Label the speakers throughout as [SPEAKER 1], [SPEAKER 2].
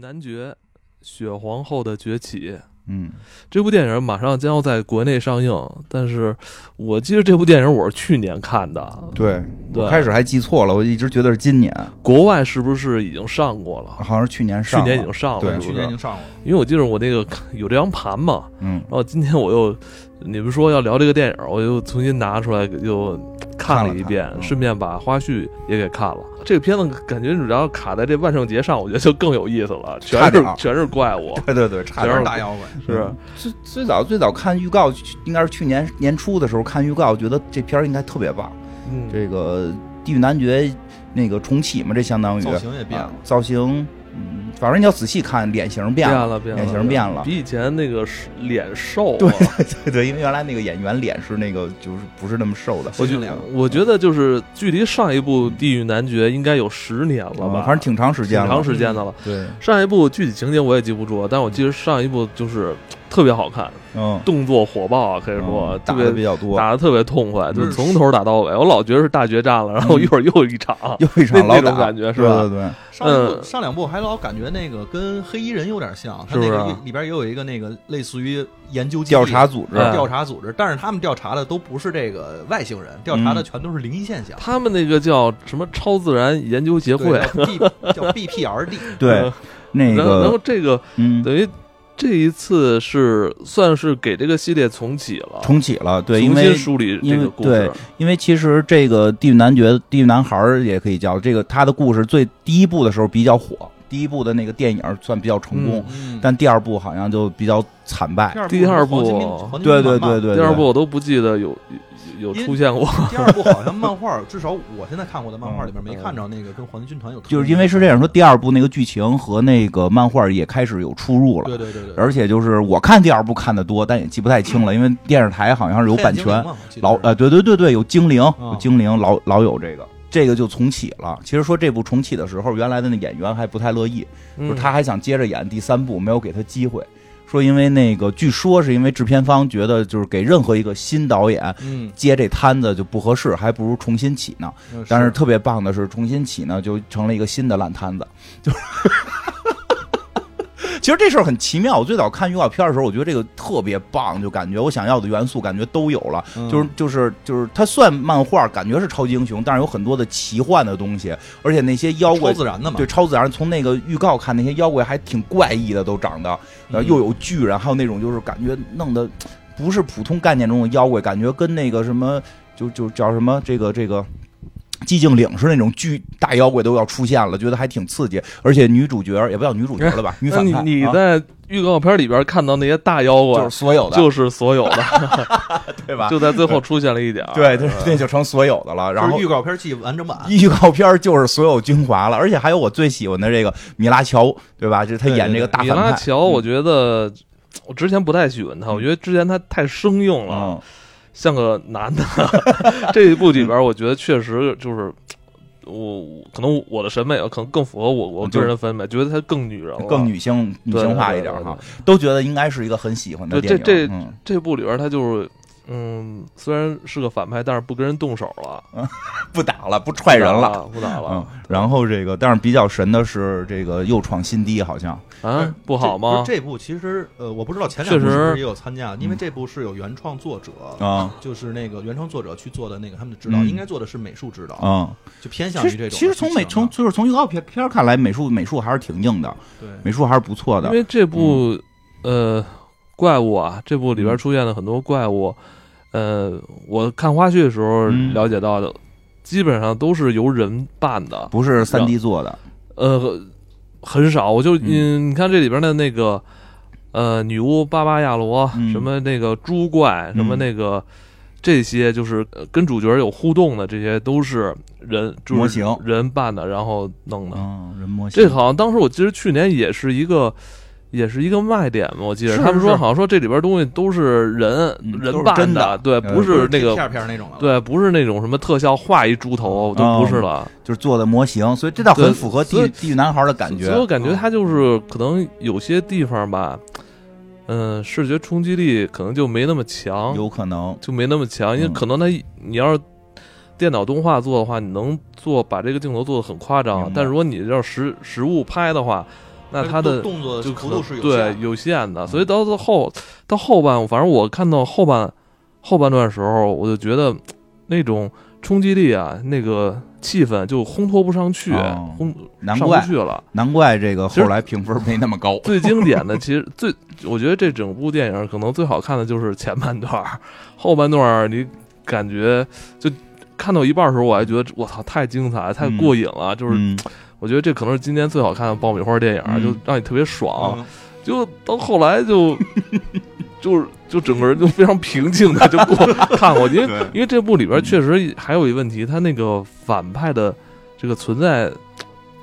[SPEAKER 1] 男爵：雪皇后的崛起》
[SPEAKER 2] 嗯，
[SPEAKER 1] 这部电影马上将要在国内上映，但是我记得这部电影我是去年看的，
[SPEAKER 2] 对，
[SPEAKER 1] 对
[SPEAKER 2] 我开始还记错了，我一直觉得是今年，
[SPEAKER 1] 国外是不是已经上过了？
[SPEAKER 2] 好像是去年
[SPEAKER 1] 去
[SPEAKER 2] 上了，
[SPEAKER 1] 年已经上了，
[SPEAKER 2] 对
[SPEAKER 1] 是不是
[SPEAKER 3] 去年已经上了，
[SPEAKER 1] 因为我记得我那个有这张盘嘛，
[SPEAKER 2] 嗯，
[SPEAKER 1] 然 后今天我又你们说要聊这个电影，我又重新拿出来又看了一遍，
[SPEAKER 2] 看了看嗯
[SPEAKER 1] 顺便把花絮也给看了。这个片子感觉只要卡在这万圣节上，我觉得就更有意思了，全
[SPEAKER 2] 差
[SPEAKER 1] 是
[SPEAKER 2] 点儿
[SPEAKER 1] 全是怪物，
[SPEAKER 2] 对对对，差
[SPEAKER 3] 还
[SPEAKER 1] 全
[SPEAKER 2] 点
[SPEAKER 3] 是
[SPEAKER 2] 儿
[SPEAKER 1] 是
[SPEAKER 3] 大妖怪。
[SPEAKER 1] 是
[SPEAKER 2] 最最早最早看预告，应该是去年年初的时候看预告，觉得这片儿应该特别棒。
[SPEAKER 1] 嗯，
[SPEAKER 2] 这个《地狱男爵》那个重启嘛，这相当于
[SPEAKER 3] 造型也变了
[SPEAKER 2] 啊，造型，嗯，反正你要仔细看，脸型变
[SPEAKER 1] 变
[SPEAKER 2] 了，
[SPEAKER 1] 了变了，
[SPEAKER 2] 脸型变了。
[SPEAKER 1] 比以前那个是脸瘦了。
[SPEAKER 2] 对 对对，因为原来那个演员脸是那个就是不是那么瘦的，
[SPEAKER 1] 我 觉
[SPEAKER 3] 是这样
[SPEAKER 1] 我觉得就是距离上一部《地狱男爵》应该有十年了吧，
[SPEAKER 2] 啊反正挺长时
[SPEAKER 1] 挺
[SPEAKER 2] 间了，
[SPEAKER 1] 长时间的了。
[SPEAKER 2] 对，
[SPEAKER 1] 上一部具体情节我也记不住，但我记得上一部就是特别好看，
[SPEAKER 2] 嗯，
[SPEAKER 1] 动作火爆啊，可以说、
[SPEAKER 2] 嗯
[SPEAKER 1] 特
[SPEAKER 2] 打
[SPEAKER 1] 别
[SPEAKER 2] 的比较多，
[SPEAKER 1] 打的特别痛快，就是
[SPEAKER 3] 是
[SPEAKER 1] 从头打到尾。我老觉得是大决战了，然后一会儿又一场，
[SPEAKER 2] 嗯 又一场
[SPEAKER 1] 那
[SPEAKER 2] 老
[SPEAKER 1] 那种
[SPEAKER 2] 打，
[SPEAKER 1] 感觉是吧
[SPEAKER 2] 对对对，
[SPEAKER 3] 上一
[SPEAKER 1] 嗯
[SPEAKER 3] 部上两部还老感觉那个跟黑衣人有点像，他
[SPEAKER 1] 是不是
[SPEAKER 3] 那个
[SPEAKER 1] 啊
[SPEAKER 3] 里里边也有一个那个类似于研究基地嗯
[SPEAKER 2] 调查组织，
[SPEAKER 1] 哎
[SPEAKER 3] 调查组织，但是他们调查的都不是这个外星
[SPEAKER 2] 嗯
[SPEAKER 3] 人，调查的全都是灵异现象。
[SPEAKER 1] 他们那个叫什么超自然研究协会
[SPEAKER 3] 对，叫 B 叫 BPRD，
[SPEAKER 2] 对
[SPEAKER 1] 嗯，
[SPEAKER 2] 那
[SPEAKER 1] 然后然后
[SPEAKER 2] 个，
[SPEAKER 1] 这个
[SPEAKER 2] 嗯，
[SPEAKER 1] 等于这一次是算是给这个系列重启了，
[SPEAKER 2] 重启了，对，因
[SPEAKER 1] 重
[SPEAKER 2] 为
[SPEAKER 1] 新梳理这
[SPEAKER 2] 因为
[SPEAKER 1] 个故事，
[SPEAKER 2] 因为其实这个地狱男爵、地狱男孩儿也可以叫这个，他的故事最第一部的时候比较火，第一部的那个电影算比较成功，
[SPEAKER 3] 嗯，
[SPEAKER 2] 但第二部好像就比较惨败。
[SPEAKER 1] 第二部
[SPEAKER 3] 部是黄金民黄金
[SPEAKER 2] 对对
[SPEAKER 3] 漫画
[SPEAKER 2] 对对，
[SPEAKER 1] 第二
[SPEAKER 2] 对
[SPEAKER 1] 部我都不记得有有有
[SPEAKER 3] 因
[SPEAKER 1] 出现过，
[SPEAKER 3] 第二部好像漫画，至少我现在看过的漫画里边没看着那个跟黄金军团有，
[SPEAKER 2] 就是因为是这样说，第二部那个剧情和那个漫画也开始有出入了。
[SPEAKER 3] 对对对对，
[SPEAKER 2] 而且就是我看第二部看的多，但也记不太清了，因为电视台好像是有版
[SPEAKER 3] 黑暗
[SPEAKER 2] 权
[SPEAKER 3] 精灵，嘛我记得
[SPEAKER 2] 老
[SPEAKER 3] 是
[SPEAKER 2] 呃，对对对对，有精灵，有精灵，老老有这个，这个就重启了。其实说这部重启的时候，原来的那演员还不太乐意，
[SPEAKER 1] 嗯
[SPEAKER 2] 就是他还想接着演第三部，没有给他机会。说因为那个，据说是因为制片方觉得就是给任何一个新导演
[SPEAKER 3] 嗯，
[SPEAKER 2] 接这摊子就不合适，还不如重新起呢。
[SPEAKER 3] 嗯
[SPEAKER 2] 但是特别棒的是，重新起呢就成了一个新的烂摊子，就是 。其实这事儿很奇妙。我最早看预告片的时候，我觉得这个特别棒，就感觉我想要的元素感觉都有了。
[SPEAKER 3] 嗯
[SPEAKER 2] 就是就是就是，它算漫画，感觉是超级英雄，但是有很多的奇幻的东西，而且那些妖怪
[SPEAKER 3] 超自然的嘛，
[SPEAKER 2] 对，超自然。从那个预告看，那些妖怪还挺怪异的，都长得，然后
[SPEAKER 3] 嗯
[SPEAKER 2] 又有巨人，还有那种就是感觉弄得不是普通概念中的妖怪，感觉跟那个什么就就叫什么这个这个。寂静岭是那种巨大妖怪都要出现了，觉得还挺刺激，而且女主角也不叫女主角 了吧，女
[SPEAKER 1] 那
[SPEAKER 2] 反
[SPEAKER 1] 你
[SPEAKER 2] 派
[SPEAKER 1] 你
[SPEAKER 2] 啊
[SPEAKER 1] 在预告片里边看到那些大妖怪，
[SPEAKER 2] 就是所有的，
[SPEAKER 1] 就是所有的，
[SPEAKER 2] 对 吧？
[SPEAKER 1] 就在最后出现了一点儿。
[SPEAKER 2] 对，对，那就成所有的了。然
[SPEAKER 3] 啊就
[SPEAKER 2] 后
[SPEAKER 3] 是预告片记完整版，
[SPEAKER 2] 预告片儿就是所有精华了，而且还有我最喜欢的这个米拉乔，对吧？就是他
[SPEAKER 3] 对对
[SPEAKER 2] 演这个
[SPEAKER 3] 对
[SPEAKER 2] 大
[SPEAKER 1] 米
[SPEAKER 2] 反
[SPEAKER 1] 拉
[SPEAKER 2] 派。嗯
[SPEAKER 1] 乔，我觉得我之前不太喜欢他，我觉得之前他太生硬了，
[SPEAKER 2] 嗯，
[SPEAKER 1] 像个男的。 这一部里边，我觉得确实就是。我可能我的审美啊可能更符合我我个人的审美，觉得她更女人了，
[SPEAKER 2] 更女性女
[SPEAKER 1] 对
[SPEAKER 2] 性化一点儿
[SPEAKER 1] 对对
[SPEAKER 2] 哈
[SPEAKER 1] 对，
[SPEAKER 2] 都觉得应该是一个很喜欢的
[SPEAKER 1] 对
[SPEAKER 2] 电
[SPEAKER 1] 这
[SPEAKER 2] 影。
[SPEAKER 1] 这
[SPEAKER 2] 嗯
[SPEAKER 1] 这部里边她就是，嗯，虽然是个反派，但是不跟人动手了，
[SPEAKER 2] 不打了，不踹人了。，
[SPEAKER 1] 不打
[SPEAKER 2] 嗯
[SPEAKER 1] 了，，啊
[SPEAKER 2] 然后这个，但是比较神的是这个又创新低，好像
[SPEAKER 1] 啊，不好吗？
[SPEAKER 3] 这这部其实呃，我不知道前两部
[SPEAKER 1] 确实嗯
[SPEAKER 3] 是不是也有参加，因为这部是有原创作者，
[SPEAKER 2] 啊
[SPEAKER 3] 就是那个原创作者去做的那个他们的指导，
[SPEAKER 2] 嗯
[SPEAKER 3] 应该做的是美术指导，
[SPEAKER 2] 嗯，
[SPEAKER 3] 就偏向
[SPEAKER 2] 其
[SPEAKER 3] 于这
[SPEAKER 2] 实
[SPEAKER 3] 种。
[SPEAKER 2] 其实从美从
[SPEAKER 3] 成
[SPEAKER 2] 就是从预告片片儿看来，美术美术还是挺硬的，
[SPEAKER 3] 对
[SPEAKER 2] 美术还是不错
[SPEAKER 1] 因
[SPEAKER 2] 的。
[SPEAKER 1] 为这部、呃怪物啊，这部里边出现了很多怪物，呃，我看花絮的时候
[SPEAKER 2] 嗯
[SPEAKER 1] 了解到的，基本上都是由人扮的，
[SPEAKER 2] 不是三 D 做的，
[SPEAKER 1] 呃，很少。我就嗯，你看这里边的那个呃女巫巴巴亚罗，
[SPEAKER 2] 嗯
[SPEAKER 1] 什么那个猪怪，什么
[SPEAKER 2] 嗯
[SPEAKER 1] 那个。这些就是呃跟主角有互动的，这些都是人就是
[SPEAKER 2] 模型
[SPEAKER 1] 人扮的，然后弄的。
[SPEAKER 2] 嗯，人模型。
[SPEAKER 1] 啊这好像当时我记得去年也是一个，也是一个卖点嘛，我记得
[SPEAKER 2] 是
[SPEAKER 1] 他们
[SPEAKER 2] 是
[SPEAKER 1] 说好像说这里边东西都是人、
[SPEAKER 2] 嗯
[SPEAKER 1] 人
[SPEAKER 2] 都是
[SPEAKER 1] 扮
[SPEAKER 2] 真
[SPEAKER 1] 的
[SPEAKER 2] 的哦
[SPEAKER 1] 对，
[SPEAKER 2] 呃
[SPEAKER 1] 不
[SPEAKER 2] 就是
[SPEAKER 1] 那
[SPEAKER 3] 片
[SPEAKER 1] 个
[SPEAKER 3] 儿片儿那种了。
[SPEAKER 1] 对，不是那种什么特效画一猪头都不是了，
[SPEAKER 2] 就是做的模型，所以这倒
[SPEAKER 1] 对
[SPEAKER 2] 很符合地
[SPEAKER 1] 所
[SPEAKER 2] 狱
[SPEAKER 1] 以
[SPEAKER 2] 地狱男孩的感觉
[SPEAKER 1] 所以。我
[SPEAKER 3] 嗯
[SPEAKER 1] 感觉它就是可能有些地方吧，嗯、视觉冲击力可能就没那么强，
[SPEAKER 2] 有可能，
[SPEAKER 1] 就没那么强，因为
[SPEAKER 2] 嗯
[SPEAKER 1] 可能它你要是。电脑动画做的话，你能做把这个镜头做的很夸
[SPEAKER 2] 明
[SPEAKER 1] 张
[SPEAKER 2] 白，
[SPEAKER 1] 但如果你要是实实物拍的话，那他的
[SPEAKER 3] 动作
[SPEAKER 1] 就
[SPEAKER 3] 幅
[SPEAKER 1] 可
[SPEAKER 3] 度
[SPEAKER 1] 能
[SPEAKER 3] 是有
[SPEAKER 1] 对
[SPEAKER 3] 限的
[SPEAKER 1] 有限
[SPEAKER 2] 嗯
[SPEAKER 1] 的，所以到到后到后半，反正我看到后半后半段的时候，我就觉得嘖那种冲击力啊，那个气氛就烘托不上去，
[SPEAKER 2] 哦
[SPEAKER 1] 烘
[SPEAKER 2] 难
[SPEAKER 1] 上
[SPEAKER 2] 怪
[SPEAKER 1] 不去了。
[SPEAKER 2] 难怪这个
[SPEAKER 1] 其实
[SPEAKER 2] 后来评分没那么高。
[SPEAKER 1] 最经典的，其实最我觉得这整部电影可能最好看的就是前半段儿，后半段儿你感觉就看到一半儿的时候，我还觉得我操太精彩太过瘾了，就是
[SPEAKER 2] 嗯
[SPEAKER 1] 我觉得这可能是今年最好看的爆米花电影，
[SPEAKER 2] 嗯啊
[SPEAKER 1] 就让你特别爽。
[SPEAKER 3] 嗯
[SPEAKER 1] 就到后来就就是就整个人就非常平静的就过看过，因为
[SPEAKER 2] 对
[SPEAKER 1] 因为这部里边确实还有一问题，他那个反派的这个存在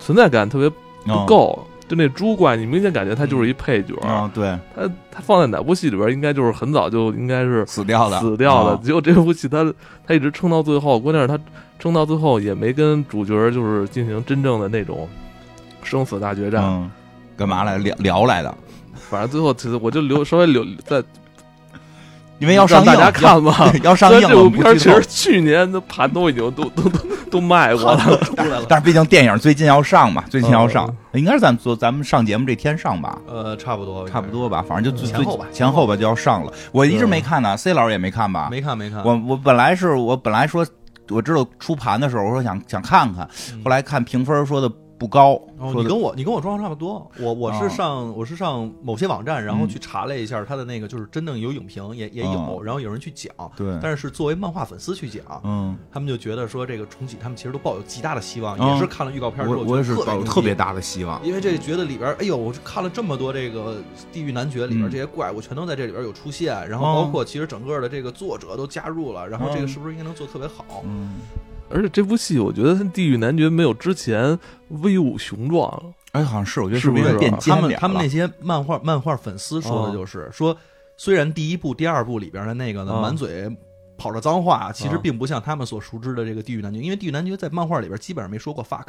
[SPEAKER 1] 存在感特别
[SPEAKER 2] 哦
[SPEAKER 1] 不够。啊就那猪怪，你明显感觉他就是一配角，
[SPEAKER 2] 啊、哦对，
[SPEAKER 1] 他他放在哪部戏里边，应该就是很早就应该是
[SPEAKER 2] 死掉的，
[SPEAKER 1] 死掉的。
[SPEAKER 2] 啊
[SPEAKER 1] 结果这部戏他他一直撑到最后，关键是他撑到最后也没跟主角就是进行真正的那种生死大决战，
[SPEAKER 2] 嗯，干嘛来聊聊来的？
[SPEAKER 1] 反正最后其实我就留稍微留在
[SPEAKER 2] 因为要上映，
[SPEAKER 1] 让大家看嘛。
[SPEAKER 2] 要 要上
[SPEAKER 1] 虽
[SPEAKER 2] 映
[SPEAKER 1] 然这
[SPEAKER 2] 了，
[SPEAKER 1] 部
[SPEAKER 2] 我们
[SPEAKER 1] 片
[SPEAKER 2] 不
[SPEAKER 1] 儿
[SPEAKER 2] 剧
[SPEAKER 1] 其
[SPEAKER 2] 透
[SPEAKER 1] 实去年的盘都已经都 都都都卖过了，
[SPEAKER 3] 嗯 出来了，
[SPEAKER 2] 但是毕竟电影最近要上嘛，最近要上，
[SPEAKER 1] 嗯
[SPEAKER 2] 应该是咱做咱们上节目这天上吧，
[SPEAKER 3] 呃，差不多，
[SPEAKER 2] 差不多吧，反
[SPEAKER 1] 嗯
[SPEAKER 2] 正就最
[SPEAKER 3] 前后吧
[SPEAKER 2] 最前后吧就要上了。我一直没看呢，C 老师也没看吧？
[SPEAKER 3] 没看没看，
[SPEAKER 2] 啊我我本来是我本来说我知道出盘的时候，我说想想看看，
[SPEAKER 1] 嗯
[SPEAKER 2] 后来看评分说的不高，说
[SPEAKER 3] 哦，你
[SPEAKER 2] 的
[SPEAKER 3] 跟我你跟我状况差不多，我我
[SPEAKER 2] 啊
[SPEAKER 3] 是上、我是上某些网站，然后
[SPEAKER 2] 嗯
[SPEAKER 3] 去查了一下它的那个，就是真正有影评也也有，
[SPEAKER 2] 啊
[SPEAKER 3] 然后有人去讲，
[SPEAKER 2] 对，
[SPEAKER 3] 但是是作为漫画粉丝去讲，
[SPEAKER 2] 嗯，
[SPEAKER 3] 他们就觉得说这个重启，他们其实都抱有极大的希望，
[SPEAKER 2] 啊
[SPEAKER 3] 也是看了预告片之
[SPEAKER 2] 我
[SPEAKER 3] 后
[SPEAKER 2] 我也是
[SPEAKER 3] 觉得
[SPEAKER 2] 抱有
[SPEAKER 3] 牛
[SPEAKER 2] 特别
[SPEAKER 3] 逼，
[SPEAKER 2] 大的希望，
[SPEAKER 3] 因为这觉得里边，哎呦，我看了这么多这个地狱男爵里边
[SPEAKER 2] 嗯
[SPEAKER 3] 这些怪，我全都在这里边有出现，然后
[SPEAKER 2] 啊
[SPEAKER 3] 包括其实整个的这个作者都加入了，然后这
[SPEAKER 2] 啊
[SPEAKER 3] 个是不是应该能做得特别好？
[SPEAKER 2] 嗯，
[SPEAKER 1] 而且这部戏我觉得《地狱男爵》没有之前威武雄壮了，
[SPEAKER 2] 哎，好像是，我觉得
[SPEAKER 1] 是
[SPEAKER 2] 不
[SPEAKER 1] 不
[SPEAKER 2] 是有
[SPEAKER 1] 是
[SPEAKER 2] 点变尖
[SPEAKER 3] 他们
[SPEAKER 2] 脸
[SPEAKER 3] 他们
[SPEAKER 2] 了嗯
[SPEAKER 3] 那些漫画漫画粉丝说的就是、说，虽然第一部、第二部里边的那个呢，
[SPEAKER 1] 嗯
[SPEAKER 3] 满嘴跑着脏话，其实
[SPEAKER 1] 嗯
[SPEAKER 3] 并不像他们所熟知的这个地狱男爵，因为地狱男爵在漫画里边基本上没说过 fuck，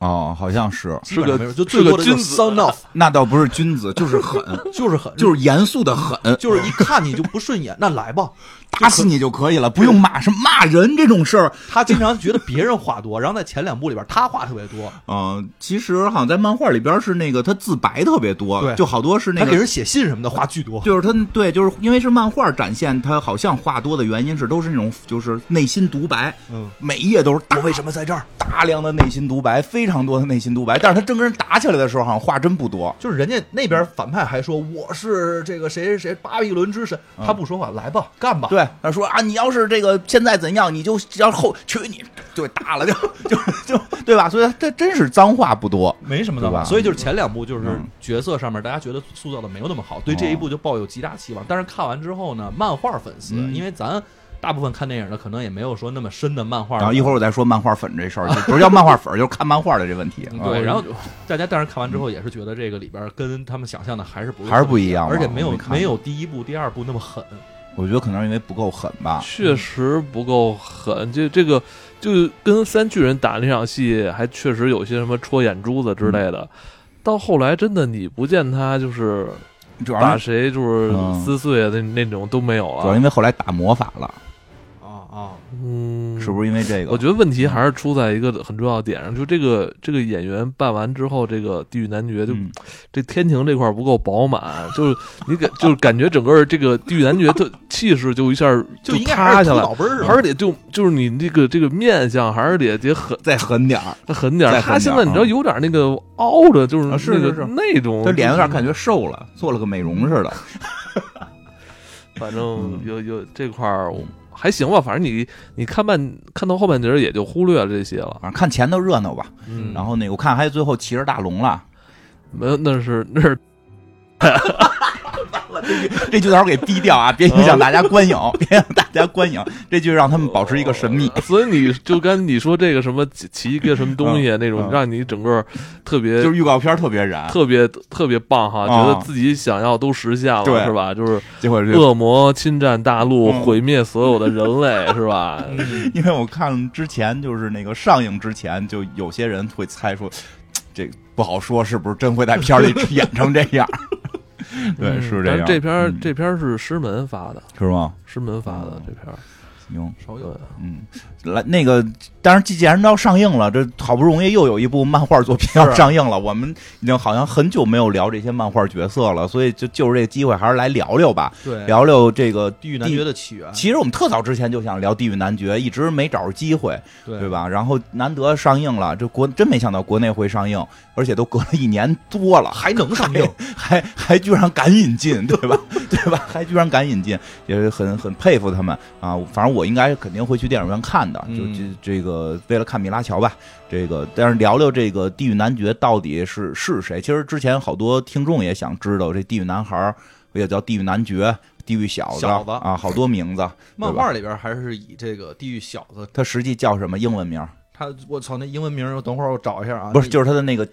[SPEAKER 2] 哦，好像是，
[SPEAKER 3] 基本上没有，
[SPEAKER 1] 是个
[SPEAKER 3] 就最多的
[SPEAKER 1] 是个
[SPEAKER 3] 就
[SPEAKER 1] 君
[SPEAKER 3] 是
[SPEAKER 1] 子
[SPEAKER 3] son of，
[SPEAKER 2] 那倒不是君子，就是狠，
[SPEAKER 3] 就是 很
[SPEAKER 2] 就是严肃的狠，
[SPEAKER 3] 就是一看你就不顺眼，那 来吧。
[SPEAKER 2] 打死你就可以了，不用骂，是骂人这种事儿。
[SPEAKER 3] 他经常觉得别人话多，然后在前两部里边他话特别多，
[SPEAKER 2] 嗯、其实好像在漫画里边是那个他自白特别多，
[SPEAKER 3] 对
[SPEAKER 2] 就好多是那
[SPEAKER 3] 他给
[SPEAKER 2] 个。
[SPEAKER 3] 人写信什么的话巨多。
[SPEAKER 2] 就是他，对，就是因为是漫画展现，他好像话多的原因是都是那种就是内心独白，
[SPEAKER 3] 嗯，
[SPEAKER 2] 每一页都是大
[SPEAKER 3] 我为什么在这儿？
[SPEAKER 2] 大量的内心独白，非常多的内心独白。但是他真跟人打起来的时候，好像话真不多。
[SPEAKER 3] 就是人家那边反派还说我是这个谁谁谁巴比伦之神，他不说话，来吧，干吧。
[SPEAKER 2] 嗯对，他说啊，你要是这个现在怎样，你就要后去你，对，打了就 就就对吧？所以这真是脏话不多。
[SPEAKER 3] 没什么的
[SPEAKER 2] 对吧
[SPEAKER 3] 所以就是前两部就是
[SPEAKER 2] 嗯哦
[SPEAKER 3] 角色上面，大家觉得塑造的没有那么好，对这一部就抱有极大期望。但是看完之后呢，漫画粉丝，
[SPEAKER 2] 嗯
[SPEAKER 3] 因为咱大部分看电影的可能也没有说那么深的漫画，
[SPEAKER 2] 然后一会儿我再说漫画粉这事 儿，就不是叫漫画粉，就是看漫画的这问题。
[SPEAKER 3] 嗯
[SPEAKER 2] 啊
[SPEAKER 3] 对，然后大家但是看完之后也是觉得这个里边跟他们想象的还是不
[SPEAKER 2] 还是不
[SPEAKER 3] 一
[SPEAKER 2] 一样嘛，
[SPEAKER 3] 而且没有
[SPEAKER 2] 我看
[SPEAKER 3] 没，有第一部、第二部那么狠。
[SPEAKER 2] 我觉得可能是因为不够狠吧。
[SPEAKER 1] 确实不够狠。这这个就跟三巨人打那场戏，还确实有些什么戳眼珠子之类的。到后来真的你不见他就是
[SPEAKER 2] 主要
[SPEAKER 1] 把
[SPEAKER 2] 是
[SPEAKER 1] 谁就是
[SPEAKER 2] 嗯
[SPEAKER 1] 撕碎的那那种都没有
[SPEAKER 2] 主要
[SPEAKER 1] 了
[SPEAKER 2] 因。为后来打魔法了，
[SPEAKER 3] 啊啊，
[SPEAKER 1] 嗯，
[SPEAKER 2] 是不是因为这个？
[SPEAKER 1] 我觉得问题还是出在一个很重要的点上，就这个这个演员扮完之后，这个地狱男爵就、
[SPEAKER 2] 嗯
[SPEAKER 1] 这天庭这块儿不够饱满，就是你感就是感觉整个这个地狱男爵的气势就一下
[SPEAKER 3] 就应该还
[SPEAKER 1] 塌下
[SPEAKER 3] 是头
[SPEAKER 1] 来，
[SPEAKER 3] 脑杯儿啊
[SPEAKER 1] 还是得就就是你这个这个面相还是得得狠
[SPEAKER 2] 再狠点儿，
[SPEAKER 1] 狠点
[SPEAKER 2] 再
[SPEAKER 1] 儿。
[SPEAKER 2] 狠
[SPEAKER 1] 他现
[SPEAKER 2] 点
[SPEAKER 1] 在
[SPEAKER 2] 儿
[SPEAKER 1] 你知道
[SPEAKER 2] 啊
[SPEAKER 1] 有点那个凹着，就是那个、
[SPEAKER 2] 啊是是是
[SPEAKER 1] 那种，
[SPEAKER 2] 他脸有点感觉瘦了，做了个美容似的。
[SPEAKER 1] 反
[SPEAKER 2] 嗯
[SPEAKER 1] 正有有这块儿我还行吧，反正你你看半看到后半截儿也就忽略了这些了。
[SPEAKER 2] 反正看前头热闹吧。
[SPEAKER 1] 嗯
[SPEAKER 2] 然后那个我看还最后骑着大龙了，
[SPEAKER 1] 没有，那是那是
[SPEAKER 2] 这句到时候给逼掉啊，别影响大家观影， 别让大家观影。这句让他们保持一个神秘。
[SPEAKER 1] 呃所以你就跟你说这个什么骑骑一个什么东西啊那
[SPEAKER 2] 嗯
[SPEAKER 1] 种，让你整个特别
[SPEAKER 2] 就是预告片特别燃，
[SPEAKER 1] 呃特别特别棒哈，
[SPEAKER 2] 啊
[SPEAKER 1] 觉得自己想要都实现
[SPEAKER 2] 对
[SPEAKER 1] 了是吧？就是
[SPEAKER 2] 结果就
[SPEAKER 1] 恶魔侵占大陆，
[SPEAKER 2] 嗯
[SPEAKER 1] 毁灭所有的人类是吧？
[SPEAKER 3] 嗯
[SPEAKER 2] 因为我看之前就是那个上映之前，就有些人会猜说，这不好说是不是真会在片儿里 演成这样。 对，
[SPEAKER 1] 嗯
[SPEAKER 2] 是这样。
[SPEAKER 1] 但这篇儿
[SPEAKER 2] 嗯
[SPEAKER 1] 这篇儿是师门发的，
[SPEAKER 2] 是吗？
[SPEAKER 1] 师门发的
[SPEAKER 2] 嗯
[SPEAKER 1] 这篇儿，
[SPEAKER 2] 行，
[SPEAKER 3] 少有。
[SPEAKER 2] 嗯，来那个，当然，既既然要上映了，这好不容易又有一部漫画作品
[SPEAKER 3] 啊
[SPEAKER 2] 要上映了，我们已经好像很久没有聊这些漫画角色了，所以就就是这个机会，还是来聊聊吧，
[SPEAKER 3] 对，
[SPEAKER 2] 聊聊这个
[SPEAKER 3] 地狱男爵的起源，
[SPEAKER 2] 其实我们特早之前就想聊《地狱男爵》，一直没找着机会，
[SPEAKER 3] 对
[SPEAKER 2] 对？吧？然后难得上映了，这国真没想到国内会上映，而且都隔了一年多了，
[SPEAKER 3] 还能 上映？
[SPEAKER 2] 还还居然敢引进，对吧？ 对吧？还居然敢引进，也是很很佩服他们啊！反正我应该肯定会去电影院看的，就这
[SPEAKER 3] 嗯
[SPEAKER 2] 这个为了看米拉乔吧。这个，但是聊聊这个地狱男爵到底是是谁？其实之前好多听众也想知道，这地狱男孩儿也叫地狱男爵、地狱小子
[SPEAKER 3] 小子
[SPEAKER 2] 啊，好多名字。
[SPEAKER 3] 漫
[SPEAKER 2] 对吧
[SPEAKER 3] 画里边还是以这个地狱小子，
[SPEAKER 2] 他实际叫什么英文名？
[SPEAKER 3] 他我操那英文名儿，我等会儿我找一下啊。
[SPEAKER 2] 不是，就是他的那个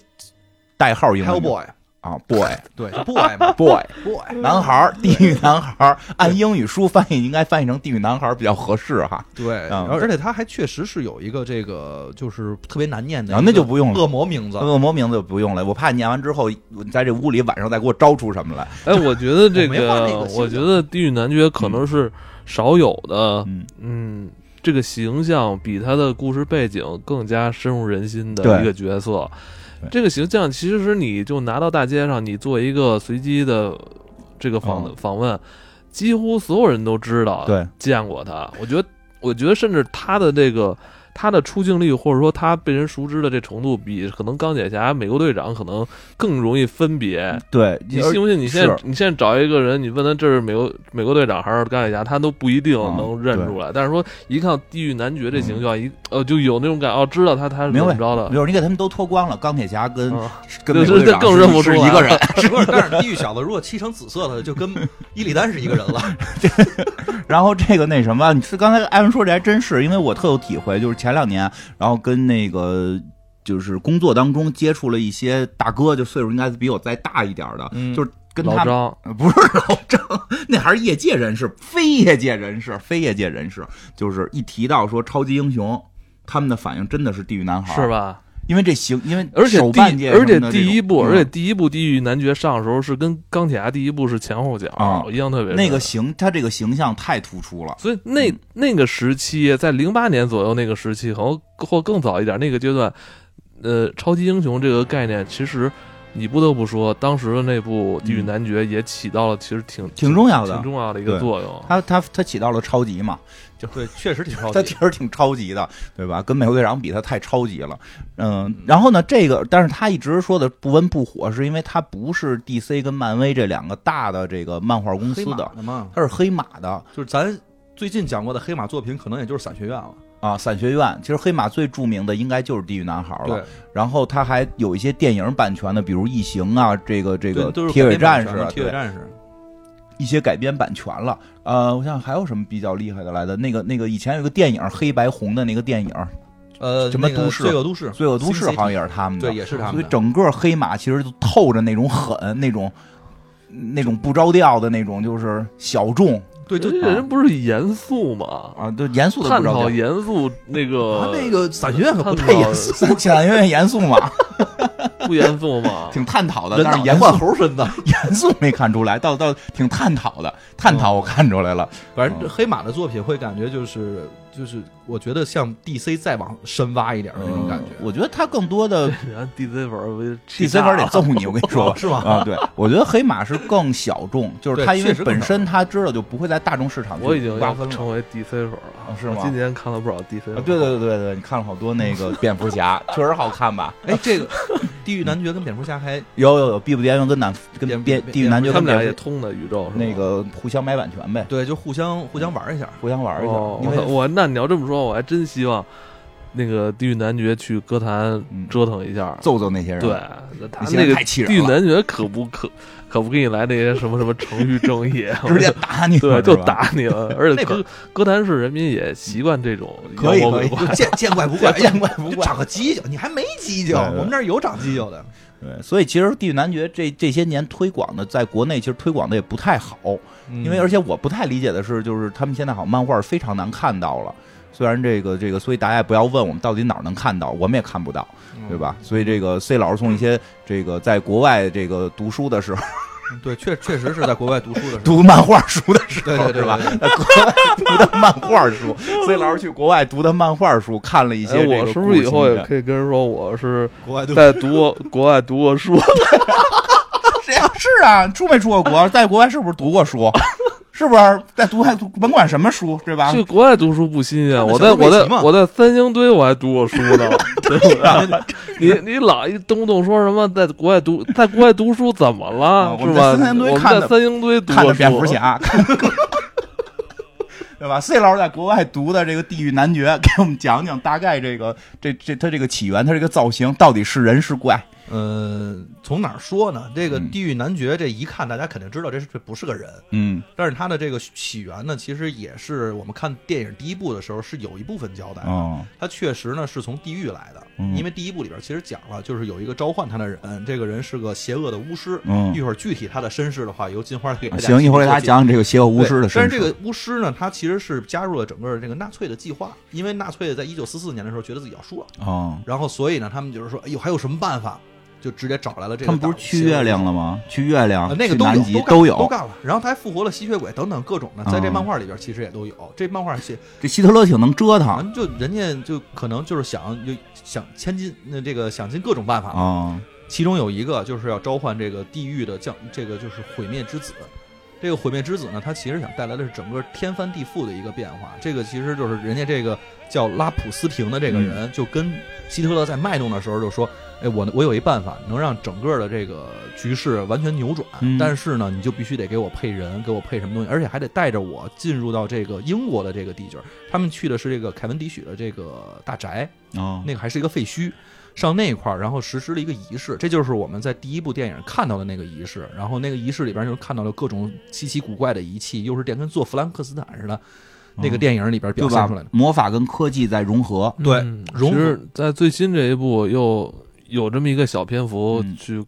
[SPEAKER 2] 代号英文名
[SPEAKER 3] Hellboy，
[SPEAKER 2] 啊，boy
[SPEAKER 3] 对是，Boy 嘛
[SPEAKER 2] boy。
[SPEAKER 3] ，Boy，
[SPEAKER 2] 男孩儿，地狱男孩儿，按英语书翻译应该翻译成地狱男孩儿比较合适哈。
[SPEAKER 3] 对。
[SPEAKER 2] 嗯
[SPEAKER 3] 然后而且他还确实是有一个这个就是特别难念的一
[SPEAKER 2] 然啊
[SPEAKER 3] 个
[SPEAKER 2] 后那就不用了，
[SPEAKER 3] 恶魔名字，
[SPEAKER 2] 恶魔名字就不用了，我怕你念完之后，你在这屋里晚上再给我招出什么来。
[SPEAKER 1] 哎，我觉得这
[SPEAKER 3] 我没画那个
[SPEAKER 1] 个，
[SPEAKER 3] 形
[SPEAKER 1] 我
[SPEAKER 3] 象
[SPEAKER 1] 觉得地狱男爵可能是少有的，
[SPEAKER 2] 嗯，
[SPEAKER 1] 嗯，这个形象比他的故事背景更加深入人心的
[SPEAKER 2] 对
[SPEAKER 1] 一个角色
[SPEAKER 2] 对。
[SPEAKER 1] 这个形象其实你就拿到大街上，你做一个随机的这个访、
[SPEAKER 2] 嗯
[SPEAKER 1] 访问，几乎所有人都知道
[SPEAKER 2] 对，
[SPEAKER 1] 见过他。我觉得，我觉得甚至他的这个。他的出镜率，或者说他被人熟知的这程度，比可能钢铁侠、美国队长可能更容易分别。
[SPEAKER 2] 对，
[SPEAKER 1] 你信不信？你现在
[SPEAKER 2] 是
[SPEAKER 1] 你现在找一个人，你问他这是美国美国队长还是钢铁侠，他都不一定
[SPEAKER 2] 嗯
[SPEAKER 1] 能认出来。但是说一看地狱男爵这形象，一呃就有那种感，哦，知道他他是
[SPEAKER 2] 明
[SPEAKER 1] 怎
[SPEAKER 2] 白
[SPEAKER 1] 么着的。
[SPEAKER 2] 就是你给他们都脱光了，钢铁侠跟
[SPEAKER 1] 嗯
[SPEAKER 2] 跟
[SPEAKER 1] 对
[SPEAKER 2] 美国队
[SPEAKER 1] 这
[SPEAKER 2] 长
[SPEAKER 1] 更
[SPEAKER 2] 是
[SPEAKER 1] 认不出
[SPEAKER 2] 是一
[SPEAKER 1] 来
[SPEAKER 2] 个人，
[SPEAKER 3] 不是，但是地狱小子如果漆成紫色的，就跟伊利丹是一个人了。
[SPEAKER 2] 然后这个那什么，你是刚才艾文说这还真是，因为我特有体会，就是前两年，然后跟那个就是工作当中接触了一些大哥，就岁数应该是比我再大一点的，
[SPEAKER 3] 嗯
[SPEAKER 2] 就是跟
[SPEAKER 1] 老
[SPEAKER 2] 他们
[SPEAKER 1] 张，
[SPEAKER 2] 呃不是老张，那还是业界人士，非业界人士，非业界人士，就是一提到说超级英雄。他们的反应真的是地狱男孩，
[SPEAKER 1] 是？吧？
[SPEAKER 2] 因为这行，因为
[SPEAKER 1] 而且
[SPEAKER 2] 手
[SPEAKER 1] 第
[SPEAKER 2] 办界
[SPEAKER 1] 而且
[SPEAKER 2] 什么的这种
[SPEAKER 1] 第一部，
[SPEAKER 2] 嗯
[SPEAKER 1] 而且第一部地狱男爵上的时候是跟钢铁侠第一部是前后脚
[SPEAKER 2] 啊，
[SPEAKER 1] 我印象特别深
[SPEAKER 2] 那个。形，他这个形象太突出了。
[SPEAKER 1] 所以那
[SPEAKER 2] 嗯
[SPEAKER 1] 那个时期，在零八年左右那个时期，可能或更早一点那个阶段，呃，超级英雄这个概念，其实你不得不说，当时的那部《地狱
[SPEAKER 2] 嗯
[SPEAKER 1] 男爵》也起到了其实挺
[SPEAKER 2] 挺重要的
[SPEAKER 1] 挺重要的一个
[SPEAKER 2] 对
[SPEAKER 1] 作用。
[SPEAKER 2] 他他他起到了超级嘛，
[SPEAKER 3] 对，确实挺超
[SPEAKER 2] 他
[SPEAKER 3] 级
[SPEAKER 2] 其。实挺超级的，对吧？跟美国队长比，他太超级了。嗯，然后呢，这个，但是他一直说的不温不火，是因为他不是 DC 跟漫威这两个大的这个漫画公司
[SPEAKER 3] 黑马
[SPEAKER 2] 的，
[SPEAKER 3] 的嘛，
[SPEAKER 2] 他是黑马的
[SPEAKER 3] 就是咱最近讲过的黑马作品，可能也就是伞学院了。
[SPEAKER 2] 啊，伞学院。其实黑马最著名的应该就是《地狱男孩》了
[SPEAKER 3] 对，，
[SPEAKER 2] 然后他还有一些电影版权的，比如《异形》啊，这个这
[SPEAKER 3] 这
[SPEAKER 2] 个
[SPEAKER 3] 都是
[SPEAKER 2] 铁
[SPEAKER 3] 改
[SPEAKER 2] 血
[SPEAKER 3] 编
[SPEAKER 2] 战
[SPEAKER 3] 版
[SPEAKER 2] 士
[SPEAKER 3] 权
[SPEAKER 2] 啊，
[SPEAKER 3] 的铁
[SPEAKER 2] 对
[SPEAKER 3] 血战士，
[SPEAKER 2] 一些改编版权了。呃，我想还有什么比较厉害的来的？那个那个以前有个电影黑白红的那个电影《
[SPEAKER 3] 呃，
[SPEAKER 2] 什么
[SPEAKER 3] 那个
[SPEAKER 2] 都市
[SPEAKER 3] 罪恶都市，
[SPEAKER 2] 罪恶都市
[SPEAKER 3] Sin》，City
[SPEAKER 2] 好像也是他们的。
[SPEAKER 3] 对，也是他
[SPEAKER 2] 所
[SPEAKER 3] 们
[SPEAKER 2] 以
[SPEAKER 3] 的。
[SPEAKER 2] 整个黑马其实就透着那种狠、那种、那种不着调的那种，就是小众
[SPEAKER 3] 对，就
[SPEAKER 1] 这人不是严肃吗？
[SPEAKER 2] 啊，就严肃的
[SPEAKER 1] 探
[SPEAKER 2] 不着
[SPEAKER 1] 讨
[SPEAKER 2] 调。
[SPEAKER 1] 严肃那
[SPEAKER 3] 他
[SPEAKER 1] 个
[SPEAKER 3] 那个伞学院可不太
[SPEAKER 1] 探讨
[SPEAKER 3] 严肃，
[SPEAKER 2] 三浅因为严肃嘛，
[SPEAKER 1] 不严肃吗？
[SPEAKER 2] 挺探讨的，
[SPEAKER 3] 人
[SPEAKER 2] 但
[SPEAKER 3] 脑
[SPEAKER 2] 是
[SPEAKER 3] 袋
[SPEAKER 2] 严
[SPEAKER 3] 换
[SPEAKER 2] 肃
[SPEAKER 3] 猴身子。
[SPEAKER 2] 严肃没看出来，倒倒挺探讨的，探
[SPEAKER 1] 嗯
[SPEAKER 2] 讨我看出来了，
[SPEAKER 3] 反
[SPEAKER 2] 嗯
[SPEAKER 3] 正黑马的作品会感觉就是就是，我觉得像 DC 再往深挖一点的那种感觉。
[SPEAKER 2] 嗯我觉得他更多 的
[SPEAKER 1] 然后 DC 本为
[SPEAKER 2] DC 玩 得揍你，我跟你说 吧
[SPEAKER 3] 哦，是吗
[SPEAKER 2] 啊，对，我觉得黑马是更小众，就是
[SPEAKER 3] 对
[SPEAKER 2] 他因为
[SPEAKER 3] 确实更
[SPEAKER 2] 本
[SPEAKER 3] 小
[SPEAKER 2] 身他知道就不会在大众市场去
[SPEAKER 1] 我已经
[SPEAKER 2] 瓜
[SPEAKER 1] 要
[SPEAKER 2] 分了。
[SPEAKER 1] 成为 DC 粉
[SPEAKER 2] 啊
[SPEAKER 1] 了，
[SPEAKER 2] 是吗
[SPEAKER 1] 我今年看了不少 DC 粉
[SPEAKER 2] 啊，对对对对对，你看了好多那个蝙 蝠侠，确实好看吧？
[SPEAKER 3] 哎，这个地狱男爵跟蝙蝠侠还
[SPEAKER 2] 有有有，毕不颠跟南跟
[SPEAKER 3] 蝙
[SPEAKER 2] 边
[SPEAKER 3] 蝙
[SPEAKER 2] 地狱男爵
[SPEAKER 1] 他
[SPEAKER 2] 跟
[SPEAKER 1] 们俩
[SPEAKER 2] 蝙
[SPEAKER 1] 也
[SPEAKER 2] 蝠
[SPEAKER 1] 通的宇宙是吗
[SPEAKER 2] 那个互相买版权呗，
[SPEAKER 3] 对，就互相互相玩一下。
[SPEAKER 2] 互相玩一下
[SPEAKER 1] 哦，，
[SPEAKER 2] 因
[SPEAKER 1] 我
[SPEAKER 2] 为
[SPEAKER 1] 我那你要这么说，我还真希望那个地狱男爵去歌坛
[SPEAKER 2] 嗯
[SPEAKER 1] 折腾一下。
[SPEAKER 2] 揍揍那些人。
[SPEAKER 1] 对，他
[SPEAKER 2] 你现在
[SPEAKER 1] 那个
[SPEAKER 2] 太气人
[SPEAKER 1] 地狱
[SPEAKER 2] 了
[SPEAKER 1] 男爵可不可可不给你来那些什么什么程序正义，啊
[SPEAKER 2] 直接打你，
[SPEAKER 1] 对
[SPEAKER 2] 是
[SPEAKER 1] 就
[SPEAKER 2] 吧。
[SPEAKER 1] 打你了。而且
[SPEAKER 3] 那会儿
[SPEAKER 1] 歌歌坛市人民也习惯这种
[SPEAKER 2] 可以
[SPEAKER 1] 妖魔
[SPEAKER 2] 可以
[SPEAKER 1] 鬼怪
[SPEAKER 3] 就见见怪 不怪，
[SPEAKER 2] 见怪不怪
[SPEAKER 3] 就长个犄角，你还没犄角，
[SPEAKER 2] 对对
[SPEAKER 3] 我们那儿有长犄角的。
[SPEAKER 2] 对，所以其实《地狱男爵》这这些年推广的，在国内其实推广的也不太好，
[SPEAKER 1] 嗯
[SPEAKER 2] 因为而且我不太理解的是，就是他们现在好像漫画非常难看到了。虽然这个这个，所以大家也不要问我们到底哪儿能看到，我们也看不
[SPEAKER 1] 嗯
[SPEAKER 2] 到，对吧？所以这个 C 老师从一些这个在国外这个读书的时候，
[SPEAKER 3] 嗯对，确确实是在国外读书的时候，
[SPEAKER 2] 读漫画书的时候，
[SPEAKER 3] 对对对
[SPEAKER 2] 是吧？
[SPEAKER 3] 对
[SPEAKER 2] 在
[SPEAKER 3] 对
[SPEAKER 2] 国外读的漫画书，所以老师去国外读的漫画书，看了一些
[SPEAKER 1] 哎，
[SPEAKER 2] 这个
[SPEAKER 1] 我是不是以后
[SPEAKER 2] 古
[SPEAKER 1] 也
[SPEAKER 2] 今的
[SPEAKER 1] 可以跟人说我 是
[SPEAKER 3] 国外读
[SPEAKER 1] 在读过国外读过书？
[SPEAKER 2] 谁啊？ 是啊，出没出过国？在国外是不是读过书？ 是不是在读还读甭管什么书，对吧？
[SPEAKER 1] 去国外读书不新鲜，我在
[SPEAKER 3] 那小猪
[SPEAKER 1] 我
[SPEAKER 3] 佩奇
[SPEAKER 1] 在
[SPEAKER 3] 嘛
[SPEAKER 1] 我在三星堆我还读过书 呢。对吧？你你老一动不动说什么在国外读在国外读书怎么了
[SPEAKER 2] 啊？我
[SPEAKER 1] 是
[SPEAKER 2] 们
[SPEAKER 1] 吧？
[SPEAKER 2] 在三星堆
[SPEAKER 1] 我们
[SPEAKER 2] 看的
[SPEAKER 1] 在三星堆读
[SPEAKER 2] 看
[SPEAKER 1] 过
[SPEAKER 2] 的
[SPEAKER 1] 书
[SPEAKER 2] 蝙蝠侠，看 对吧？C 老师在国外读的这个《地狱男爵》，给我们讲讲大概这个这这它这个起源，它这个造型到底是人是怪？
[SPEAKER 3] 嗯，从哪儿说呢？这个
[SPEAKER 2] 嗯
[SPEAKER 3] 《地狱男爵》这一看，大家肯定知道这是这不是个人，
[SPEAKER 2] 嗯
[SPEAKER 3] 但是他的这个起源呢，其实也是我们看电影第一部的时候是有一部分交代的。
[SPEAKER 2] 哦
[SPEAKER 3] 他确实呢是从地狱来的，
[SPEAKER 2] 嗯
[SPEAKER 3] 因为第一部里边其实讲了，就是有一个召唤他的人，这个人是个邪恶的巫师。
[SPEAKER 2] 嗯
[SPEAKER 3] 一，会儿具体他的身世的话，由金花给大家
[SPEAKER 2] 啊行，一会儿给大
[SPEAKER 3] 他
[SPEAKER 2] 家讲讲这个邪恶巫师的身世。
[SPEAKER 3] 但是这个巫师呢，他其实是加入了整个这个纳粹的计划，因为纳粹在一九四四年的时候觉得自己要输了，
[SPEAKER 2] 哦，
[SPEAKER 3] 然后所以呢，他们就是说，哎呦，还有什么办法？就直接找来了这个。
[SPEAKER 2] 他们不是去月亮？了吗？去月
[SPEAKER 3] 呃
[SPEAKER 2] 亮，
[SPEAKER 3] 那个
[SPEAKER 2] 去
[SPEAKER 3] 都有
[SPEAKER 2] 南极
[SPEAKER 3] 干都
[SPEAKER 2] 有。
[SPEAKER 3] 干了，然后他还复活了吸血鬼等等各种的，在这漫画里边其实也都有。这漫画写
[SPEAKER 2] 这希特勒挺能折腾
[SPEAKER 3] 反正就人家就可能就是想就想千金那这个想尽各种办法，
[SPEAKER 2] 啊，
[SPEAKER 3] 其中有一个就是要召唤这个地狱的降，这个就是毁灭之子。这个毁灭之子呢，他其实想带来的是整个天翻地覆的一个变化。这个其实就是人家这个叫拉普斯廷的这个人，就跟希特勒在卖弄的时候就说：“哎，我我有一办法能让整个的这个局势完全扭转，
[SPEAKER 2] 嗯
[SPEAKER 3] 但是呢，你就必须得给我配人，给我配什么东西，而且还得带着我进入到这个英国的这个地界儿。他们去的是这个凯文迪许的这个大宅，
[SPEAKER 2] 哦，
[SPEAKER 3] 那个还是一个废墟，上那一块儿，然后实施了一个仪式，这就是我们在第一部电影看到的那个仪式。然后那个仪式里边就是看到了各种稀奇古怪的仪器，又是电跟做弗兰克斯坦似的，那个电影里边
[SPEAKER 2] 就
[SPEAKER 3] 表
[SPEAKER 2] 把
[SPEAKER 3] 现出来的。
[SPEAKER 2] 魔法跟科技在融合。
[SPEAKER 3] 对
[SPEAKER 1] 嗯
[SPEAKER 3] 融
[SPEAKER 1] 其
[SPEAKER 3] 合
[SPEAKER 1] 实，在最新这一部又有这么一个小篇幅
[SPEAKER 2] 嗯
[SPEAKER 1] 去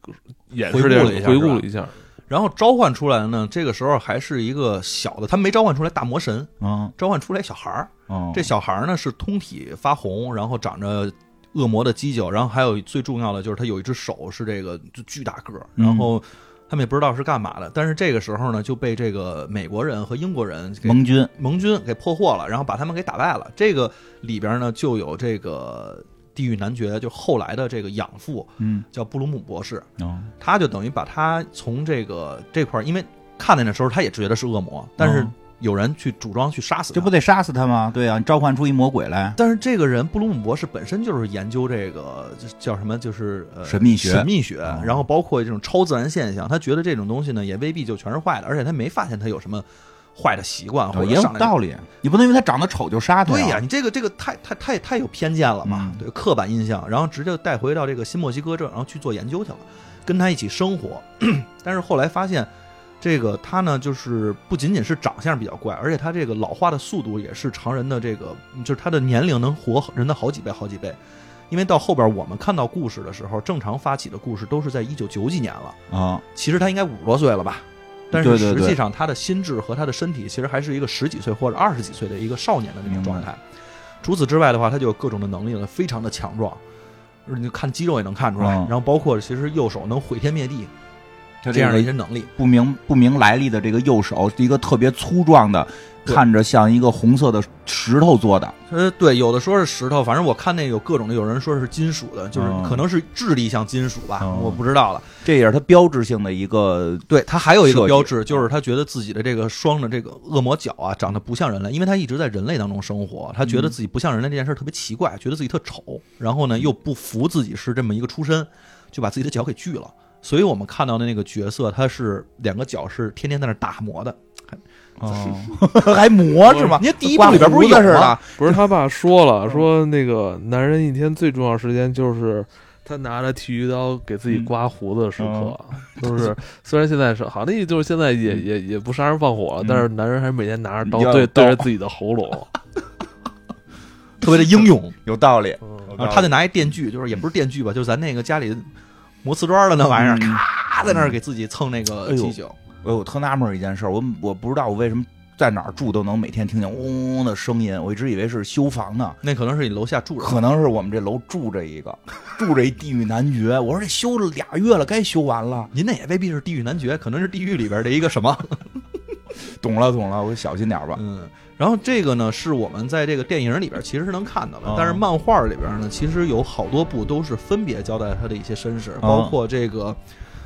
[SPEAKER 1] 演
[SPEAKER 3] 回
[SPEAKER 1] 示
[SPEAKER 3] 顾
[SPEAKER 1] 这
[SPEAKER 3] 了一下
[SPEAKER 1] 个，回
[SPEAKER 3] 是
[SPEAKER 1] 顾
[SPEAKER 3] 吧
[SPEAKER 1] 了一下，
[SPEAKER 3] 然后召唤出来的呢，这个时候还是一个小的，他们没召唤出来大魔神，
[SPEAKER 2] 嗯，
[SPEAKER 3] 召唤出来小孩儿。
[SPEAKER 2] 哦，
[SPEAKER 3] 这小孩儿呢是通体发红，然后长着恶魔的犄角，然后还有最重要的就是他有一只手是这个就巨大个儿，
[SPEAKER 2] 嗯
[SPEAKER 3] 然后他们也不知道是干嘛的，但是这个时候呢就被这个美国人和英国人给
[SPEAKER 2] 盟军
[SPEAKER 3] 盟军给破获了，然后把他们给打败了。这个里边呢就有这个地狱男爵，就后来的这个养父
[SPEAKER 2] 嗯，
[SPEAKER 3] 叫布鲁姆博士，
[SPEAKER 2] 哦，
[SPEAKER 3] 他就等于把他从这个这块儿，因为看见的时候他也觉得是恶魔，但是
[SPEAKER 2] 嗯
[SPEAKER 3] 有人去主张去杀死他
[SPEAKER 2] 这不。得杀死他吗？对啊，你召唤出一魔鬼来，
[SPEAKER 3] 但是这个人布鲁姆博士本身就是研究这个这叫什么，就是、呃、
[SPEAKER 2] 神秘学
[SPEAKER 3] 神秘学
[SPEAKER 2] 哦，
[SPEAKER 3] 然后包括这种超自然现象，他觉得这种东西呢也未必就全是坏的，而且他没发现他有什么坏的习惯或
[SPEAKER 2] 哦
[SPEAKER 3] 者
[SPEAKER 2] 也有
[SPEAKER 3] 上来就
[SPEAKER 2] 道理。啊你不能因为他长得丑就杀他。
[SPEAKER 3] 对呀、，你这个这个太太太太有偏见了嘛，
[SPEAKER 2] 嗯
[SPEAKER 3] 对刻板印象，然后直接带回到这个新墨西哥这，然后去做研究去了，跟他一起生活， 但是后来发现。这个他呢，就是不仅仅是长相比较怪，而且他这个老化的速度也是常人的这个，就是他的年龄能活人的好几倍、好几倍。因为到后边我们看到故事的时候，正常发起的故事都是在一九九几年了，
[SPEAKER 2] 啊，
[SPEAKER 3] 其实他应该五十多岁了吧，但是
[SPEAKER 2] 对对
[SPEAKER 3] 实
[SPEAKER 2] 对
[SPEAKER 3] 际上他的心智和他的身体其实还是一个十几岁或者二十几岁的一个少年的那种状态。除此之外的话，他就有各种的能力了，非常的强壮，你就看肌肉也能看出来。
[SPEAKER 2] 嗯
[SPEAKER 3] 然后包括其实右手能毁天灭地
[SPEAKER 2] 他
[SPEAKER 3] 这样的
[SPEAKER 2] 个
[SPEAKER 3] 一些能力，
[SPEAKER 2] 不明不明来历的这个右手，一个特别粗壮的，
[SPEAKER 3] 对
[SPEAKER 2] 看着像一个红色的石头做的。
[SPEAKER 3] 呃，对，有的说是石头，反正我看那有各种的，有人说是金属的，就是
[SPEAKER 2] 嗯
[SPEAKER 3] 可能是质地像金属吧，
[SPEAKER 2] 嗯
[SPEAKER 3] 我不知道了。
[SPEAKER 2] 这也是它标志性的一个
[SPEAKER 3] 对他还有一
[SPEAKER 2] 设
[SPEAKER 3] 个
[SPEAKER 2] 计
[SPEAKER 3] 标志，就是他觉得自己的这个双的这个恶魔角啊，长得不像人类，因为他一直在人类当中生活，他觉得自己不像人类这件事儿特别奇怪，觉得自己特丑，然后呢又不服自己是这么一个出身，就把自己的脚给锯了。所以我们看到的那个角色，他是两个脚是天天在那儿打磨的，
[SPEAKER 2] 哦， 还磨是吗？
[SPEAKER 3] 你看第一部
[SPEAKER 2] 刮
[SPEAKER 3] 里边不是
[SPEAKER 2] 胡子
[SPEAKER 3] 有
[SPEAKER 2] 似
[SPEAKER 3] 吗
[SPEAKER 2] 的？
[SPEAKER 1] 不是他爸说 了，说那个男人一天最重要时间就是他拿着剃须刀给自己刮胡子的时刻，
[SPEAKER 2] 嗯
[SPEAKER 1] 就是虽然现在是好，那就是现在也、也也不杀人放火了，
[SPEAKER 2] 嗯
[SPEAKER 1] 但是男人还是每天拿着刀
[SPEAKER 2] 要
[SPEAKER 1] 对
[SPEAKER 2] 刀
[SPEAKER 1] 对着自己的喉 咙，
[SPEAKER 3] 特别的英勇
[SPEAKER 2] 有道理。
[SPEAKER 1] 嗯
[SPEAKER 3] 啊，他就拿一电锯，就是也不是电锯吧，就是咱那个家里磨瓷砖的那玩意儿，
[SPEAKER 2] 嗯
[SPEAKER 3] 咔在那儿给自己蹭那个
[SPEAKER 2] 哎呦
[SPEAKER 3] 犄角。
[SPEAKER 2] 我我特纳闷儿一件事儿，我我不知道我为什么在哪儿住都能每天听见嗡嗡的声音，我一直以为是修房呢。
[SPEAKER 3] 那可能是你楼下住着，
[SPEAKER 2] 可能是我们这楼住着一 个，住着一地狱男爵。我说这修了俩月了，该修完了。
[SPEAKER 3] 您那也未必是地狱男爵，可能是地狱里边的一个什 么。
[SPEAKER 2] 懂了，懂了，我小心点儿吧。
[SPEAKER 3] 嗯，然后这个呢，是我们在这个电影里边其实是能看到的，
[SPEAKER 2] 哦
[SPEAKER 3] 但是漫画里边呢，其实有好多部都是分别交代他的一些身世，包括这个，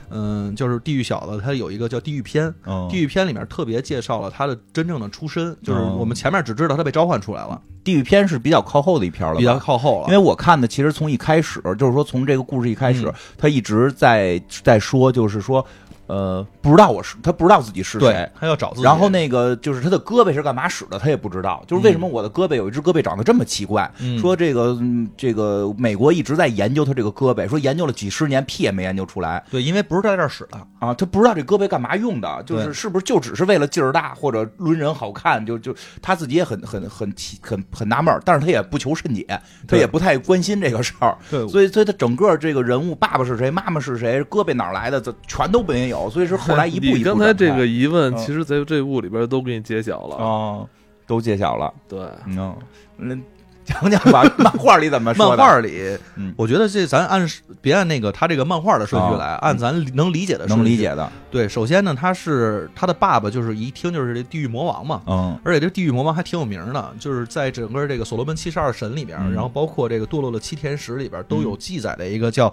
[SPEAKER 3] 嗯，就是地狱小子，他有一个叫地狱篇。
[SPEAKER 2] 嗯
[SPEAKER 3] 地
[SPEAKER 2] 地
[SPEAKER 3] 狱篇里面特别介绍了他的真正的出身，就是
[SPEAKER 2] 哦
[SPEAKER 3] 我们前面只知道他被召唤出来了，
[SPEAKER 2] 地狱篇是比较靠后的一篇了吧，
[SPEAKER 3] 比较靠后了。
[SPEAKER 2] 因为我看的其实从一开始，就是说从这个故事一开始，他一直在在说，就是说，呃，不知道我是他不知道自己是谁
[SPEAKER 3] 对，，他要找自己。
[SPEAKER 2] 然后那个就是他的胳膊是干嘛使的，他也不知道。就是为什么我的胳膊有一只胳膊长得这么奇怪？
[SPEAKER 3] 嗯
[SPEAKER 2] 说这个嗯这个美国一直在研究他这个胳膊，说研究了几十年，屁也没研究出来
[SPEAKER 3] 对，因为不是在这儿使的，
[SPEAKER 2] 啊！他不知道这胳膊干嘛用的，就是
[SPEAKER 3] 对
[SPEAKER 2] 是不是就只是为了劲儿大或者抡人好看？就就他自己也很很很奇很很纳闷儿，但是他也不求甚解，他
[SPEAKER 3] 对
[SPEAKER 2] 也不太关心这个事儿。
[SPEAKER 3] 对
[SPEAKER 2] 所以，所以他整个这个人物，爸爸是谁，妈妈是谁，胳膊哪儿来的，这全都没有。所以是后来 一步一
[SPEAKER 1] 你
[SPEAKER 2] 步展
[SPEAKER 1] 刚
[SPEAKER 2] 开。
[SPEAKER 1] 才这个疑问，
[SPEAKER 2] 嗯
[SPEAKER 1] 其实在这部里边都给你揭晓了。
[SPEAKER 2] 哦，都揭晓了。
[SPEAKER 1] 对，
[SPEAKER 2] 嗯，那讲讲吧，漫画里怎么说
[SPEAKER 3] 漫
[SPEAKER 2] 的？
[SPEAKER 3] 画里
[SPEAKER 2] 嗯，
[SPEAKER 3] 我觉得这咱按别按那个他这个漫画的顺序来，按咱哦嗯能理解的顺序
[SPEAKER 2] 能理。解的，
[SPEAKER 3] 对，首先呢，他是他的爸爸，就是一听就是这地狱魔王嘛。
[SPEAKER 2] 嗯
[SPEAKER 3] 而且这地狱魔王还挺有名的，就是在整个这个所罗门七十二神里边，
[SPEAKER 2] 嗯
[SPEAKER 3] 然后包括这个堕落的七天使里边都有记载的一个叫，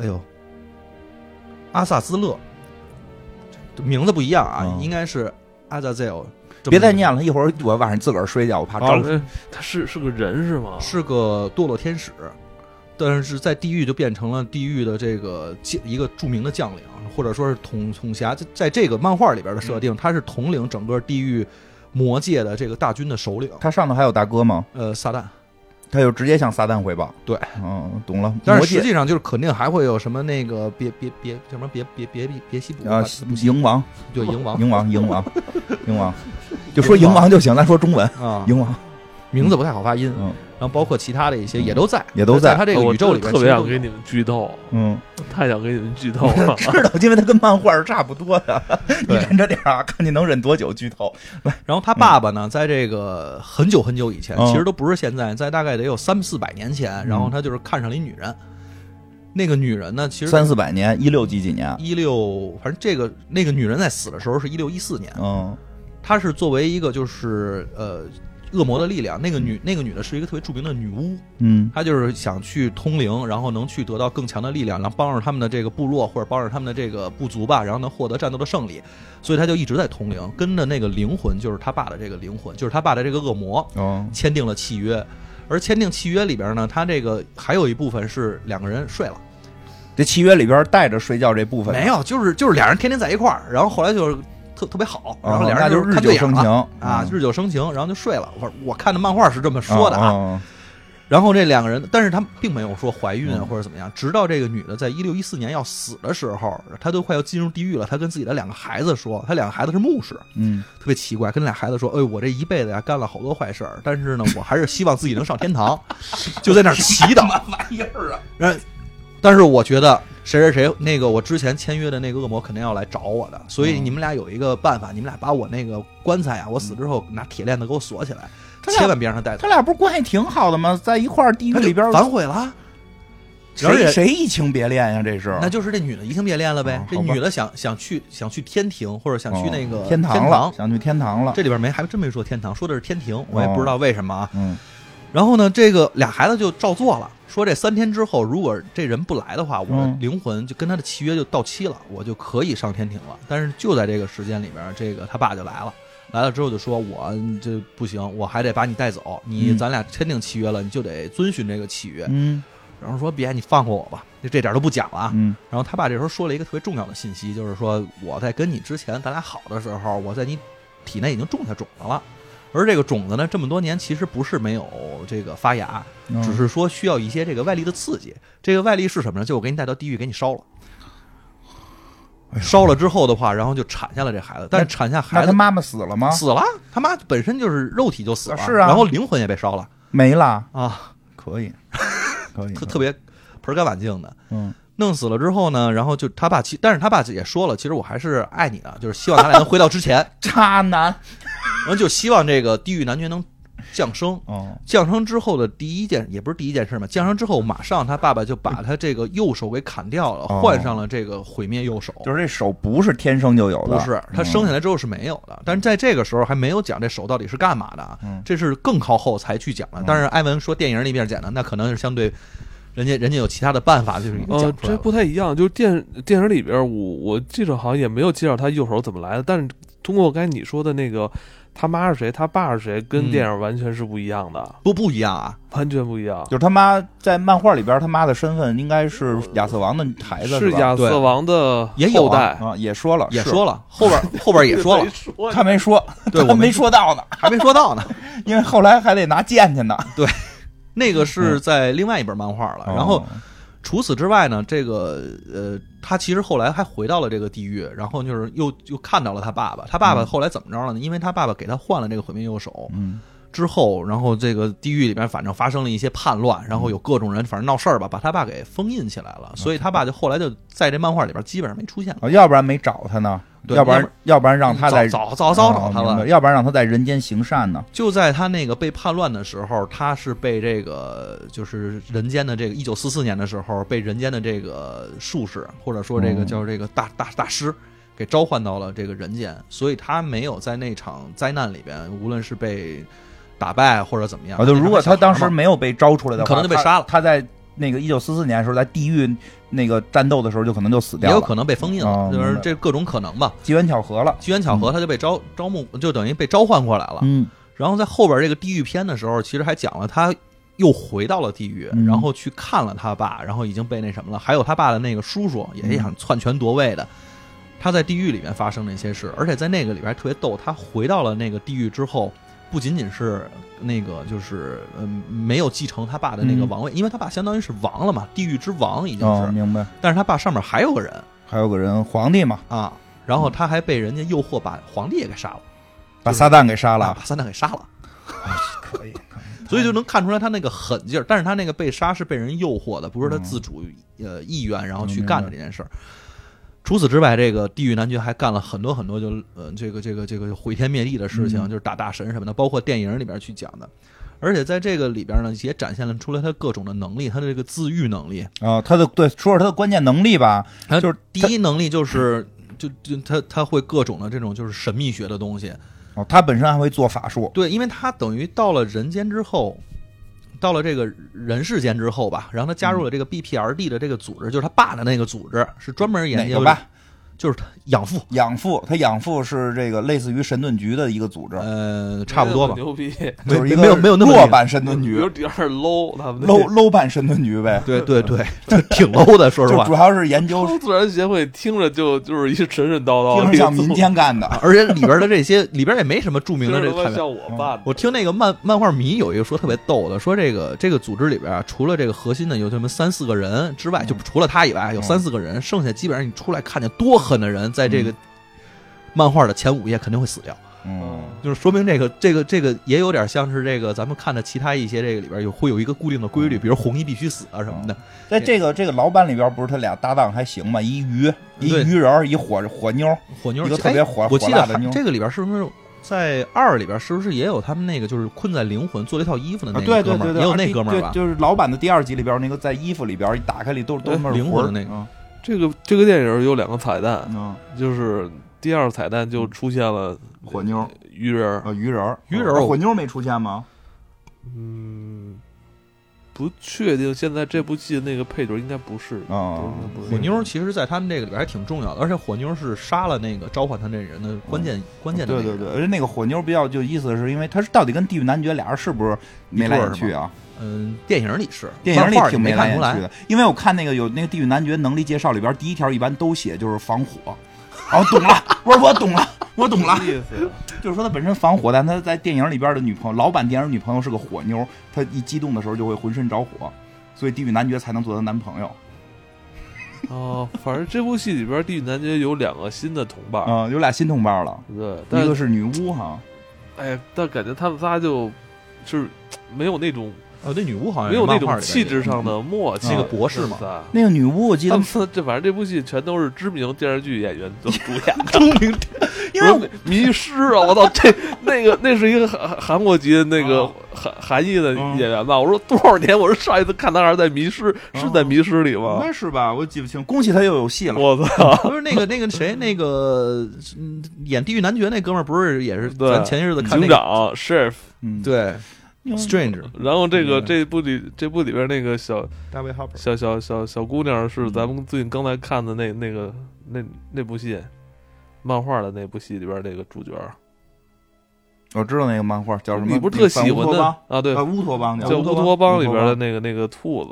[SPEAKER 3] 哎呦，阿萨兹勒，这名字不一样啊，
[SPEAKER 2] 嗯
[SPEAKER 3] 应该是阿扎泽尔。这么
[SPEAKER 2] 别再念了，一会儿我晚上自个儿睡觉，我怕
[SPEAKER 3] 好
[SPEAKER 2] 招
[SPEAKER 3] 了
[SPEAKER 2] 人。
[SPEAKER 1] 哎他是是个人是吗？
[SPEAKER 3] 是个堕落天使，但是在地狱就变成了地狱的这个将一个著名的将领，或者说是统统辖。在在这个漫画里边的设定，他是统领整个地狱魔界的这个大军的首领，
[SPEAKER 2] 他上头还有大哥吗？
[SPEAKER 3] 呃，撒旦。
[SPEAKER 2] 他就直接向撒旦汇报。
[SPEAKER 3] 对，
[SPEAKER 2] 嗯，懂了。
[SPEAKER 3] 但
[SPEAKER 2] 魔
[SPEAKER 3] 是实
[SPEAKER 2] 戒
[SPEAKER 3] 际上就是肯定还会有什么那个别别别叫什么别别别别别西卜
[SPEAKER 2] 啊，蝇王，
[SPEAKER 3] 对蝇王
[SPEAKER 2] 蝇王， 蝇王，蝇王，就说蝇王就行，咱说中文，
[SPEAKER 3] 啊，
[SPEAKER 2] 蝇王，
[SPEAKER 3] 名字不太好发音，
[SPEAKER 2] 嗯
[SPEAKER 3] 然后包括其他的一些也都在，
[SPEAKER 2] 也都
[SPEAKER 3] 在
[SPEAKER 2] 在
[SPEAKER 3] 他这
[SPEAKER 1] 哎
[SPEAKER 3] 个
[SPEAKER 1] 我
[SPEAKER 3] 宇宙
[SPEAKER 1] 真
[SPEAKER 3] 里边
[SPEAKER 1] 特别
[SPEAKER 3] 其实
[SPEAKER 1] 想
[SPEAKER 3] 都
[SPEAKER 1] 给你们剧透，
[SPEAKER 2] 嗯，。
[SPEAKER 1] 太想给你们剧透了
[SPEAKER 2] 知道，因为他跟漫画是差不多的。你
[SPEAKER 3] 啊 对
[SPEAKER 2] 忍着点儿啊，看你能忍多久剧透。
[SPEAKER 3] 然后他爸爸呢，在这个很久很久以前，
[SPEAKER 2] 嗯
[SPEAKER 3] 其实都不是现在，在大概得有三四百年前，然后他就是看上了一女人。那个女人呢，其实
[SPEAKER 2] 三四百年，一六几几年？
[SPEAKER 3] 一六，反正这个那个女人在死的时候是一六一四年，
[SPEAKER 2] 嗯
[SPEAKER 3] 她是作为一个就是呃恶魔的力量，那个女那个女的是一个特别著名的女巫，
[SPEAKER 2] 嗯
[SPEAKER 3] 她就是想去通灵，然后能去得到更强的力量，然后帮助他们的这个部落或者帮助他们的这个部族吧，然后能获得战斗的胜利，所以她就一直在通灵，跟着那个灵魂，就是他爸的这个灵魂，就是他爸的这个恶魔，
[SPEAKER 2] 哦
[SPEAKER 3] 签订了契约。而签订契约里边呢，他这个还有一部分是两个人睡了，
[SPEAKER 2] 这契约里边带着睡觉这部分
[SPEAKER 3] 没有，就是就是俩人天天在一块儿，然后后来就是特特别好，然后
[SPEAKER 2] 哦
[SPEAKER 3] 俩
[SPEAKER 2] 那
[SPEAKER 3] 人
[SPEAKER 2] 就是日
[SPEAKER 3] 看
[SPEAKER 2] 久
[SPEAKER 3] 对眼
[SPEAKER 2] 生情
[SPEAKER 3] 了啊，
[SPEAKER 2] 嗯
[SPEAKER 3] 日久生情，然后就睡了。我我看的漫画是这么说的啊，
[SPEAKER 2] 哦
[SPEAKER 3] 然后这两个人，但是他们并没有说怀孕啊
[SPEAKER 2] 嗯
[SPEAKER 3] 或者怎么样，直到这个女的在一六一四年要死的时候，她都快要进入地狱了。她跟自己的两个孩子说，她两个孩子是牧师，
[SPEAKER 2] 嗯，
[SPEAKER 3] 特别奇怪，跟俩孩子说：“哎，我这一辈子呀干了好多坏事儿，但是呢，我还是希望自己能上天 堂。”就在那儿祈祷。
[SPEAKER 2] 玩意儿啊！
[SPEAKER 3] 然后，但是我觉得谁谁谁那个我之前签约的那个恶魔肯定要来找我的，所以
[SPEAKER 2] 嗯
[SPEAKER 3] 你们俩有一个办法，你们俩把我那个棺材呀，我死之后拿铁链子给我锁起来，
[SPEAKER 2] 他俩
[SPEAKER 3] 千万别让他带走。
[SPEAKER 2] 他俩不是关系挺好的吗？在一块儿地狱
[SPEAKER 3] 他就
[SPEAKER 2] 里边儿，
[SPEAKER 3] 反悔了。然后
[SPEAKER 2] 谁
[SPEAKER 3] 也
[SPEAKER 2] 谁异情别恋呀？这是
[SPEAKER 3] 那就是这女的移情别恋了呗
[SPEAKER 2] 哦。
[SPEAKER 3] 这
[SPEAKER 2] 好吧
[SPEAKER 3] 女的想想去想去天庭，或者想去那个
[SPEAKER 2] 哦天堂了，想去天堂了。
[SPEAKER 3] 这里边没还真没说天堂，说的是天庭，我也不知道为什么啊。
[SPEAKER 2] 嗯
[SPEAKER 3] 然后呢，这个俩孩子就照做了，说这三天之后，如果这人不来的话，我的
[SPEAKER 2] 嗯
[SPEAKER 3] 灵魂就跟他的契约就到期了，我就可以上天庭了。但是就在这个时间里边，这个他爸就来了。来了之后就说：“我这不行，我还得把你带走。你
[SPEAKER 2] 嗯
[SPEAKER 3] 咱俩签订契约了，你就得遵循这个契约。
[SPEAKER 2] 嗯
[SPEAKER 3] 然后说别，你放过我吧，就这点都不讲了啊。
[SPEAKER 2] 嗯
[SPEAKER 3] 然后他爸这时候说了一个特别重要的信息，就是说我在跟你之前，咱俩好的时候，我在你体内已经种下种子了。而这个种子呢，这么多年其实不是没有这个发芽，
[SPEAKER 2] 嗯，
[SPEAKER 3] 只是说需要一些这个外力的刺激。这个外力是什么呢？就我给你带到地狱，给你烧了。烧了之后的话，然后就产下了这孩子，但是产下
[SPEAKER 2] 哎那
[SPEAKER 3] 孩
[SPEAKER 2] 他
[SPEAKER 3] 子
[SPEAKER 2] 妈妈死了吗？
[SPEAKER 3] 死了，他妈本身就是肉体就死了，
[SPEAKER 2] 是啊
[SPEAKER 3] 然后灵魂也被烧了
[SPEAKER 2] 没了，
[SPEAKER 3] 啊，
[SPEAKER 2] 可以，可以，
[SPEAKER 3] 特特别盆干碗净的。
[SPEAKER 2] 嗯
[SPEAKER 3] 弄死了之后呢，然后就他爸其，但是他爸也说了，其实我还是爱你的，就是希望咱俩能回到之前，
[SPEAKER 2] 渣男。
[SPEAKER 3] 然后就希望这个地狱男爵能降生。
[SPEAKER 2] 哦，
[SPEAKER 3] 降生之后的第一件，也不是第一件事嘛，降生之后马上他爸爸就把他这个右手给砍掉了，
[SPEAKER 2] 哦
[SPEAKER 3] 换上了这个毁灭右手。
[SPEAKER 2] 就是这手不是天生就有的，
[SPEAKER 3] 不是，他生下来之后是没有的，但是在这个时候还没有讲这手到底是干嘛的啊，
[SPEAKER 2] 嗯
[SPEAKER 3] 这是更靠后才去讲的。但是艾文说电影里面讲的，那可能是相对人家人家有其他的办法，就是已经
[SPEAKER 2] 哦
[SPEAKER 1] 呃
[SPEAKER 3] 讲，出来
[SPEAKER 1] 这
[SPEAKER 3] 了。
[SPEAKER 1] 不太一样，就是电电影里边儿，我我记着好像也没有介绍他右手怎么来的，但是通过刚才你说的那个他妈是谁，他爸是谁，跟
[SPEAKER 3] 嗯
[SPEAKER 1] 电影完全是不一样的，
[SPEAKER 3] 不不一样啊，
[SPEAKER 1] 完全不一样。
[SPEAKER 2] 就是他妈在漫画里边，他妈的身份应该是亚瑟王的孩子，
[SPEAKER 1] 是
[SPEAKER 2] 吧
[SPEAKER 1] 亚瑟王的
[SPEAKER 3] 也哎有
[SPEAKER 1] 后代，
[SPEAKER 2] 啊，也说了，
[SPEAKER 3] 也
[SPEAKER 2] 是
[SPEAKER 3] 说了，后边后边也说了
[SPEAKER 1] 没，说
[SPEAKER 2] 他没说，
[SPEAKER 3] 对
[SPEAKER 2] 他
[SPEAKER 3] 我没
[SPEAKER 2] 没说到呢，
[SPEAKER 3] 还没说 到呢。
[SPEAKER 2] 因为后来还得拿剑去呢。
[SPEAKER 3] 那个
[SPEAKER 2] 嗯
[SPEAKER 3] 是在另外一本漫画
[SPEAKER 2] 哦
[SPEAKER 3] 了。 然后除此之外呢，这个呃，他其实后来还回到了这个地狱，然后就是又又看到了他爸爸。他爸爸
[SPEAKER 2] 嗯
[SPEAKER 3] 后来怎么着了呢？因为他爸爸给他换了这个毁灭右手，
[SPEAKER 2] 嗯，
[SPEAKER 3] 之后，然后这个地狱里边反正发生了一些叛乱，然后有各种人反正闹事儿吧，把他爸给封印起来了，所以他爸就后来就在这漫画里边基本上没出现了。
[SPEAKER 2] 哦要不然没找他呢，
[SPEAKER 3] 对
[SPEAKER 2] 要不然
[SPEAKER 3] 要
[SPEAKER 2] 要不然让他在
[SPEAKER 3] 早早早早
[SPEAKER 2] 哦
[SPEAKER 3] 找他
[SPEAKER 2] 明
[SPEAKER 3] 了
[SPEAKER 2] 白，要不然让他在人间行善呢。
[SPEAKER 3] 就在他那个被叛乱的时候，他是被这个就是人间的这个一九四四年的时候被人间的这个术士或者说这个
[SPEAKER 2] 嗯
[SPEAKER 3] 叫这个大大大师给召唤到了这个人间，所以他没有在那场灾难里边，无论是被打败或者怎么样，
[SPEAKER 2] 啊，就
[SPEAKER 3] 因为
[SPEAKER 2] 如果他
[SPEAKER 3] 他是小孩
[SPEAKER 2] 当
[SPEAKER 3] 嘛
[SPEAKER 2] 时没有被招出来的话，
[SPEAKER 3] 可能就被
[SPEAKER 2] 他
[SPEAKER 3] 杀了
[SPEAKER 2] 他在那个一九四四年的时候，在地狱那个战斗的时候，就可能就死
[SPEAKER 3] 也
[SPEAKER 2] 掉
[SPEAKER 3] 有
[SPEAKER 2] 了，
[SPEAKER 3] 可能被封印了
[SPEAKER 2] 哦，
[SPEAKER 3] 就
[SPEAKER 2] 明
[SPEAKER 3] 是
[SPEAKER 2] 白嗯
[SPEAKER 3] 这各种可能吧。
[SPEAKER 2] 机缘巧合了。
[SPEAKER 3] 机缘巧合，他就被招招募，就等于被召唤过来了。
[SPEAKER 2] 嗯，
[SPEAKER 3] 然后在后边这个地狱篇的时候，其实还讲了他又回到了地狱，
[SPEAKER 2] 嗯
[SPEAKER 3] 然后去看了他爸，然后已经被那什么了，还有他爸的那个叔叔也想篡权夺位的。他在地狱里面发生的一些事，而且在那个里边特别逗。他回到了那个地狱之后，不仅仅是那个，就是嗯，没有继承他爸的那个
[SPEAKER 2] 嗯
[SPEAKER 3] 王位，因为他爸相当于是王了嘛，地狱之王已经
[SPEAKER 2] 哦，
[SPEAKER 3] 是。
[SPEAKER 2] 明白。
[SPEAKER 3] 但是他爸上面还有个人，
[SPEAKER 2] 还有个人，皇帝嘛，
[SPEAKER 3] 啊，然
[SPEAKER 2] 嗯
[SPEAKER 3] 后他还被人家诱惑把皇帝也给杀了，
[SPEAKER 2] 把撒旦给杀
[SPEAKER 3] 把
[SPEAKER 2] 了，
[SPEAKER 3] 把撒旦给杀了，
[SPEAKER 2] 可 以。
[SPEAKER 3] 所以
[SPEAKER 2] 嗯
[SPEAKER 3] 就能看出来他那个狠劲儿。但是他那个被杀是被人诱惑的，不是他
[SPEAKER 2] 嗯
[SPEAKER 3] 自主呃意愿然后去干的这件事儿。除此之外，这个地狱男爵还干了很多很多就呃这个这个这个毁天灭地的事情，
[SPEAKER 2] 嗯
[SPEAKER 3] 就是打大神什么的，包括电影里边去讲的。而且在这个里边呢，也展现了出来他各种的能力，他的这个自愈能力。
[SPEAKER 2] 啊、他的对，说说他的关键能力吧，
[SPEAKER 3] 他
[SPEAKER 2] 就是
[SPEAKER 3] 第
[SPEAKER 2] 他
[SPEAKER 3] 一能力就是就就他他会各种的这种就是神秘学的东西，
[SPEAKER 2] 哦，他本身还会做法术，
[SPEAKER 3] 对，因为他等于到了人间之后，到了这个人世间之后吧，然后他加入了这个 BPRD 的这个组织，就是他爸的那个组织，是专门研
[SPEAKER 2] 哪
[SPEAKER 3] 究
[SPEAKER 2] 个吧？
[SPEAKER 3] 就是他养父，
[SPEAKER 2] 养父，他养父是这个类似于神盾局的一个组织，
[SPEAKER 3] 呃，差不多吧，
[SPEAKER 1] 牛逼，
[SPEAKER 2] 就是一个
[SPEAKER 3] 没有没有那么厉害
[SPEAKER 2] 弱版神盾局
[SPEAKER 1] 有点 low，他们那
[SPEAKER 2] low low 版神盾局呗，
[SPEAKER 3] 对 对对，就挺 low 的，说实
[SPEAKER 2] 就
[SPEAKER 3] 话
[SPEAKER 2] 主。要是研究
[SPEAKER 1] 超自然协会听着就就是一神神叨
[SPEAKER 3] 哦
[SPEAKER 1] 叨，
[SPEAKER 2] 听着像民，间干的，
[SPEAKER 3] 而且里边的这些里边也没什么著名
[SPEAKER 1] 听
[SPEAKER 3] 的
[SPEAKER 1] 着
[SPEAKER 3] 这
[SPEAKER 1] 他妈
[SPEAKER 3] 个。
[SPEAKER 1] 像我办的。
[SPEAKER 3] 我听那个漫漫画迷有一个说特别逗的，说这个这个组织里边啊，除了这个核心的有这么三四个人之外，就除了他以
[SPEAKER 2] 嗯
[SPEAKER 3] 外有三四个人，剩下基本上你出来看见多狠的人，在这个漫画的前五页肯定会死掉。
[SPEAKER 2] 嗯，
[SPEAKER 3] 就是说明这个这个这个也有点像是这个咱们看的其他一些这个里边有会有一个固定的
[SPEAKER 2] 嗯
[SPEAKER 3] 规律，比如红衣必须死啊什么的。
[SPEAKER 2] 在这个这个老版里边，不是他俩搭档还行吗？一鱼，一
[SPEAKER 3] 对
[SPEAKER 2] 鱼人儿，一火嗯火妞儿，
[SPEAKER 3] 火妞儿
[SPEAKER 2] 一个
[SPEAKER 3] 哎
[SPEAKER 2] 特别火
[SPEAKER 3] 我记
[SPEAKER 2] 火
[SPEAKER 3] 得
[SPEAKER 2] 辣的妞
[SPEAKER 3] 还这个里边是不是在二里边是不是也有他们那个就是困在灵魂做了一套衣服的那
[SPEAKER 2] 啊
[SPEAKER 3] 个哥们儿，也有那哥们儿吧？
[SPEAKER 2] 就是老版的第二集里边那个在衣服里边一打开里都是
[SPEAKER 1] 都
[SPEAKER 2] 都
[SPEAKER 1] 是
[SPEAKER 2] 是
[SPEAKER 3] 灵魂的那个
[SPEAKER 2] 个，
[SPEAKER 1] 这个这个电影有两个彩蛋，
[SPEAKER 2] 嗯，
[SPEAKER 1] 就是第二个彩蛋就出现了
[SPEAKER 2] 火妞儿
[SPEAKER 1] 鱼人儿，
[SPEAKER 2] 啊，鱼人儿，
[SPEAKER 3] 鱼人儿
[SPEAKER 2] 啊火妞儿没出现吗？
[SPEAKER 1] 嗯，不确定现在这部戏那个配角应该不是，
[SPEAKER 2] 啊
[SPEAKER 1] 不是
[SPEAKER 3] 火妞儿其实，在他们这个里边还挺重要的，而且火妞儿是杀了那个召唤他那人的关键、关键的那
[SPEAKER 2] 嗯对
[SPEAKER 3] 个
[SPEAKER 2] 对
[SPEAKER 3] 人
[SPEAKER 2] 对，而且那个火妞比较就意思是因为他是到底跟地狱男爵俩人是不是眉来眼去啊？
[SPEAKER 3] 嗯，电影里是，
[SPEAKER 2] 电影里
[SPEAKER 3] 漫画
[SPEAKER 2] 挺
[SPEAKER 3] 没
[SPEAKER 2] 眉
[SPEAKER 3] 看
[SPEAKER 2] 来
[SPEAKER 3] 出
[SPEAKER 2] 眼去
[SPEAKER 3] 来。
[SPEAKER 2] 的，因为我看那个有那个地狱男爵能力介绍里边第一条一般都写就是防火，哦，懂了，我说我懂了，我懂了，
[SPEAKER 1] 意思。
[SPEAKER 2] 就是说他本身防火，但他在电影里边的女朋友，老版电影女朋友是个火妞，他一激动的时候就会浑身着火，所以地狱男爵才能做她男朋友
[SPEAKER 1] 哦，反正这部戏里边，地狱男爵有两个新的同伴儿，
[SPEAKER 2] 啊、有俩新同伴了，
[SPEAKER 1] 对，但
[SPEAKER 2] 一个
[SPEAKER 1] 是
[SPEAKER 2] 是女巫哈，
[SPEAKER 1] 哎，但感觉他们仨就就是没有那种
[SPEAKER 3] 哦，那女巫好像
[SPEAKER 1] 没有那
[SPEAKER 3] 漫画
[SPEAKER 1] 种
[SPEAKER 3] 里边
[SPEAKER 1] 气质
[SPEAKER 3] 也
[SPEAKER 1] 上的默契。
[SPEAKER 3] 是个博士嘛，
[SPEAKER 1] 嘛，
[SPEAKER 2] 那个女巫，我记
[SPEAKER 1] 他
[SPEAKER 2] 得
[SPEAKER 1] 们这反正这部戏全都是知名电视剧演员做主 演，
[SPEAKER 2] 著名， 因为
[SPEAKER 1] 我说迷失啊！我操，这那个那是一个韩韩国籍的那
[SPEAKER 2] 啊
[SPEAKER 1] 个韩韩裔的演员吧？我说多少年？我说上一次看他还是在《迷失》，
[SPEAKER 2] 啊
[SPEAKER 1] 是在《迷失》里吗？
[SPEAKER 4] 该是吧？我记不清。
[SPEAKER 2] 恭喜她又有戏了。
[SPEAKER 1] 我操！
[SPEAKER 3] 不是那个那个谁那个嗯演地狱男爵那哥们儿，不是也是
[SPEAKER 1] 对
[SPEAKER 3] 咱前些日子看那
[SPEAKER 1] 警
[SPEAKER 3] 个
[SPEAKER 1] 长 sheriff，
[SPEAKER 2] 嗯，
[SPEAKER 3] 对
[SPEAKER 2] 因为
[SPEAKER 3] Strange
[SPEAKER 1] 然后这个
[SPEAKER 3] 嗯
[SPEAKER 1] 这部里这部里边那个小
[SPEAKER 3] 大卫哈珀，
[SPEAKER 1] 小小小小姑娘
[SPEAKER 2] 嗯
[SPEAKER 1] 是咱们最近刚才看的那那个那那部戏，漫画的那部戏里边那个主角，
[SPEAKER 2] 我知道那个漫画叫什么，
[SPEAKER 1] 你不是特喜
[SPEAKER 2] 反
[SPEAKER 1] 欢
[SPEAKER 2] 乌托邦
[SPEAKER 1] 的啊？对
[SPEAKER 4] 呃，，乌托邦叫
[SPEAKER 1] 叫《乌
[SPEAKER 3] 乌托
[SPEAKER 1] 托邦》里边
[SPEAKER 2] 嗯乌
[SPEAKER 1] 的
[SPEAKER 2] 托
[SPEAKER 1] 那个那个兔子，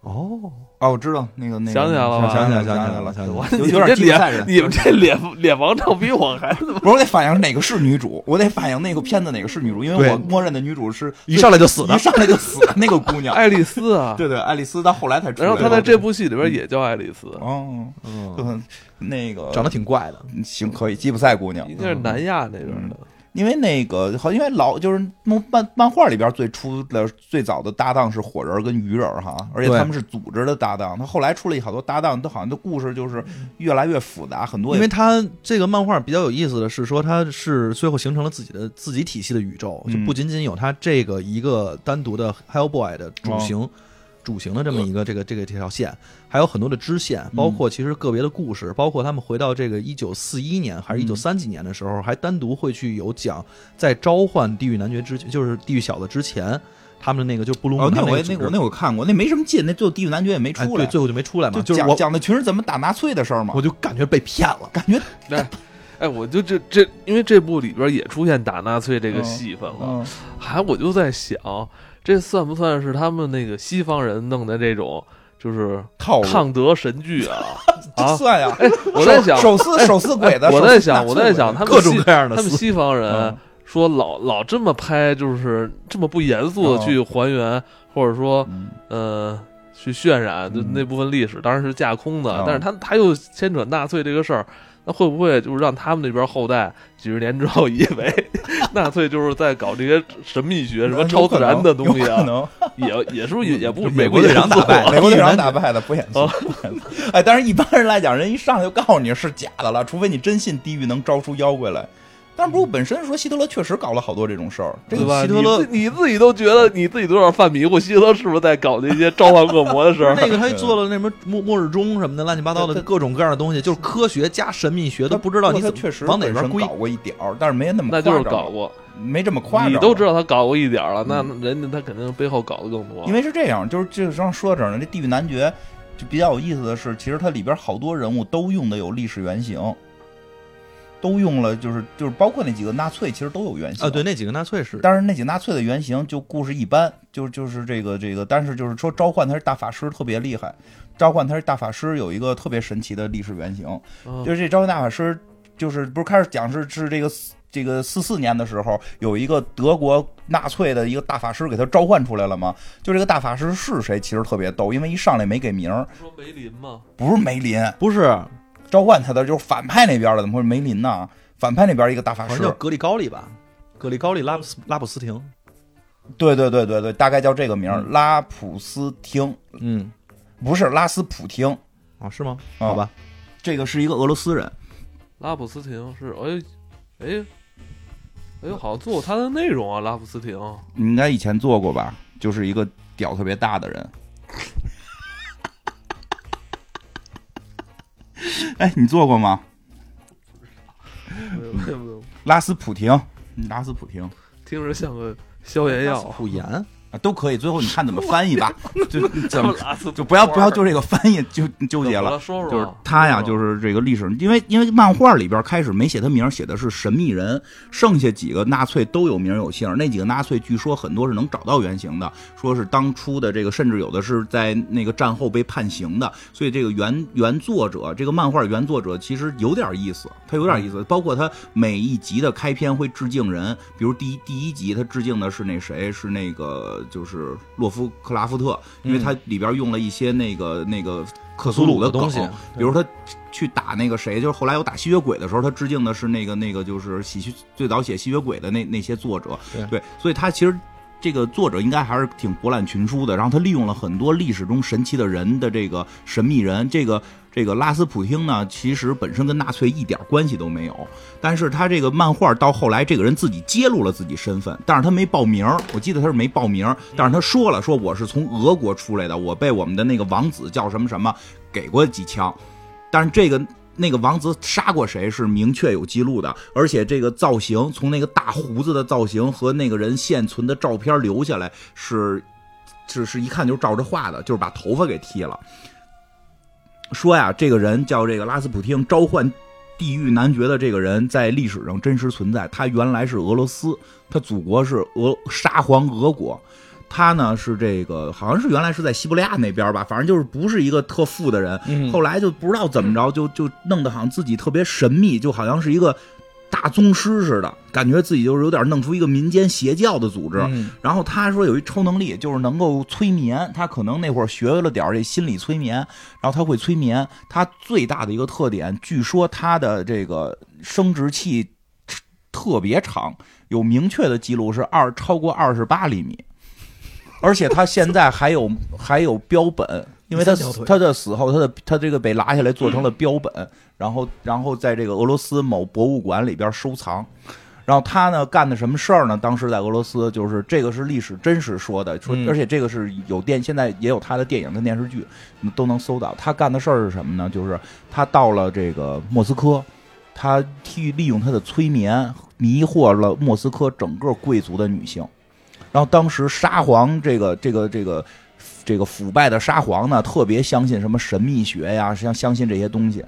[SPEAKER 3] 哦，
[SPEAKER 2] 啊，我知道那个那个，
[SPEAKER 1] 想起来了吧
[SPEAKER 2] 想起来
[SPEAKER 3] 想
[SPEAKER 2] 想
[SPEAKER 3] 起
[SPEAKER 2] 起
[SPEAKER 3] 来
[SPEAKER 2] 来
[SPEAKER 3] 了
[SPEAKER 2] 了，
[SPEAKER 3] 想起来
[SPEAKER 1] 我
[SPEAKER 3] 了，
[SPEAKER 1] 你
[SPEAKER 2] 有
[SPEAKER 1] 们这
[SPEAKER 2] 点
[SPEAKER 1] 脸
[SPEAKER 2] 记不太 人
[SPEAKER 1] 你们这脸脸王照比我 还
[SPEAKER 2] 不是我得反应哪个是女主，我得反应那个片子哪个是女主，因为
[SPEAKER 3] 对
[SPEAKER 2] 我默认的女主是
[SPEAKER 3] 一上来就死
[SPEAKER 2] 一
[SPEAKER 3] 的，
[SPEAKER 2] 上来就死的那个姑娘。
[SPEAKER 1] 爱丽丝啊。
[SPEAKER 2] 对对，爱丽丝到后来才出来
[SPEAKER 1] 然
[SPEAKER 2] 的。
[SPEAKER 1] 后她在这部戏里边也叫爱丽丝，
[SPEAKER 2] 嗯哦，就
[SPEAKER 3] 嗯，
[SPEAKER 2] 很那个
[SPEAKER 3] 长得挺怪的，
[SPEAKER 2] 嗯行可以吉普赛姑娘
[SPEAKER 1] 应，该是南亚那
[SPEAKER 2] 嗯
[SPEAKER 1] 边的。
[SPEAKER 2] 因为那个好，因为老就是漫漫漫画里边最初的最早的搭档是火人跟鱼人儿哈，而且
[SPEAKER 3] 对
[SPEAKER 2] 他们是组织的搭档。他后来出了好多搭档，都好像的故事就是越来越复杂，很多
[SPEAKER 3] 嗯
[SPEAKER 2] 也
[SPEAKER 3] 因为他这个漫画比较有意思的是说，他是最后形成了自己的自己体系的宇宙，就
[SPEAKER 2] 嗯
[SPEAKER 3] 不仅仅有他这个一个单独的 Hellboy 的主
[SPEAKER 2] 哦
[SPEAKER 3] 行。主行的这么一个这个这个这条线，还有很多的支线，
[SPEAKER 2] 嗯
[SPEAKER 3] 包括其实个别的故事，包括他们回到这个一九四一年
[SPEAKER 2] 嗯
[SPEAKER 3] 还是一九三几年的时候，还单独会去有讲在召唤地狱男爵之前，就是地狱小子之前，他们的那个就布鲁姆
[SPEAKER 2] 哦，那
[SPEAKER 3] 他们
[SPEAKER 2] 我也
[SPEAKER 3] 个组
[SPEAKER 2] 那
[SPEAKER 3] 织
[SPEAKER 2] 我那我看过，那没什么劲，那最后地狱男爵也没
[SPEAKER 3] 哎
[SPEAKER 2] 出来，
[SPEAKER 3] 对，最后就没出来嘛，
[SPEAKER 2] 就
[SPEAKER 3] 就是
[SPEAKER 2] 讲
[SPEAKER 3] 我
[SPEAKER 2] 讲的全是怎么打纳粹的事儿嘛
[SPEAKER 3] 我。就感觉被骗了，
[SPEAKER 2] 感觉
[SPEAKER 1] 哎，我就这这，因为这部里边也出现打纳粹这个戏份了，
[SPEAKER 2] 嗯，
[SPEAKER 1] 还我就在想，这算不算是他们那个西方人弄的这种就是
[SPEAKER 2] 套路
[SPEAKER 1] 抗德神剧 啊？啊，
[SPEAKER 2] 算呀。
[SPEAKER 1] 哎，我在想，
[SPEAKER 2] 手撕手撕鬼子，
[SPEAKER 1] 我
[SPEAKER 2] 手
[SPEAKER 1] 在
[SPEAKER 2] 撕
[SPEAKER 1] 想，我在想，他们
[SPEAKER 3] 各种
[SPEAKER 1] 西
[SPEAKER 3] 各样的
[SPEAKER 1] 他们
[SPEAKER 3] 思
[SPEAKER 1] 西方人
[SPEAKER 2] 嗯
[SPEAKER 1] 说老老这么拍，就是这么不严肃的去还原，或者说
[SPEAKER 2] 嗯
[SPEAKER 1] 呃去渲染就
[SPEAKER 2] 嗯
[SPEAKER 1] 那部分历史，当然是架空的
[SPEAKER 2] 哦，
[SPEAKER 1] 但是他他又牵扯纳粹这个事儿。那会不会就是让他们那边后代几十年之后以为 纳粹就是在搞这些神秘学、什么超自然的东西
[SPEAKER 2] 有可
[SPEAKER 1] 啊？
[SPEAKER 2] 能嗯
[SPEAKER 1] 也也是不是也也不
[SPEAKER 3] 就
[SPEAKER 1] 美
[SPEAKER 3] 美
[SPEAKER 1] 国
[SPEAKER 3] 国队长
[SPEAKER 1] 也不
[SPEAKER 3] 打败
[SPEAKER 1] 做
[SPEAKER 2] 美国队长打败的不演戏
[SPEAKER 1] 哦。
[SPEAKER 2] 哎，但是一般人来讲，人一上来就告诉你是假的了，除非你真信地狱能招出妖怪来。但是不过本身说希特勒确实搞了好多这种事儿，这
[SPEAKER 1] 对
[SPEAKER 2] 个
[SPEAKER 1] 吧？
[SPEAKER 3] 希特勒
[SPEAKER 1] 你自你自己都觉得你自己都有点犯迷糊，希特勒是不是在搞那些召唤恶魔的事儿？
[SPEAKER 3] 那个他做了那什么末末日钟什么的乱七八糟的
[SPEAKER 2] 对对
[SPEAKER 3] 各种各样的东西，就是科学加神秘学都不知道你
[SPEAKER 2] 他
[SPEAKER 3] 怎么
[SPEAKER 2] 确实
[SPEAKER 3] 往哪
[SPEAKER 2] 本
[SPEAKER 3] 边
[SPEAKER 2] 身
[SPEAKER 3] 归啊
[SPEAKER 2] 搞。过一点儿，但是没那么
[SPEAKER 1] 那
[SPEAKER 2] 夸张
[SPEAKER 1] 就是搞，过，
[SPEAKER 2] 没这么夸张。嗯
[SPEAKER 1] 你都知道他搞过一点儿了，那人家他肯定背后搞的更多。
[SPEAKER 2] 因为是这样，就是就是刚说到这儿呢，这地狱男爵就比较有意思的是，其实它里边好多人物都用的有历史原型，都用了就是就是包括那几个纳粹其实都有原型
[SPEAKER 3] 啊，对，。那几个纳粹是
[SPEAKER 2] 但是那几个纳粹的原型就故事一般，就就是这个这个，但是就是说召唤他是大法师特别厉害，召唤他是大法师有一个特别神奇的历史原型，
[SPEAKER 1] 嗯
[SPEAKER 2] 就是这召唤大法师，就是不是开始讲是是这个这个四四年的时候，有一个德国纳粹的一个大法师给他召唤出来了吗？就这个大法师是谁，其实特别逗，因为一上来没给名儿，
[SPEAKER 1] 说梅林吗？
[SPEAKER 2] 不是梅林
[SPEAKER 3] 不是
[SPEAKER 2] 啊召唤他的，就是反派那边的，怎么会是梅林呢？反派那边一个大法
[SPEAKER 3] 好像
[SPEAKER 2] 师
[SPEAKER 3] 叫，格里高利吧？格里高利拉普斯拉普斯廷，
[SPEAKER 2] 对对对对对，大概叫这个名儿，
[SPEAKER 3] 嗯
[SPEAKER 2] 拉普斯汀，
[SPEAKER 3] 嗯
[SPEAKER 2] 不是拉斯普汀，
[SPEAKER 3] 啊是吗？
[SPEAKER 2] 啊
[SPEAKER 3] 好吧，
[SPEAKER 2] 这个是一个俄罗斯人，
[SPEAKER 1] 拉普斯廷是，哎，哎，哎呦，好像做过他的内容啊，拉普斯廷。
[SPEAKER 2] 你应该以前做过吧？就是一个屌特别大的人。哎，你做过吗？拉斯普廷，拉斯普廷
[SPEAKER 1] 听着像个消炎
[SPEAKER 3] 拉
[SPEAKER 1] 药
[SPEAKER 3] 斯，普言
[SPEAKER 2] 啊，都可以。最后你看怎么翻译吧，就怎么
[SPEAKER 1] 拉斯
[SPEAKER 2] 就不要不要就这个翻译就纠结了。
[SPEAKER 1] 说说啊
[SPEAKER 2] 就是他呀，就是是这个历史，因为因为漫画里边开始没写他名儿，写的是神秘人，剩下几个纳粹都有名儿有姓儿。那几个纳粹据说很多是能找到原型的，说是当初的这个，甚至有的是在那个战后被判刑的。所以这个原原作者，这个漫画原作者其实有点意思，他有点意思。包括他每一集的开篇会致敬人，比如第一第一集他致敬的是那谁，是那个就是洛夫克拉夫特，因为他里边用了一些那个那个克苏鲁
[SPEAKER 3] 的
[SPEAKER 2] 梗
[SPEAKER 3] 东西，
[SPEAKER 2] 比如他去打那个谁，就是后来有打吸血鬼的时候，他致敬的是那个那个就是喜剧最早写吸血鬼的那那些作者，
[SPEAKER 3] 对
[SPEAKER 2] 所以他其实这个作者应该还是挺博览群书的，然后他利用了很多历史中神奇的人的这个神秘人，这个这个拉斯普京呢，其实本身跟纳粹一点关系都没有，但是他这个漫画到后来，这个人自己揭露了自己身份，但是他没报名儿，我记得他是没报名儿，但是他说了，说我是从俄国出来的，我被我们的那个王子叫什么什么给过几枪，但是这个那个王子杀过谁是明确有记录的，而且这个造型，从那个大胡子的造型和那个人现存的照片留下来是，是是一看就是照着画的，就是把头发给剃了。说呀，这个人叫这个拉斯普汀，召唤地狱男爵的这个人在历史上真实存在，他原来是俄罗斯，他祖国是俄沙皇俄国。他呢是这个，好像是原来是在西伯利亚那边吧，反正就是不是一个特富的人，
[SPEAKER 1] 嗯，
[SPEAKER 2] 后来就不知道怎么着，就就弄得好像自己特别神秘，就好像是一个大宗师似的，感觉自己就是有点弄出一个民间邪教的组织。
[SPEAKER 1] 嗯
[SPEAKER 2] 然后他说有一超能力，就是能够催眠。他可能那会儿学了点儿这心理催眠，然后他会催眠。他最大的一个特点，据说他的这个生殖器特别长，有明确的记录是二超过二十八厘米，而且他现在还有还有标本。因为他
[SPEAKER 3] 第三条腿
[SPEAKER 2] 他的死后，他的他这个被拿下来做成了标本，然后然后在这个俄罗斯某博物馆里边收藏。然后他呢干的什么事儿呢？当时在俄罗斯，就是这个是历史真实说的，说
[SPEAKER 1] 嗯
[SPEAKER 2] 而且这个是有电，现在也有他的电影跟电视剧嗯都能搜到。他干的事儿是什么呢？就是他到了这个莫斯科，他替利用他的催眠迷惑了莫斯科整个贵族的女性。然后当时沙皇这个这个这个这个腐败的沙皇呢，特别相信什么神秘学呀，相相信这些东西。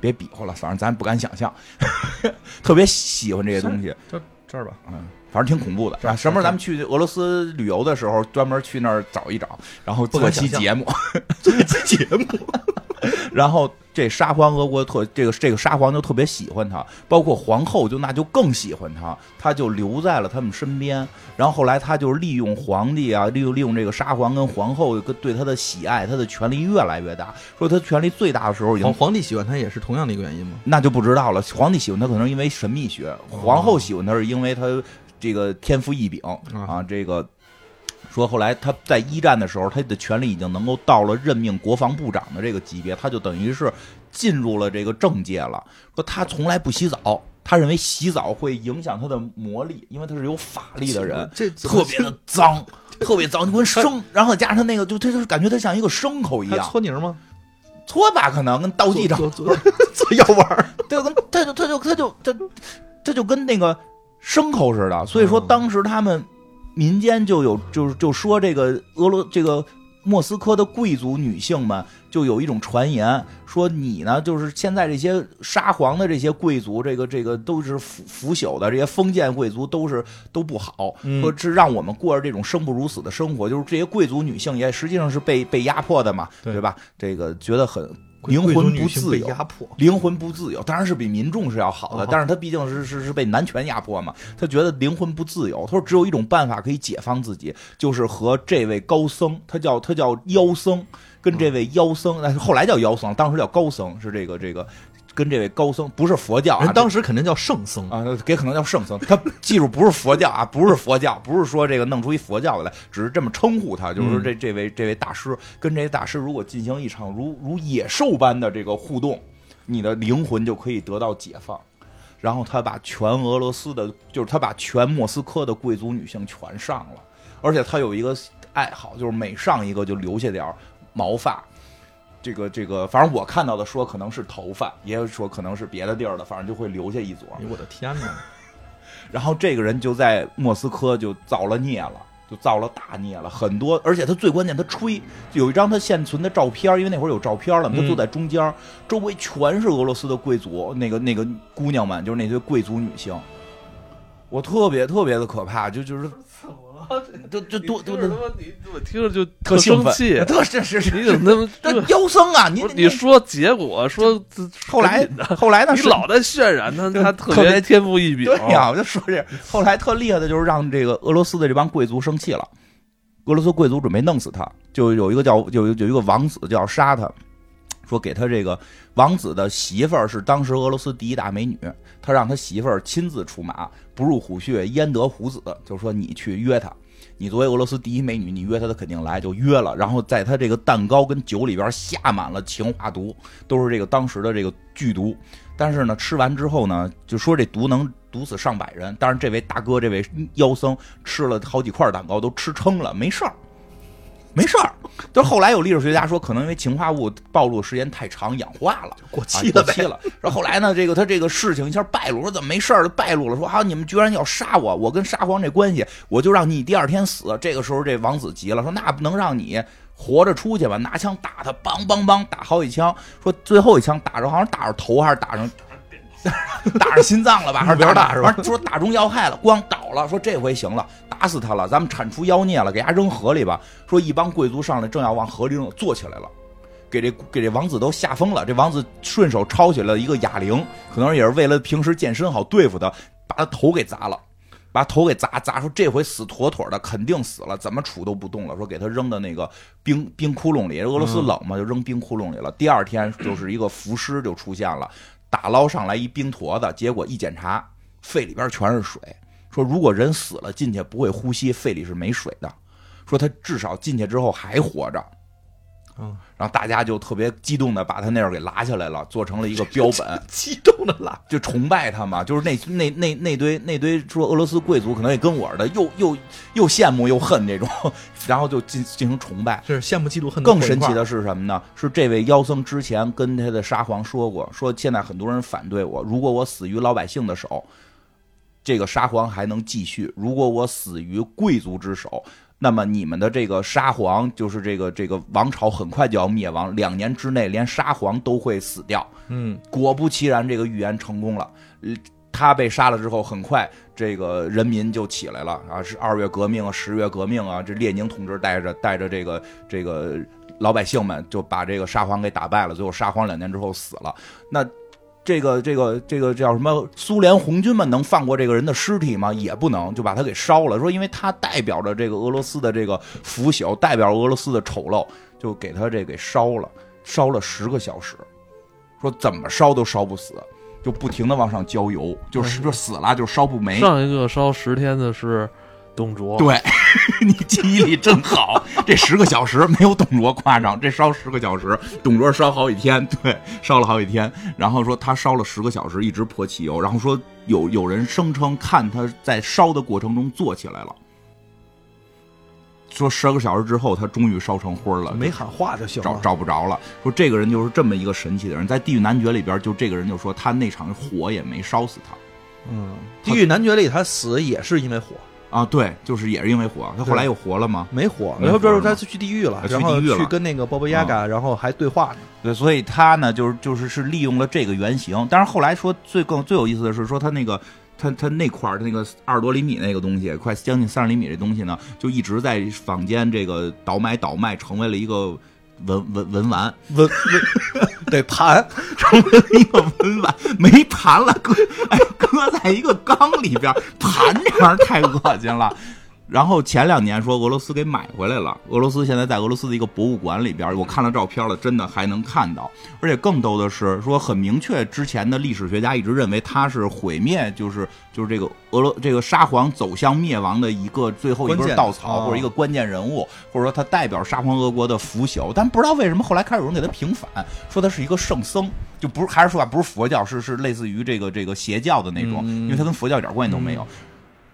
[SPEAKER 2] 别比划了，反正咱不敢想象，特别喜欢这些东西。
[SPEAKER 3] 就这儿吧。
[SPEAKER 2] 嗯，反正挺恐怖的。啊，什么时候咱们去俄罗斯旅游的时候，专门去那儿找一找，然后做期节目，做一期节 目。 然后这沙皇俄国特这个这个沙皇就特别喜欢他，包括皇后就那就更喜欢他，他就留在了他们身边。然后后来他就是利用皇帝啊，利用利用这个沙皇跟皇后跟对他的喜爱，他的权力越来越大。说他权力最大的时候已经
[SPEAKER 3] 皇皇帝喜欢他也是同样的一个原因吗？
[SPEAKER 2] 那就不知道了。皇帝喜欢他可能是因为神秘学，皇后喜欢他是因为他这个天赋异禀哦啊。这个说后来他在一战的时候，他的权力已经能够到了任命国防部长的这个级别，他就等于是进入了这个政界了。说他从来不洗澡，他认为洗澡会影响他的魔力，因为他是有法力的人。
[SPEAKER 3] 这
[SPEAKER 2] 特别的 脏，特别脏，就跟生，然后再加上他那个，就他就是感觉他像一个牲口一
[SPEAKER 3] 还
[SPEAKER 2] 样，
[SPEAKER 3] 搓泥儿吗？
[SPEAKER 2] 搓吧可能跟倒地上
[SPEAKER 3] 做做 做做药丸儿，
[SPEAKER 2] 对，跟他就他就他就他他就跟那个牲口似的。所以说，
[SPEAKER 3] 嗯
[SPEAKER 2] 当时他们民间就有就是就说这个俄罗这个莫斯科的贵族女性们就有一种传言，说你呢就是现在这些沙皇的这些贵族，这个这个都是腐腐朽的，这些封建贵族都是都不好，
[SPEAKER 1] 嗯
[SPEAKER 2] 说是让我们过着这种生不如死的生活，就是这些贵族女性也实际上是被被压迫的嘛，
[SPEAKER 3] 对
[SPEAKER 2] 对吧？这个觉得很。
[SPEAKER 3] 贵
[SPEAKER 2] 灵
[SPEAKER 3] 贵族
[SPEAKER 2] 魂
[SPEAKER 3] 女
[SPEAKER 2] 不
[SPEAKER 3] 性
[SPEAKER 2] 自
[SPEAKER 3] 被
[SPEAKER 2] 由，
[SPEAKER 3] 压迫。
[SPEAKER 2] 灵魂不自由，当然是比民众是要好的，
[SPEAKER 3] 哦
[SPEAKER 2] 但是他毕竟是是是被男权压迫嘛，他觉得灵魂不自由，他说只有一种办法可以解放自己，就是和这位高僧，他叫他叫妖僧，跟这位妖僧，那、后来叫妖僧，当时叫高僧，是这个这个，跟这位高僧不是佛教啊
[SPEAKER 3] 人，当时肯定叫圣僧，
[SPEAKER 2] 啊，也可能叫圣僧。他记住不是佛教啊，不是佛教，不是说这个弄出一佛教的来，只是这么称呼他，就是说这这位这位大师跟这位大师如果进行一场如如野兽般的这个互动，你的灵魂就可以得到解放。然后他把全俄罗斯的，就是他把全莫斯科的贵族女性全上了，而且他有一个爱好，就是每上一个就留下点儿毛发。这个这个，反正我看到的说可能是头发，也有说可能是别的地儿的，反正就会留下一撮。
[SPEAKER 3] 哎呦我的天哪！
[SPEAKER 2] 然后这个人就在莫斯科就造了孽了。就造了大孽了，很多，而且他最关键，他吹有一张他现存的照片，因为那会儿有照片了嘛，他
[SPEAKER 1] 嗯
[SPEAKER 2] 坐在中间，周围全是俄罗斯的贵族，那个那个姑娘们，就是那些贵族女性，我特别特别的可怕，就就是
[SPEAKER 1] 怎么了？
[SPEAKER 2] 就就
[SPEAKER 1] 这
[SPEAKER 2] 多多
[SPEAKER 1] 他妈你我听着就
[SPEAKER 2] 特兴
[SPEAKER 1] 生
[SPEAKER 2] 奋，
[SPEAKER 1] 气，
[SPEAKER 2] 特是是
[SPEAKER 1] 你
[SPEAKER 2] 是，
[SPEAKER 1] 怎么那
[SPEAKER 2] 这
[SPEAKER 1] 么
[SPEAKER 2] 妖僧啊，你
[SPEAKER 1] 这？不是你说结果说这
[SPEAKER 2] 后来
[SPEAKER 1] 赶紧的
[SPEAKER 2] 后来呢？
[SPEAKER 1] 你
[SPEAKER 2] 是
[SPEAKER 1] 老在渲染他，
[SPEAKER 2] 对
[SPEAKER 1] 他
[SPEAKER 2] 特别
[SPEAKER 1] 别天赋异禀。
[SPEAKER 2] 对呀、我就说这，后来特厉害的就是让这个俄罗斯的这帮贵族生气了，俄罗斯贵族准备弄死他，就有一个叫有有一个王子就要杀他，说给他这个王子的媳妇儿是当时俄罗斯第一大美女，他让他媳妇儿亲自出马，不入虎穴焉得虎子，就说你去约他。你作为俄罗斯第一美女，你约她，她肯定来，就约了。然后在她这个蛋糕跟酒里边下满了氰化毒，都是这个当时的这个剧毒。但是呢，吃完之后呢，就说这毒能毒死上百人。当然，这位大哥，这位妖僧吃了好几块蛋糕，都吃撑了，没事儿，没事儿。就是后来有历史学家说，可能因为氰化物暴露时间太长，氧化了。
[SPEAKER 3] 过
[SPEAKER 2] 啊
[SPEAKER 3] 期
[SPEAKER 2] 过
[SPEAKER 3] 了呗。
[SPEAKER 2] 期了。然后后来呢，这个他这个事情一下败露，说怎么没事儿就败露了，说啊你们居然要杀我，我跟沙皇这关系，我就让你第二天死。这个时候这王子急了，说那不能让你。活着出去吧，拿枪打他，梆梆梆打好几枪，说最后一枪打着好像打着头还是打上，打上心脏了吧，还是
[SPEAKER 3] 目标
[SPEAKER 2] 打
[SPEAKER 3] 大是吧
[SPEAKER 2] 反正说打中要害了，光倒了，说这回行了，打死他了，咱们铲除妖孽了，给他扔河里吧。说一帮贵族上来，正要往河里扔，坐起来了。给这给这王子都吓疯了。这王子顺手抄起了一个哑铃，可能也是为了平时健身好对付他，把他头给砸了。把头给砸砸，说这回死妥妥的，肯定死了，怎么杵都不动了。说给他扔到那个冰冰窟窿里，俄罗斯冷嘛，就扔冰窟窿里了。第二天就是一个浮尸就出现了，打捞上来一冰坨子，结果一检查，肺里边全是水。说如果人死了进去不会呼吸，肺里是没水的。说他至少进去之后还活着。
[SPEAKER 3] 嗯，，
[SPEAKER 2] 然后大家就特别激动的把他那儿给拉下来了，做成了一个标本
[SPEAKER 3] 激动的啦，
[SPEAKER 2] 就崇拜他嘛。就是那那那那堆那堆说俄罗斯贵族可能也跟我似的，又又又羡慕又恨这种， 然后就进进行崇拜。
[SPEAKER 3] 这是羡慕嫉妒恨。
[SPEAKER 2] 更神奇，的是什么呢？是这位妖僧之前跟他的沙皇说过，说现在很多人反对我，如果我死于老百姓的手，这个沙皇还能继续；如果我死于贵族之手，那么你们的这个沙皇就是这个这个王朝很快就要灭亡，两年之内连沙皇都会死掉。
[SPEAKER 3] 嗯，
[SPEAKER 2] 果不其然，这个预言成功了。呃他被杀了之后，很快这个人民就起来了啊，是二月革命啊，十月革命啊，这列宁同志带着带着这个这个老百姓们就把这个沙皇给打败了，最后沙皇两年之后死了。那这个这个这个叫什么？苏联红军们能放过这个人的尸体吗？也不能，就把他给烧了。说因为他代表着这个俄罗斯的这个腐朽，代表俄罗斯的丑陋，就给他这给烧了，烧了十个小时，说怎么烧都烧不死，就不停的往上浇油，就是就死了就烧不没。
[SPEAKER 1] 上一个烧十天的是董卓，
[SPEAKER 2] 对， 你记忆力真好。这十个小时没有董卓夸张，这烧十个小时，董卓烧好几天，对，烧了好几天。然后说他烧了十个小时，一直泼汽油。然后说有有人声称看他在烧的过程中坐起来了。说十个小时之后，他终于烧成灰儿了，
[SPEAKER 3] 没啊喊话就行
[SPEAKER 2] 找
[SPEAKER 3] 了。
[SPEAKER 2] 找不着了。说这个人就是这么一个神奇的人，在《地狱男爵》里边，就这个人就说他那场火也没烧死他。
[SPEAKER 3] 嗯，地狱男爵里他死也是因为火，
[SPEAKER 2] 啊，对，就是也是因为火，他后来又活了吗？
[SPEAKER 3] 没火，
[SPEAKER 2] 没火
[SPEAKER 3] 然后不是
[SPEAKER 2] 是吗
[SPEAKER 3] 他去地狱了
[SPEAKER 2] 啊，去
[SPEAKER 3] 然后
[SPEAKER 2] 地狱了啊
[SPEAKER 3] 去跟那个鲍勃亚嘎，然后还对话呢。
[SPEAKER 2] 对，所以他呢，就是就是是利用了这个原型。但是后来说最更最有意思的是说他那个。他他那块儿，他那个二十多厘米那个东西，快将近三十厘米这东西呢，就一直在坊间这个倒买倒卖，成为了一个文文文玩，
[SPEAKER 3] 文文 得盘，
[SPEAKER 2] 成为了一个文玩，没盘了，搁哎搁在一个缸里边儿，盘这玩意儿太恶心了。然后前两年说俄罗斯给买回来了，俄罗斯现在在俄罗斯的一个博物馆里边，我看了照片了，真的还能看到。而且更逗的是，说很明确，之前的历史学家一直认为它是毁灭，就是就是这个俄罗这个沙皇走向灭亡的一个最后一
[SPEAKER 3] 关
[SPEAKER 2] 根
[SPEAKER 3] 键
[SPEAKER 2] 稻草，
[SPEAKER 3] 哦
[SPEAKER 2] 或者一个关键人物，或者说它代表沙皇俄国的腐朽。但不知道为什么后来开始有人给他平反，说他是一个圣僧，就不是还是说吧，不是佛教，是是类似于这个这个邪教的那种，因为他跟佛教一点关系都没有。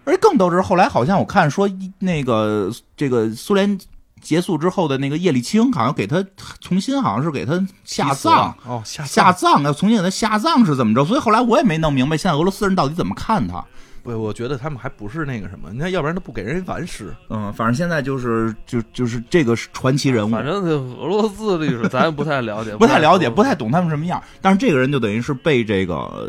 [SPEAKER 2] 而更逗的是，后来好像我看说一那个这个苏联结束之后的那个叶利钦，好像给他重新好像是给他 下
[SPEAKER 3] 急死了
[SPEAKER 2] 葬，
[SPEAKER 3] 哦，下
[SPEAKER 2] 下葬要重新给他下葬是怎么着？所以后来我也没弄明白，现在俄罗斯人到底怎么看他。
[SPEAKER 3] 我我觉得他们还不是那个什么，你看，要不然他不给人完尸。
[SPEAKER 2] 嗯，反正现在就是就就是这个是传奇人物，
[SPEAKER 1] 反正这俄罗斯历史咱也不太了解，
[SPEAKER 2] 不太了解，
[SPEAKER 1] 熟
[SPEAKER 2] 不太懂他们什么样。但是这个人就等于是被这个呃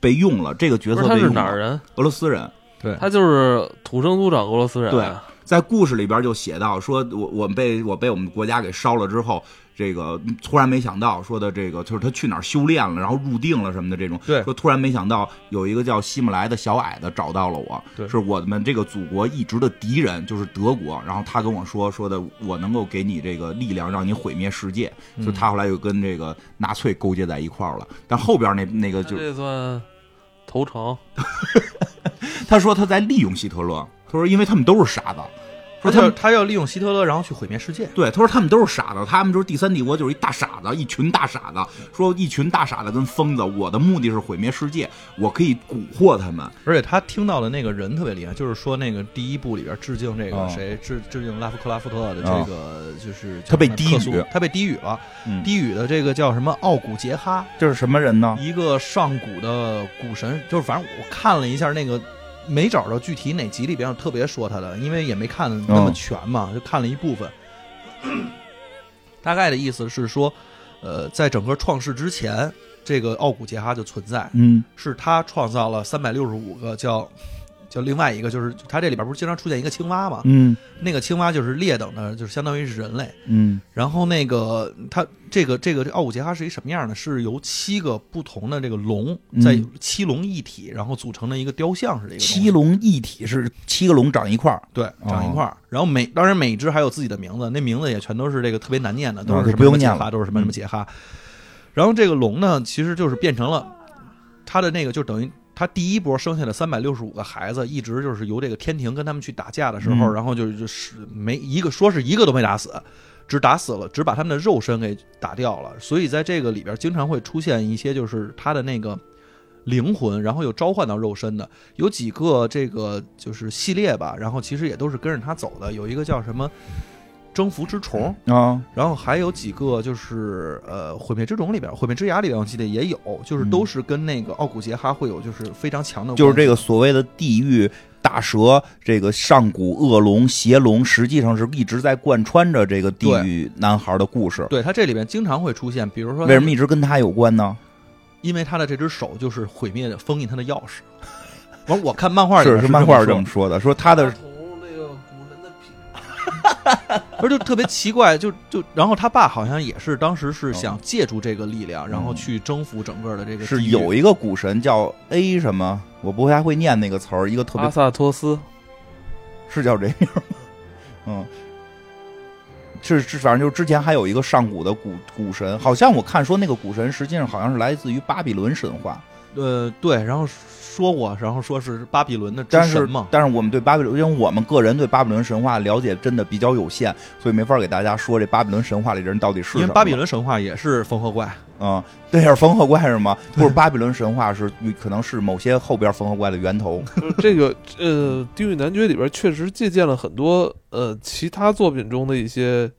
[SPEAKER 2] 被用了，这个
[SPEAKER 1] 不
[SPEAKER 2] 角
[SPEAKER 1] 是
[SPEAKER 2] 色
[SPEAKER 1] 他
[SPEAKER 2] 被
[SPEAKER 1] 是
[SPEAKER 2] 用
[SPEAKER 1] 哪儿
[SPEAKER 2] 了。
[SPEAKER 1] 人？
[SPEAKER 2] 俄罗斯人，
[SPEAKER 3] 对
[SPEAKER 1] 他就是土生土长俄罗斯人。啊
[SPEAKER 2] 对在故事里边就写到说，我我被我被我们国家给烧了之后，这个突然没想到说的这个就是他去哪儿修炼了，然后入定了什么的这种。
[SPEAKER 3] 对
[SPEAKER 2] 说突然没想到有一个叫希姆莱的小矮子找到了我，
[SPEAKER 3] 对
[SPEAKER 2] 是我们这个祖国一直的敌人，就是德国。然后他跟我说说的，我能够给你这个力量，让你毁灭世界。
[SPEAKER 3] 嗯
[SPEAKER 2] 所以他后来又跟这个纳粹勾结在一块儿了。但后边那那个
[SPEAKER 1] 他
[SPEAKER 2] 就
[SPEAKER 1] 这算投诚，
[SPEAKER 2] 他说他在利用希特勒，他说因为他们都是傻子，
[SPEAKER 3] 他
[SPEAKER 2] 说他
[SPEAKER 3] 要
[SPEAKER 2] 们
[SPEAKER 3] 他要利用希特勒，然后去毁灭世界。
[SPEAKER 2] 对，他说他们都是傻子，他们就是第三帝国就是一大傻子，一群大傻子。说一群大傻子跟疯子，我的目的是毁灭世界，我可以蛊惑他们。
[SPEAKER 3] 而且他听到的那个人特别厉害，就是说那个第一部里边致敬这个
[SPEAKER 2] 哦
[SPEAKER 3] 谁，致致敬拉夫克拉夫特的
[SPEAKER 2] 哦
[SPEAKER 3] 这个就是
[SPEAKER 2] 他被
[SPEAKER 3] 叫什么
[SPEAKER 2] 低
[SPEAKER 3] 克苏
[SPEAKER 2] 语
[SPEAKER 3] 他被低语了。
[SPEAKER 2] 嗯
[SPEAKER 3] 低语的这个叫什么奥古杰哈，
[SPEAKER 2] 这是什么人呢？
[SPEAKER 3] 一个上古的古神，就是反正我看了一下那个，没找着具体哪集里边有特别说他的，因为也没看那么全嘛，就看了一部分。 大概的意思是说，呃，在整个创世之前，这个奥古杰哈就存在，
[SPEAKER 2] 嗯
[SPEAKER 3] 是他创造了三百六十五个叫。叫另外一个就是，他这里边不是经常出现一个青蛙嘛？
[SPEAKER 2] 嗯
[SPEAKER 3] 那个青蛙就是劣等的，就是相当于是人类。
[SPEAKER 2] 嗯
[SPEAKER 3] 然后那个它这个这个这奥古杰哈是一什么样呢？是由七个不同的这个龙
[SPEAKER 2] 嗯
[SPEAKER 3] 在七龙一体，然后组成的一个雕像似的一个东西
[SPEAKER 2] 七龙哦一体是七个龙长一块儿，
[SPEAKER 3] 对长一块儿。然后每当然每只还有自己的名字，那名字也全都是这个特别难念的，都
[SPEAKER 2] 啊
[SPEAKER 3] 是
[SPEAKER 2] 就
[SPEAKER 3] 什么
[SPEAKER 2] 不用念
[SPEAKER 3] 什么杰哈，
[SPEAKER 2] 了嗯
[SPEAKER 3] 都是什么什么杰哈。然后这个龙呢，其实就是变成了它的那个就等于。他第一波生下的三百六十五个孩子，一直就是由这个天庭跟他们去打架的时候，
[SPEAKER 2] 嗯
[SPEAKER 3] 然后就就是没一个说是一个都没打死，只打死了，只把他们的肉身给打掉了。所以在这个里边经常会出现一些就是他的那个灵魂，然后又召唤到肉身的。有几个这个就是系列吧，然后其实也都是跟着他走的。有一个叫什么征服之虫，
[SPEAKER 2] 啊，
[SPEAKER 3] 然后还有几个就是呃毁灭之种里边，毁灭之牙里边我记得也有，就是都是跟那个奥古杰哈会有就是非常强的关系，
[SPEAKER 2] 就是这个所谓的地狱大蛇，这个上古恶龙、邪龙，实际上是一直在贯穿着这个地狱男孩的故事。
[SPEAKER 3] 对他这里边经常会出现，比如说
[SPEAKER 2] 为什么一直跟他有关呢？
[SPEAKER 3] 因为他的这只手就是毁灭的封印他的钥匙。完，我看漫画里边
[SPEAKER 2] 是
[SPEAKER 3] 是
[SPEAKER 2] 漫画这
[SPEAKER 3] 么
[SPEAKER 2] 么说的，说他的
[SPEAKER 1] 图那个古人的品
[SPEAKER 3] 说，而就特别奇怪，就就然后他爸好像也是当时
[SPEAKER 2] 哦
[SPEAKER 3] 是想借助这个力量，然后去征服整个的这个
[SPEAKER 2] 嗯是
[SPEAKER 3] 地域
[SPEAKER 2] 有一个古神叫 A 什么，我不太会念那个词儿，一个特
[SPEAKER 3] 啊
[SPEAKER 2] 别
[SPEAKER 1] 阿萨托斯，
[SPEAKER 2] 是叫这名儿吗？嗯，是是，反正就是之前还有一个上古的古古神，好像我看说那个古神实际上好像是来自于巴比伦神话，
[SPEAKER 3] 呃对，然后说过，然后说是巴比伦的之
[SPEAKER 2] 但是
[SPEAKER 3] 神嘛，
[SPEAKER 2] 但是我们对巴比伦，因为我们个人对巴比伦神话了解真的比较有限，所以没法给大家说这巴比伦神话里人到底是什
[SPEAKER 3] 因为
[SPEAKER 2] 么。
[SPEAKER 3] 巴比伦神话也是缝合怪，
[SPEAKER 2] 嗯，对呀，缝合怪是吗？不是巴比伦神话是可能是某些后边缝合怪的源头。
[SPEAKER 1] 就是这个 呃，《地狱男爵》里边确实借鉴了很多呃其他作品中的一些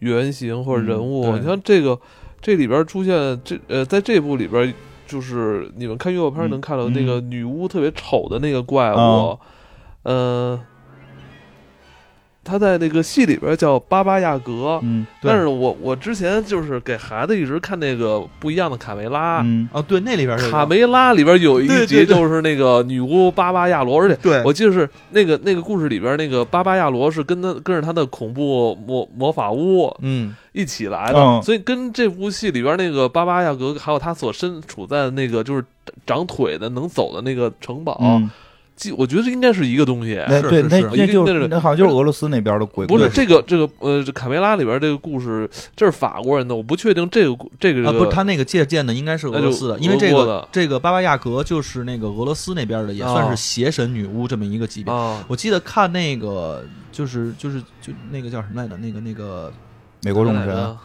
[SPEAKER 1] 原型或者人物。
[SPEAKER 3] 嗯对
[SPEAKER 1] 你像这个这里边出现这呃，在这部里边，就是你们看预告片
[SPEAKER 2] 嗯
[SPEAKER 1] 能看到那个女巫特别丑的那个怪物，
[SPEAKER 2] 嗯
[SPEAKER 1] 呃，她在那个戏里边叫巴巴亚格。
[SPEAKER 2] 嗯
[SPEAKER 3] 对
[SPEAKER 1] 但是我我之前就是给孩子一直看那个不一样的卡梅拉，
[SPEAKER 2] 嗯
[SPEAKER 3] 啊，对，那里边是有
[SPEAKER 1] 卡梅拉里边有一
[SPEAKER 3] 对对
[SPEAKER 1] 集
[SPEAKER 3] 对
[SPEAKER 1] 就是那个女巫巴巴亚罗，而且
[SPEAKER 3] 对
[SPEAKER 1] 我记得是那个那个故事里边那个巴巴亚罗是跟他跟着他的恐怖魔魔法屋
[SPEAKER 3] 嗯，
[SPEAKER 1] 一起来的，
[SPEAKER 2] 嗯
[SPEAKER 1] 所以跟这部戏里边那个巴巴亚格还有他所身处在的那个就是长腿的能走的那个城堡，
[SPEAKER 2] 嗯，
[SPEAKER 1] 记我觉得这应该是一个东西。
[SPEAKER 2] 那
[SPEAKER 3] 哎是
[SPEAKER 2] 对
[SPEAKER 3] 是
[SPEAKER 2] 那
[SPEAKER 3] 是
[SPEAKER 2] 那就
[SPEAKER 1] 一定那
[SPEAKER 2] 是
[SPEAKER 1] 是
[SPEAKER 2] 那好像就是俄罗斯那边的鬼
[SPEAKER 1] 不
[SPEAKER 2] 故
[SPEAKER 1] 是
[SPEAKER 2] 事，
[SPEAKER 1] 这个这个呃，这卡梅拉里边这个故事，这是法国人的，我不确定这个故这个
[SPEAKER 3] 啊，
[SPEAKER 1] 这
[SPEAKER 3] 不是，
[SPEAKER 1] 个
[SPEAKER 3] 他那个借鉴的应该是俄罗斯的，
[SPEAKER 1] 那就
[SPEAKER 3] 因为这
[SPEAKER 1] 俄国
[SPEAKER 3] 个
[SPEAKER 1] 的
[SPEAKER 3] 这个巴巴亚格就是那个俄罗斯那边的，也算
[SPEAKER 1] 哦
[SPEAKER 3] 是邪神女巫这么一个级别。
[SPEAKER 1] 啊，
[SPEAKER 3] 我记得看那个就是就是就那个叫什么来着？那个那个
[SPEAKER 2] 美国众
[SPEAKER 1] 哪个
[SPEAKER 2] 神
[SPEAKER 1] 呀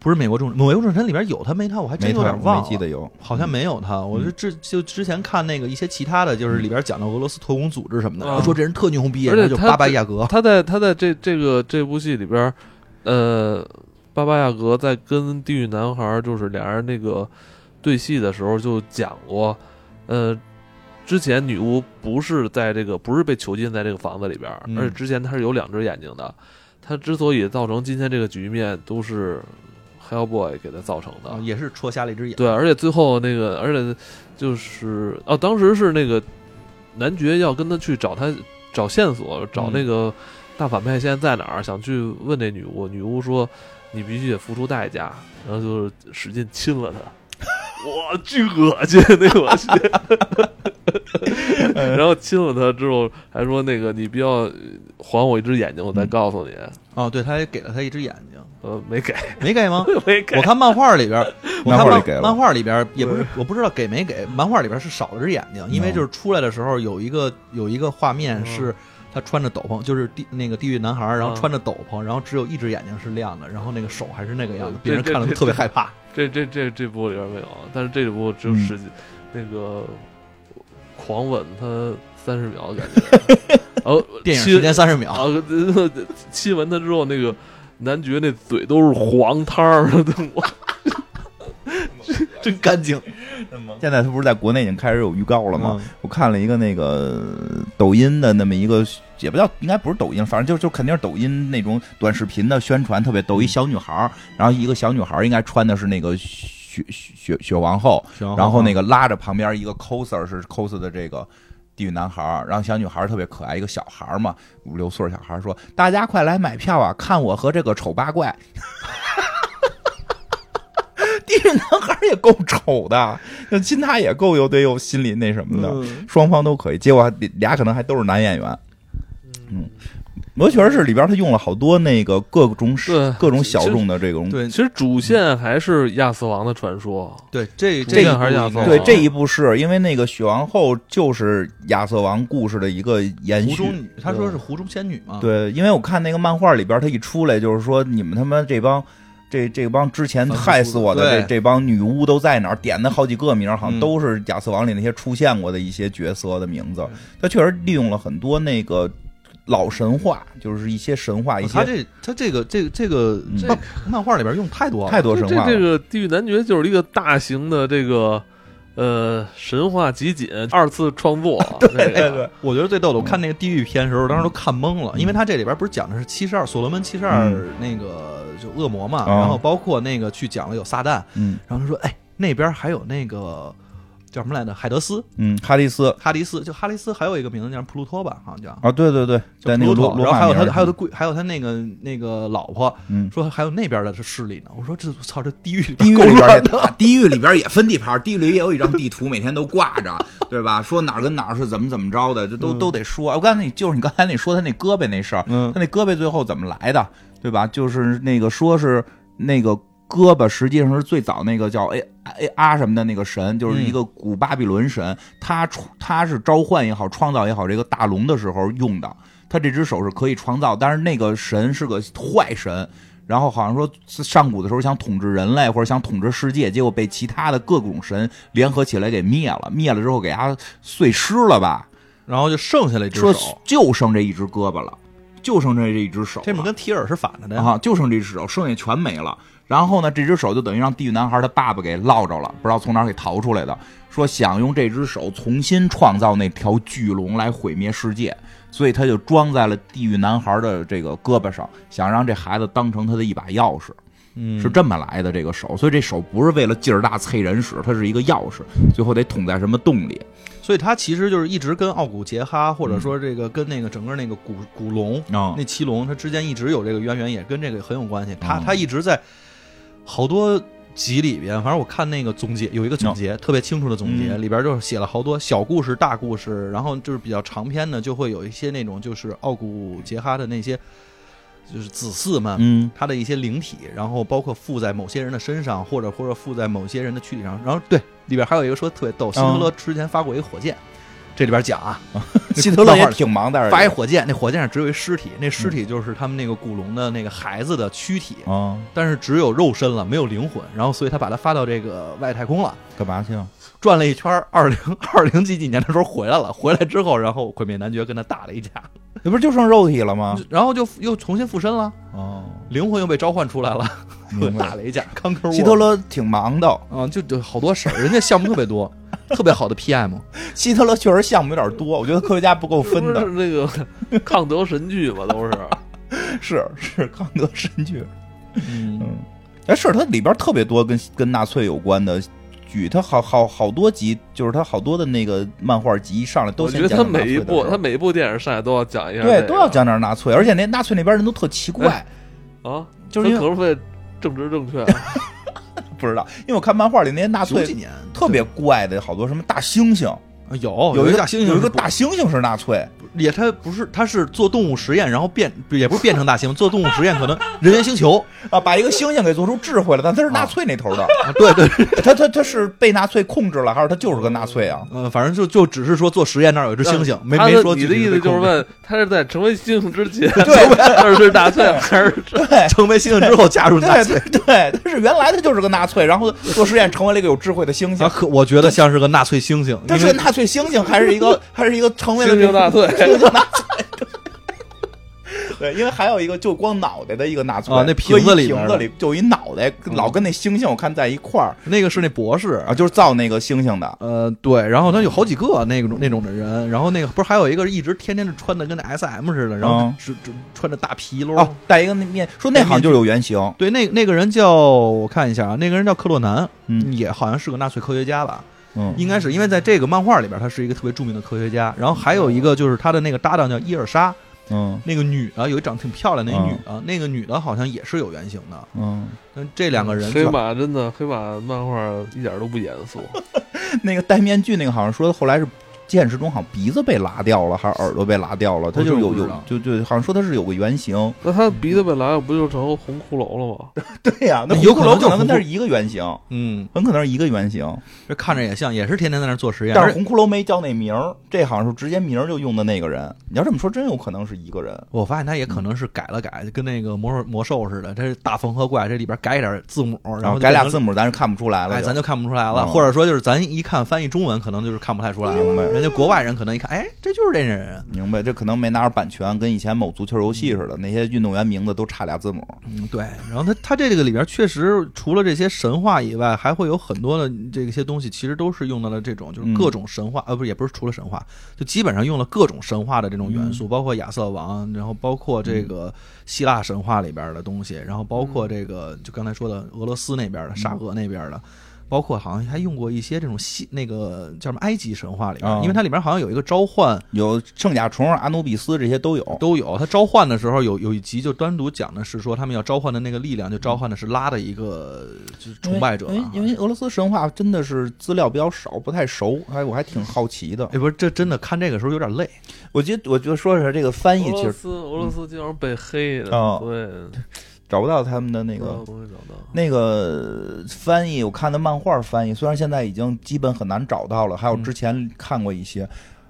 [SPEAKER 3] 不是美国众神，美国众神里边有他没他，我哎还
[SPEAKER 2] 没
[SPEAKER 3] 真有
[SPEAKER 2] 错，
[SPEAKER 3] 点
[SPEAKER 2] 我
[SPEAKER 3] 忘
[SPEAKER 2] 没记
[SPEAKER 3] 了。
[SPEAKER 2] 得有，
[SPEAKER 3] 好像没有他，
[SPEAKER 1] 嗯
[SPEAKER 3] 我是之就之前看那个一些其他的，就是里边讲到俄罗斯特工组织什么的，
[SPEAKER 1] 嗯
[SPEAKER 3] 然后说这人特牛逼，
[SPEAKER 1] 而
[SPEAKER 3] 然
[SPEAKER 1] 且
[SPEAKER 3] 后就
[SPEAKER 1] 他
[SPEAKER 3] 巴巴亚格，
[SPEAKER 1] 哦他在他在这这个这部戏里边儿，呃，巴巴亚格在跟地狱男孩儿就是俩人那个对戏的时候就讲过，呃，之前女巫不是在这个不是被囚禁在这个房子里边儿，
[SPEAKER 2] 嗯
[SPEAKER 1] 而且之前她是有两只眼睛的，她之所以造成今天这个局面，都是 Hellboy 给她造成的
[SPEAKER 3] 啊。也是戳瞎了一只眼。
[SPEAKER 1] 对，而且最后那个，而且就是哦，当时是那个男爵要跟他去找他找线索，找
[SPEAKER 3] 嗯
[SPEAKER 1] 那个大反派现在在哪儿，想去问这女巫。女巫说：“你必须得付出代价。”然后就是使劲亲了他， 哇，巨恶心，那个恶心。然后亲了他之后，还说：“那个你不要还我一只眼睛，我再告诉你。
[SPEAKER 3] 哦，对，他还给了他一只眼睛，
[SPEAKER 1] 呃，没给，
[SPEAKER 3] 没给吗？
[SPEAKER 1] 没给
[SPEAKER 3] 我。看漫画里边， 我
[SPEAKER 2] 漫
[SPEAKER 3] 看
[SPEAKER 2] 画里
[SPEAKER 3] 漫
[SPEAKER 2] 给了
[SPEAKER 3] 漫画里边也不是，我不知道给没给。漫画里边是少了只眼睛，因为
[SPEAKER 2] 嗯
[SPEAKER 3] 就是出来的时候有一个有一个画面
[SPEAKER 1] 嗯
[SPEAKER 3] 是他穿着斗篷，就是地那个地狱男孩，然后
[SPEAKER 1] 嗯
[SPEAKER 3] 穿着斗篷，然后只有一只眼睛是亮的，然后那个手还是那个样子，
[SPEAKER 1] 对
[SPEAKER 3] 别人
[SPEAKER 1] 对
[SPEAKER 3] 看了
[SPEAKER 1] 对
[SPEAKER 3] 特别
[SPEAKER 1] 对
[SPEAKER 3] 害怕。
[SPEAKER 1] 这这这这部里边没有，啊但是这部只有
[SPEAKER 2] 嗯
[SPEAKER 1] 十几，那个狂吻他三十秒的感觉， 然后
[SPEAKER 3] 电影
[SPEAKER 1] 亲
[SPEAKER 3] 时间三十
[SPEAKER 1] 啊
[SPEAKER 3] 秒，，
[SPEAKER 1] 呃亲吻他之后，那个男爵那嘴都是黄汤儿 的，我
[SPEAKER 3] 真干净
[SPEAKER 2] 嗯现在他不是在国内已经开始有预告了
[SPEAKER 3] 了
[SPEAKER 2] 吗
[SPEAKER 3] 吗？？
[SPEAKER 2] 我看了一个那个呃抖音的那么一个，也不叫应该不是抖音，反正就就肯定是抖音那种短视频的宣传，特别逗。一小女孩儿，然后一个小女孩儿应该穿的是那个雪雪雪王后，然后那
[SPEAKER 3] 个
[SPEAKER 2] 个拉着旁边一个 coser 是 cos 的这个。地狱男孩儿，然后小女孩儿特别可爱，一个小孩儿嘛，五六岁儿小孩儿说：“大家快来买票啊，看我和这个丑八怪。” 地狱男孩儿也够丑的，就亲他也够有得有心里那什么的。
[SPEAKER 3] 嗯
[SPEAKER 1] 嗯
[SPEAKER 2] 双方都可以。结果还俩可能还都是男演员。嗯，我觉得是里边他用了好多那个各种
[SPEAKER 1] 对
[SPEAKER 2] 各种小众的这种。
[SPEAKER 3] 对
[SPEAKER 1] 其实主线还是亚瑟王的传说，啊
[SPEAKER 3] 对，这
[SPEAKER 1] 这
[SPEAKER 3] 一
[SPEAKER 1] 个还是
[SPEAKER 3] 部
[SPEAKER 1] 亚
[SPEAKER 3] 应
[SPEAKER 1] 瑟
[SPEAKER 3] 该
[SPEAKER 1] 王
[SPEAKER 2] 对这一部是因为那个雪王后就是亚瑟王故事的一个延
[SPEAKER 3] 湖中
[SPEAKER 2] 续。
[SPEAKER 3] 女，他说是湖中仙女嘛？，
[SPEAKER 2] 对，因为我看那个漫画里边，他一出来就是说你们他妈这帮。这这帮之前
[SPEAKER 3] 反复
[SPEAKER 2] 害死我的这
[SPEAKER 3] 对
[SPEAKER 2] 这帮女巫都在哪儿？点的好几个名儿，好像
[SPEAKER 3] 嗯
[SPEAKER 2] 都是亚瑟王里那些出现过的一些角色的名字。他确实利用了很多那个老神话，就是一些神话，一
[SPEAKER 3] 哦他
[SPEAKER 2] 些
[SPEAKER 3] 这他这个这个这个
[SPEAKER 2] 嗯
[SPEAKER 3] 漫漫画里边用太多了，
[SPEAKER 2] 太多
[SPEAKER 1] 这
[SPEAKER 2] 神
[SPEAKER 1] 这
[SPEAKER 2] 话
[SPEAKER 1] 这
[SPEAKER 2] 了。
[SPEAKER 1] 个地狱男爵就是一个大型的这个呃神话集锦二次创作，啊对
[SPEAKER 2] 对对，
[SPEAKER 3] 我觉得最逗的，我看那个地狱片的时候，当时都看懵了，因为他这里边不是讲的是七十二所罗门七十二
[SPEAKER 2] 嗯
[SPEAKER 3] 那个就恶魔嘛，
[SPEAKER 2] 啊
[SPEAKER 3] 然后包括那个去讲了有撒旦，
[SPEAKER 2] 嗯
[SPEAKER 3] 然后他说，哎，那边还有那个叫什么来着，海德斯、
[SPEAKER 2] 嗯，哈迪斯
[SPEAKER 3] 哈迪斯，就哈迪斯还有一个名字叫普鲁托吧，好像叫。
[SPEAKER 2] 啊，对对对，
[SPEAKER 3] 叫
[SPEAKER 2] 在那个
[SPEAKER 3] Pluto，
[SPEAKER 2] 罗罗
[SPEAKER 3] 然后还
[SPEAKER 2] 马
[SPEAKER 3] 有
[SPEAKER 2] 名儿
[SPEAKER 3] 他，还有他
[SPEAKER 2] 嗯
[SPEAKER 3] 贵，还有他那个那个老婆
[SPEAKER 2] 嗯，
[SPEAKER 3] 说，还有那边的是势力呢。我说这我操，这地狱
[SPEAKER 2] 地狱
[SPEAKER 3] 够
[SPEAKER 2] 里边
[SPEAKER 3] 乱
[SPEAKER 2] 儿
[SPEAKER 3] 的
[SPEAKER 2] 也，啊地狱里边儿也分地盘儿，地狱里也有一张地图，每天都挂着，对吧？说哪儿跟哪儿是怎么怎么着的，这都、都得说。我刚才你就是你刚才那说他那胳膊那事儿，
[SPEAKER 3] 嗯
[SPEAKER 2] 他那胳膊最后怎么来的，对吧？就是那个说是那个胳膊实际上是最早那个叫 A A R 什么的那个神，就是
[SPEAKER 3] 嗯
[SPEAKER 2] 一个古巴比伦神，他出他是召唤也好，创造也好，这个大龙的时候用的。他这只手是可以创造，但是那个神是个坏神。然后好像说上古的时候想统治人类或者想统治世界，结果被其他的各种神联合起来给灭了，灭了之后给他碎尸了吧？
[SPEAKER 3] 然后就剩下了一只
[SPEAKER 2] 说
[SPEAKER 3] 手，
[SPEAKER 2] 就剩这一只胳膊了，就剩这一只手了，
[SPEAKER 3] 这不跟提尔是反着的呀？
[SPEAKER 2] 啊，就剩这只手，剩下全没了。然后呢，这只手就等于让地狱男孩他爸爸给落着了，不知道从哪儿给逃出来的。说想用这只手重新创造那条巨龙来毁灭世界，所以他就装在了地狱男孩的这个胳膊上，想让这孩子当成他的一把钥匙，
[SPEAKER 3] 嗯
[SPEAKER 2] 是这么来的这个手。所以这手不是为了劲儿大啐人使，它是一个钥匙，最后得捅在什么洞里。
[SPEAKER 3] 所以他其实就是一直跟奥古杰哈，或者说这个跟那个整个那个古古龙、
[SPEAKER 2] 啊、
[SPEAKER 3] 那七龙，他之间一直有这个渊源，也跟这个很有关系。他、
[SPEAKER 2] 哦
[SPEAKER 3] 他一直在好多集里边，反正我看那个总结有一个总结、特别清楚的总结，
[SPEAKER 2] 嗯
[SPEAKER 3] 里边就是写了好多小故事、大故事，然后就是比较长篇的，就会有一些那种就是奥古杰哈的那些就是子嗣们，
[SPEAKER 2] 嗯，
[SPEAKER 3] 他的一些灵体，然后包括附在某些人的身上，或者或者附在某些人的躯体上。然后对里边还有一个说特别
[SPEAKER 2] 嗯
[SPEAKER 3] 逗，希特勒之前发过一个火箭，这里边讲啊，
[SPEAKER 2] 希特勒
[SPEAKER 3] 漫
[SPEAKER 2] 也
[SPEAKER 3] 画里
[SPEAKER 2] 挺忙， 但是
[SPEAKER 3] 发一火箭，那火箭上只有一尸体，那尸
[SPEAKER 2] 嗯
[SPEAKER 3] 体就是他们那个古龙的那个孩子的躯体，
[SPEAKER 2] 啊，
[SPEAKER 3] 但是只有肉身了，没有灵魂。然后所以他把它发到这个外太空了。
[SPEAKER 2] 干嘛去 啊？
[SPEAKER 3] 转了一圈， 二零二零几几年的时候回来了。回来之后，然后鬼面男爵跟他打了一架，
[SPEAKER 2] 那不是就剩肉体了吗？
[SPEAKER 3] 然后就又重新附身了，
[SPEAKER 2] 哦，
[SPEAKER 3] 灵魂又被召唤出来了，又
[SPEAKER 2] 明白
[SPEAKER 3] 打了一架。康科沃
[SPEAKER 2] 希特勒挺忙的，
[SPEAKER 3] 啊，就就好多事儿，人家项目特别多，特别好的
[SPEAKER 1] 嗯
[SPEAKER 3] PM，
[SPEAKER 2] 希特勒确实项目有点多，我觉得科学家不够
[SPEAKER 1] 是
[SPEAKER 2] 分
[SPEAKER 1] 不是
[SPEAKER 2] 的。
[SPEAKER 1] 那个 抗德神剧嘛， 都是。
[SPEAKER 2] 是是，康德神剧，
[SPEAKER 3] 嗯，
[SPEAKER 2] 嗯，哎，是它里边特别多跟跟纳粹有关的剧，它好好好多集，就是它好多的那个漫画集一上来都
[SPEAKER 1] 我
[SPEAKER 2] 先
[SPEAKER 1] 觉得
[SPEAKER 2] 讲
[SPEAKER 1] 他
[SPEAKER 2] 讲纳
[SPEAKER 1] 每
[SPEAKER 2] 粹
[SPEAKER 1] 一
[SPEAKER 2] 的
[SPEAKER 1] 部
[SPEAKER 2] 事儿
[SPEAKER 1] 他每一部电影上来都要讲一下这个，
[SPEAKER 2] 对都要讲点纳粹，而且那纳粹那边人都特奇怪，
[SPEAKER 1] 啊，
[SPEAKER 2] 就是因
[SPEAKER 1] 他
[SPEAKER 2] 为
[SPEAKER 1] 可不可以正直正确啊？
[SPEAKER 2] 不知道，因为我看漫画里那些纳
[SPEAKER 3] 九几
[SPEAKER 2] 粹
[SPEAKER 3] 年
[SPEAKER 2] 特别怪的，好多什么大猩猩，
[SPEAKER 3] 啊有
[SPEAKER 2] 有
[SPEAKER 3] 一
[SPEAKER 2] 一
[SPEAKER 3] 个
[SPEAKER 2] 个
[SPEAKER 3] 大猩猩，
[SPEAKER 2] 有一个大猩猩是纳粹，
[SPEAKER 3] 也他不是，他是做动物实验，然后变也不是变成大猩猩，做动物实验可能人猿星球，
[SPEAKER 2] 啊，把一个猩猩给做出智慧了，但他是纳粹那头 的，
[SPEAKER 3] 啊对对，
[SPEAKER 2] 他他他是被纳粹控制了，还是他就是个纳粹啊？
[SPEAKER 3] 呃，反正就就只是说做实验那儿有一只猩猩，没
[SPEAKER 1] 他
[SPEAKER 3] 没
[SPEAKER 1] 的
[SPEAKER 3] 说
[SPEAKER 1] 你的
[SPEAKER 3] 具体
[SPEAKER 1] 意思
[SPEAKER 3] 被
[SPEAKER 1] 就
[SPEAKER 3] 控
[SPEAKER 1] 是
[SPEAKER 3] 制
[SPEAKER 1] 问他是在成为猩猩之前，
[SPEAKER 2] 对
[SPEAKER 1] 他是纳粹还是
[SPEAKER 2] 对。
[SPEAKER 3] 成为猩猩之后加入纳
[SPEAKER 2] 对
[SPEAKER 3] 粹
[SPEAKER 2] 对，对，他是原来他就是个纳粹，然后做实验成为了一个有智慧的猩猩。
[SPEAKER 3] 啊，可我觉得像是个纳粹猩猩，
[SPEAKER 2] 他
[SPEAKER 3] 因
[SPEAKER 2] 是个
[SPEAKER 3] 为
[SPEAKER 2] 纳粹猩猩，还是一个还是一个成为了
[SPEAKER 1] 猩
[SPEAKER 2] 这
[SPEAKER 1] 猩
[SPEAKER 2] 个
[SPEAKER 1] 纳粹？
[SPEAKER 2] 猩猩纳粹？对，对因为还有一个就光脑袋的一个纳粹
[SPEAKER 3] 啊那
[SPEAKER 2] 搁一
[SPEAKER 3] 瓶子里边
[SPEAKER 2] 瓶
[SPEAKER 3] 儿
[SPEAKER 2] 子里就一脑袋，
[SPEAKER 3] 嗯
[SPEAKER 2] 老跟那猩猩我看在一块儿
[SPEAKER 3] 那个是那博士
[SPEAKER 2] 啊，就是造那个猩猩的。
[SPEAKER 3] 呃，对，然后他有好几个那种那种的人，然后那个不是还有一个一直天天是穿的跟 S M 似的，然后
[SPEAKER 2] 嗯
[SPEAKER 3] 只只穿着大皮褛。
[SPEAKER 2] 哦，戴一个那面，说那好像就是有原型。
[SPEAKER 3] 对，那那个人叫我看一下啊，那个人叫克洛南，
[SPEAKER 2] 嗯
[SPEAKER 3] 也好像是个纳粹科学家吧，
[SPEAKER 2] 嗯
[SPEAKER 3] 应该是因为在这个漫画里边，他是一个特别著名的科学家。然后还有一个就是他的那个搭档叫伊尔莎，
[SPEAKER 2] 嗯
[SPEAKER 3] 那个女的有一长得挺漂亮的一女的，那个女的好像也是有原型的。
[SPEAKER 2] 嗯，
[SPEAKER 3] 那这两个人
[SPEAKER 1] 黑
[SPEAKER 3] 就
[SPEAKER 1] 马真的黑马漫画一点都不严肃，
[SPEAKER 2] 那个戴面具那个好像说后来是现实中好像鼻子被拉掉了，还是耳朵被拉掉了，他就是
[SPEAKER 3] 这我
[SPEAKER 2] 有
[SPEAKER 3] 不知
[SPEAKER 2] 有
[SPEAKER 3] 道
[SPEAKER 2] 就就好像说他是有个原型。
[SPEAKER 1] 那他鼻子本来不就成红骷髅了吗？
[SPEAKER 2] 对呀、那
[SPEAKER 3] 有
[SPEAKER 2] 胡
[SPEAKER 3] 可
[SPEAKER 2] 克劳
[SPEAKER 3] 能就
[SPEAKER 2] 可能
[SPEAKER 3] 是
[SPEAKER 2] 跟他
[SPEAKER 3] 胡
[SPEAKER 2] 是一个原型。
[SPEAKER 3] 嗯，
[SPEAKER 2] 很可能是一个原型，
[SPEAKER 3] 这看着也像，也是天天在那儿做实验。
[SPEAKER 2] 但
[SPEAKER 3] 而
[SPEAKER 2] 是红骷髅没叫那名儿，这好像是直接名儿就用的那个人。你要这么说，真有可能是一个人。
[SPEAKER 3] 我发现他也
[SPEAKER 2] 嗯
[SPEAKER 3] 可能是改了改，跟那个魔兽魔兽似的，这是大缝合怪，这里边改一点字母，然后
[SPEAKER 2] 哦改俩
[SPEAKER 3] 就变成
[SPEAKER 2] 字，母，咱是看不出来了
[SPEAKER 3] 哎，
[SPEAKER 2] 就。
[SPEAKER 3] 咱就看不出来了。
[SPEAKER 2] 嗯
[SPEAKER 3] 或者说就是咱一看翻译中文，可能就是看不太出来
[SPEAKER 2] 明白
[SPEAKER 3] 了。人家国外人可能一看，哎，这就是这人，
[SPEAKER 2] 明白，这可能没拿着版权，跟以前某足球游戏似的，那些运动员名字都差俩字母。
[SPEAKER 3] 嗯，对。然后他他这个里边确实除了这些神话以外，还会有很多的这些东西，其实都是用到了这种就是各种神话，呃，不是也不是除了神话，就基本上用了各种神话的这种元素，包括亚瑟王，然后包括这个希腊神话里边的东西，然后包括这个就刚才说的俄罗斯那边的、沙俄那边的。包括好像还用过一些这种西那个叫什么埃及神话里边，
[SPEAKER 2] 啊
[SPEAKER 3] 因为它里边好像有一个召唤，
[SPEAKER 2] 有圣甲虫、阿努比斯这些都有。
[SPEAKER 3] 都有。他召唤的时候有有一集就单独讲的是说他们要召唤的那个力
[SPEAKER 2] 嗯
[SPEAKER 3] 量，就召唤的是拉的一个就是崇拜者吧。啊
[SPEAKER 2] 因为因为因为俄罗斯神话真的是资料比较少，不太熟，哎，我还挺好奇的。
[SPEAKER 3] 哎，不是，这真的看这个时候有点累。
[SPEAKER 2] 我觉得，我觉得说是这个翻译
[SPEAKER 1] 俄，
[SPEAKER 2] 其
[SPEAKER 1] 罗
[SPEAKER 2] 实
[SPEAKER 1] 斯俄罗斯经常被黑的，
[SPEAKER 2] 哦
[SPEAKER 1] 对，
[SPEAKER 2] 找不到他们的那
[SPEAKER 1] 不知道
[SPEAKER 2] 个
[SPEAKER 1] 能不能找到。
[SPEAKER 2] 那个翻译。我看的漫画翻译，虽然现在已经基本很难找到了，还有之前看过一些，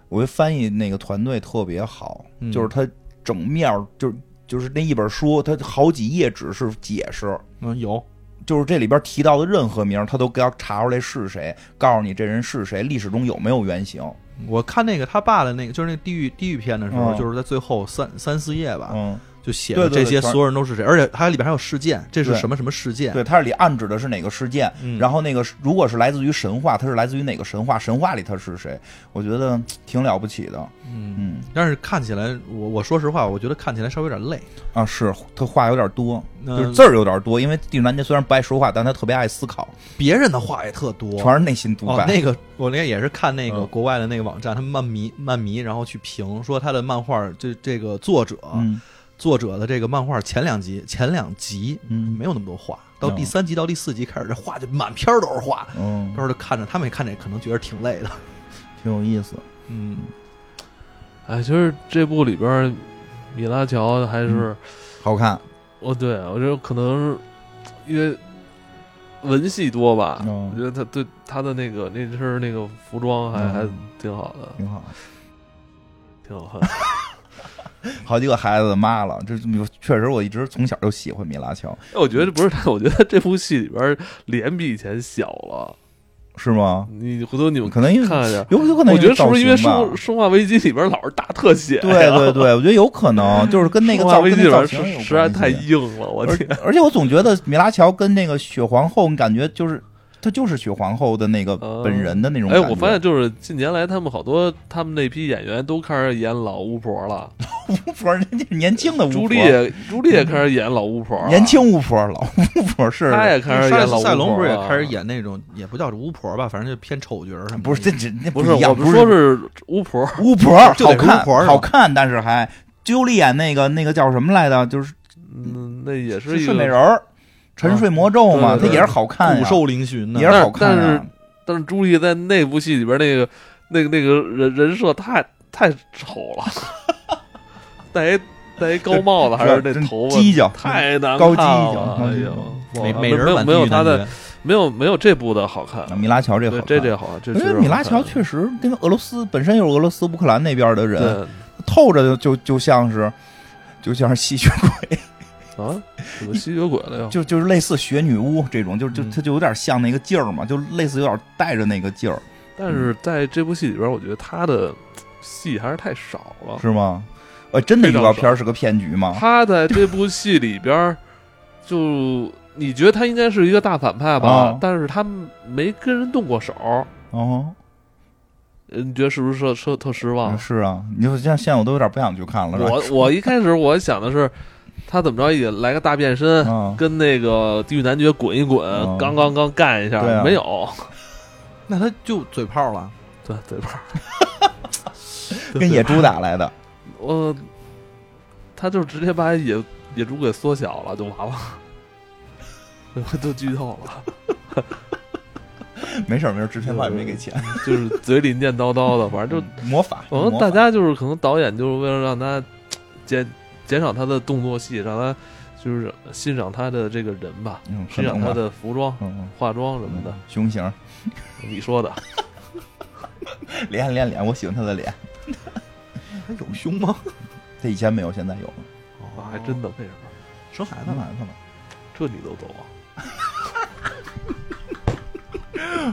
[SPEAKER 2] 我觉得翻译那个团队特别好，
[SPEAKER 3] 嗯
[SPEAKER 2] 就是他整面儿就是就是那一本书，它好几页只是解释，
[SPEAKER 3] 嗯，有
[SPEAKER 2] 就是这里边提到的任何名儿，他都给要查出来是谁，告诉你这人是谁，历史中有没有原型。
[SPEAKER 3] 我看那个他爸的那个，就是那地狱地狱篇的时候，
[SPEAKER 2] 嗯
[SPEAKER 3] 就是在最后三三四页吧，
[SPEAKER 2] 嗯，
[SPEAKER 3] 就写
[SPEAKER 2] 对
[SPEAKER 3] 了
[SPEAKER 2] 对
[SPEAKER 3] 这
[SPEAKER 2] 对
[SPEAKER 3] 些
[SPEAKER 2] 全
[SPEAKER 3] 所有人都是谁，而且还有里边还有事件，这是
[SPEAKER 2] 对
[SPEAKER 3] 什么什么事件？
[SPEAKER 2] 对，它这里暗指的是哪个事件，
[SPEAKER 3] 嗯
[SPEAKER 2] 然后那个是如果是来自于神话，它是来自于哪个神话，神话里他是谁，我觉得嗯挺了不起的。
[SPEAKER 3] 嗯。
[SPEAKER 2] 嗯，
[SPEAKER 3] 但是看起来，我我说实话，我觉得看起来稍微有点累。嗯
[SPEAKER 2] 啊，是他话有点多，
[SPEAKER 1] 嗯
[SPEAKER 3] 那
[SPEAKER 2] 就是字儿有点多，因为地南杰虽然不爱说话，但他特别爱思考，
[SPEAKER 3] 别人的话也特多，
[SPEAKER 2] 全是内心独
[SPEAKER 3] 哦，
[SPEAKER 2] 白。
[SPEAKER 3] 那个我那个也是看那个
[SPEAKER 2] 嗯
[SPEAKER 3] 国外的那个网站，他们漫迷漫迷，然后去评说他的漫画这这个作者、
[SPEAKER 1] 哦
[SPEAKER 2] 嗯
[SPEAKER 3] 作者的这个漫画前两集前两集
[SPEAKER 2] 嗯
[SPEAKER 3] 没有那么多话，到
[SPEAKER 2] 嗯
[SPEAKER 3] 第三集到第四集开始，这话就满篇儿都是话，
[SPEAKER 2] 嗯
[SPEAKER 3] 到时，候就看着他们也看着也可能觉得挺累的，
[SPEAKER 2] 挺有意思。
[SPEAKER 3] 嗯，
[SPEAKER 1] 哎，其实这部里边儿，米拉乔还是
[SPEAKER 2] 好看，嗯
[SPEAKER 1] 我、哦对我觉得可能是因为文戏多吧，
[SPEAKER 2] 嗯
[SPEAKER 1] 我觉得他对他的那个那身那个服装还、还
[SPEAKER 2] 嗯
[SPEAKER 1] 挺好的，
[SPEAKER 2] 挺好。
[SPEAKER 1] 挺好看。
[SPEAKER 2] 好几个孩子的妈了，这确实我一直从小就喜欢米拉乔，
[SPEAKER 1] 哎我觉得不是他，我觉得这部戏里边儿脸比以前小了。
[SPEAKER 2] 是吗？
[SPEAKER 1] 你回头你们
[SPEAKER 2] 可能因为
[SPEAKER 1] 看一下，
[SPEAKER 2] 有有可能
[SPEAKER 1] 嗯我觉得是不是因为
[SPEAKER 2] 造型吧
[SPEAKER 1] 生《生化危机》里边儿老是大特写、
[SPEAKER 2] 对对，对，我觉得有可能，就是跟那个
[SPEAKER 1] 生化
[SPEAKER 2] 造
[SPEAKER 1] 危
[SPEAKER 2] 跟
[SPEAKER 1] 机》
[SPEAKER 2] 那
[SPEAKER 1] 里边
[SPEAKER 2] 造
[SPEAKER 1] 儿
[SPEAKER 2] 型有
[SPEAKER 1] 实实在太
[SPEAKER 2] 关系
[SPEAKER 1] 硬了，我
[SPEAKER 2] 而
[SPEAKER 1] 天！
[SPEAKER 2] 而且我总觉得米拉乔跟那个雪皇后，你感觉就是她就是雪皇后的那个
[SPEAKER 1] 哦
[SPEAKER 2] 本人的那种
[SPEAKER 1] 哎，
[SPEAKER 2] 感觉。
[SPEAKER 1] 我发现就是近年来他们好多他们那批演员都开始演老巫婆了，
[SPEAKER 2] 巫婆，人家是年轻的巫婆，
[SPEAKER 1] 朱莉也朱莉也开始演老巫婆了，
[SPEAKER 2] 年轻巫婆，老巫婆是
[SPEAKER 1] 她也开始
[SPEAKER 3] 沙
[SPEAKER 1] 演
[SPEAKER 3] 利
[SPEAKER 1] 老
[SPEAKER 3] 斯
[SPEAKER 1] 巫婆啊
[SPEAKER 3] 塞隆不是也
[SPEAKER 1] 了
[SPEAKER 3] 开始？演那种也不叫巫婆吧，反正就偏丑角儿什么的，
[SPEAKER 2] 不是这这那
[SPEAKER 1] 不
[SPEAKER 2] 一
[SPEAKER 1] 是，
[SPEAKER 2] 样，
[SPEAKER 1] 我
[SPEAKER 2] 不
[SPEAKER 1] 说是巫婆，
[SPEAKER 2] 巫婆，
[SPEAKER 3] 就
[SPEAKER 2] 好
[SPEAKER 3] 得是巫
[SPEAKER 2] 看
[SPEAKER 3] 婆是吧
[SPEAKER 2] 好看，但是还朱莉演那个那个叫什么来着？就是
[SPEAKER 1] 嗯，那也是一
[SPEAKER 2] 睡美
[SPEAKER 1] 个。
[SPEAKER 2] 人儿，沉睡魔咒嘛，
[SPEAKER 1] 啊
[SPEAKER 2] 她
[SPEAKER 1] 对对
[SPEAKER 2] 也是好看
[SPEAKER 3] 骨
[SPEAKER 2] 呀，
[SPEAKER 3] 瘦嶙峋的
[SPEAKER 2] 也，是好看
[SPEAKER 1] 但
[SPEAKER 2] 呀
[SPEAKER 1] 是。但是朱莉在那部戏里边那个那个那个人人设太太丑了， 戴一戴一高帽子，还是那
[SPEAKER 2] 真
[SPEAKER 1] 头发
[SPEAKER 2] 犄角
[SPEAKER 1] 太难
[SPEAKER 2] 高
[SPEAKER 1] 看
[SPEAKER 2] 犄角
[SPEAKER 1] 了，
[SPEAKER 2] 高
[SPEAKER 1] 哎
[SPEAKER 2] 犄
[SPEAKER 1] 呦
[SPEAKER 2] 角，
[SPEAKER 1] 哇
[SPEAKER 3] 美
[SPEAKER 1] 那
[SPEAKER 3] 美人
[SPEAKER 1] 没有
[SPEAKER 3] 玩
[SPEAKER 1] 没有
[SPEAKER 3] 具
[SPEAKER 1] 他
[SPEAKER 3] 感
[SPEAKER 1] 的
[SPEAKER 3] 觉
[SPEAKER 1] 没有没有这部的好看，
[SPEAKER 2] 米拉乔这好
[SPEAKER 1] 对
[SPEAKER 2] 看，
[SPEAKER 1] 这这好看，这
[SPEAKER 2] 因
[SPEAKER 1] 确
[SPEAKER 2] 为
[SPEAKER 1] 实
[SPEAKER 2] 米
[SPEAKER 1] 好
[SPEAKER 2] 拉
[SPEAKER 1] 看
[SPEAKER 2] 乔确实跟俄罗斯本身就是俄罗斯乌克兰那边的
[SPEAKER 1] 对
[SPEAKER 2] 人，透着就就像是就像是吸血鬼，
[SPEAKER 1] 啊，怎么吸血鬼了又？
[SPEAKER 2] 就就是类似雪女巫这种，就就
[SPEAKER 1] 嗯
[SPEAKER 2] 他就有点像那个劲儿嘛，就类似有点带着那个劲儿，
[SPEAKER 1] 但是在这部戏里边，我觉得他的戏还是太少了。
[SPEAKER 2] 是吗？呃，真
[SPEAKER 1] 哦
[SPEAKER 2] 的
[SPEAKER 1] 非
[SPEAKER 2] 预
[SPEAKER 1] 常
[SPEAKER 2] 告片是个骗局吗？
[SPEAKER 1] 他在这部戏里边儿，就你觉得他应该是一个大反派吧，
[SPEAKER 2] 啊
[SPEAKER 1] 但是他没跟人动过手，
[SPEAKER 2] 哦，
[SPEAKER 1] 呃你觉得是不是特特特失望？
[SPEAKER 2] 是啊，你就像现在我都有点不想去看了，是吧？
[SPEAKER 1] 我我一开始我想的是，他怎么着也来个大变身，
[SPEAKER 2] 嗯，
[SPEAKER 1] 跟那个地狱男爵滚一滚，
[SPEAKER 2] 嗯
[SPEAKER 1] 刚刚刚干一下，
[SPEAKER 2] 对啊
[SPEAKER 1] 没有，
[SPEAKER 3] 那他就嘴炮了。
[SPEAKER 1] 对嘴 巴儿，
[SPEAKER 2] 跟野猪打来的，
[SPEAKER 1] 我，他就直接把野野猪给缩小了，就完了。 我都剧透了，
[SPEAKER 2] 没事儿没事儿，制片方也没给钱，
[SPEAKER 1] 就是嘴里念叨叨 的，反正就
[SPEAKER 2] 魔法，
[SPEAKER 1] 可能
[SPEAKER 2] 魔
[SPEAKER 1] 大
[SPEAKER 2] 法
[SPEAKER 1] 家就是可能导演就是为了让他呃减减少他的动作戏，让他就是欣赏他的这个人吧，
[SPEAKER 2] 嗯，可
[SPEAKER 1] 欣赏
[SPEAKER 2] 能吧
[SPEAKER 1] 啊
[SPEAKER 2] 哦
[SPEAKER 1] 他的服装、
[SPEAKER 2] 嗯
[SPEAKER 1] 化妆什
[SPEAKER 2] 嗯
[SPEAKER 1] 么的
[SPEAKER 2] 嗯。胸型，
[SPEAKER 1] 你说的，
[SPEAKER 2] 脸脸脸，我喜欢他的脸，
[SPEAKER 3] 他有 胸吗？
[SPEAKER 2] 他以前没有，现在有了，
[SPEAKER 1] 我还真的为什么？
[SPEAKER 3] 哦生孩子
[SPEAKER 2] 看吧
[SPEAKER 3] 了。
[SPEAKER 2] 看吧。
[SPEAKER 1] 这你都懂啊？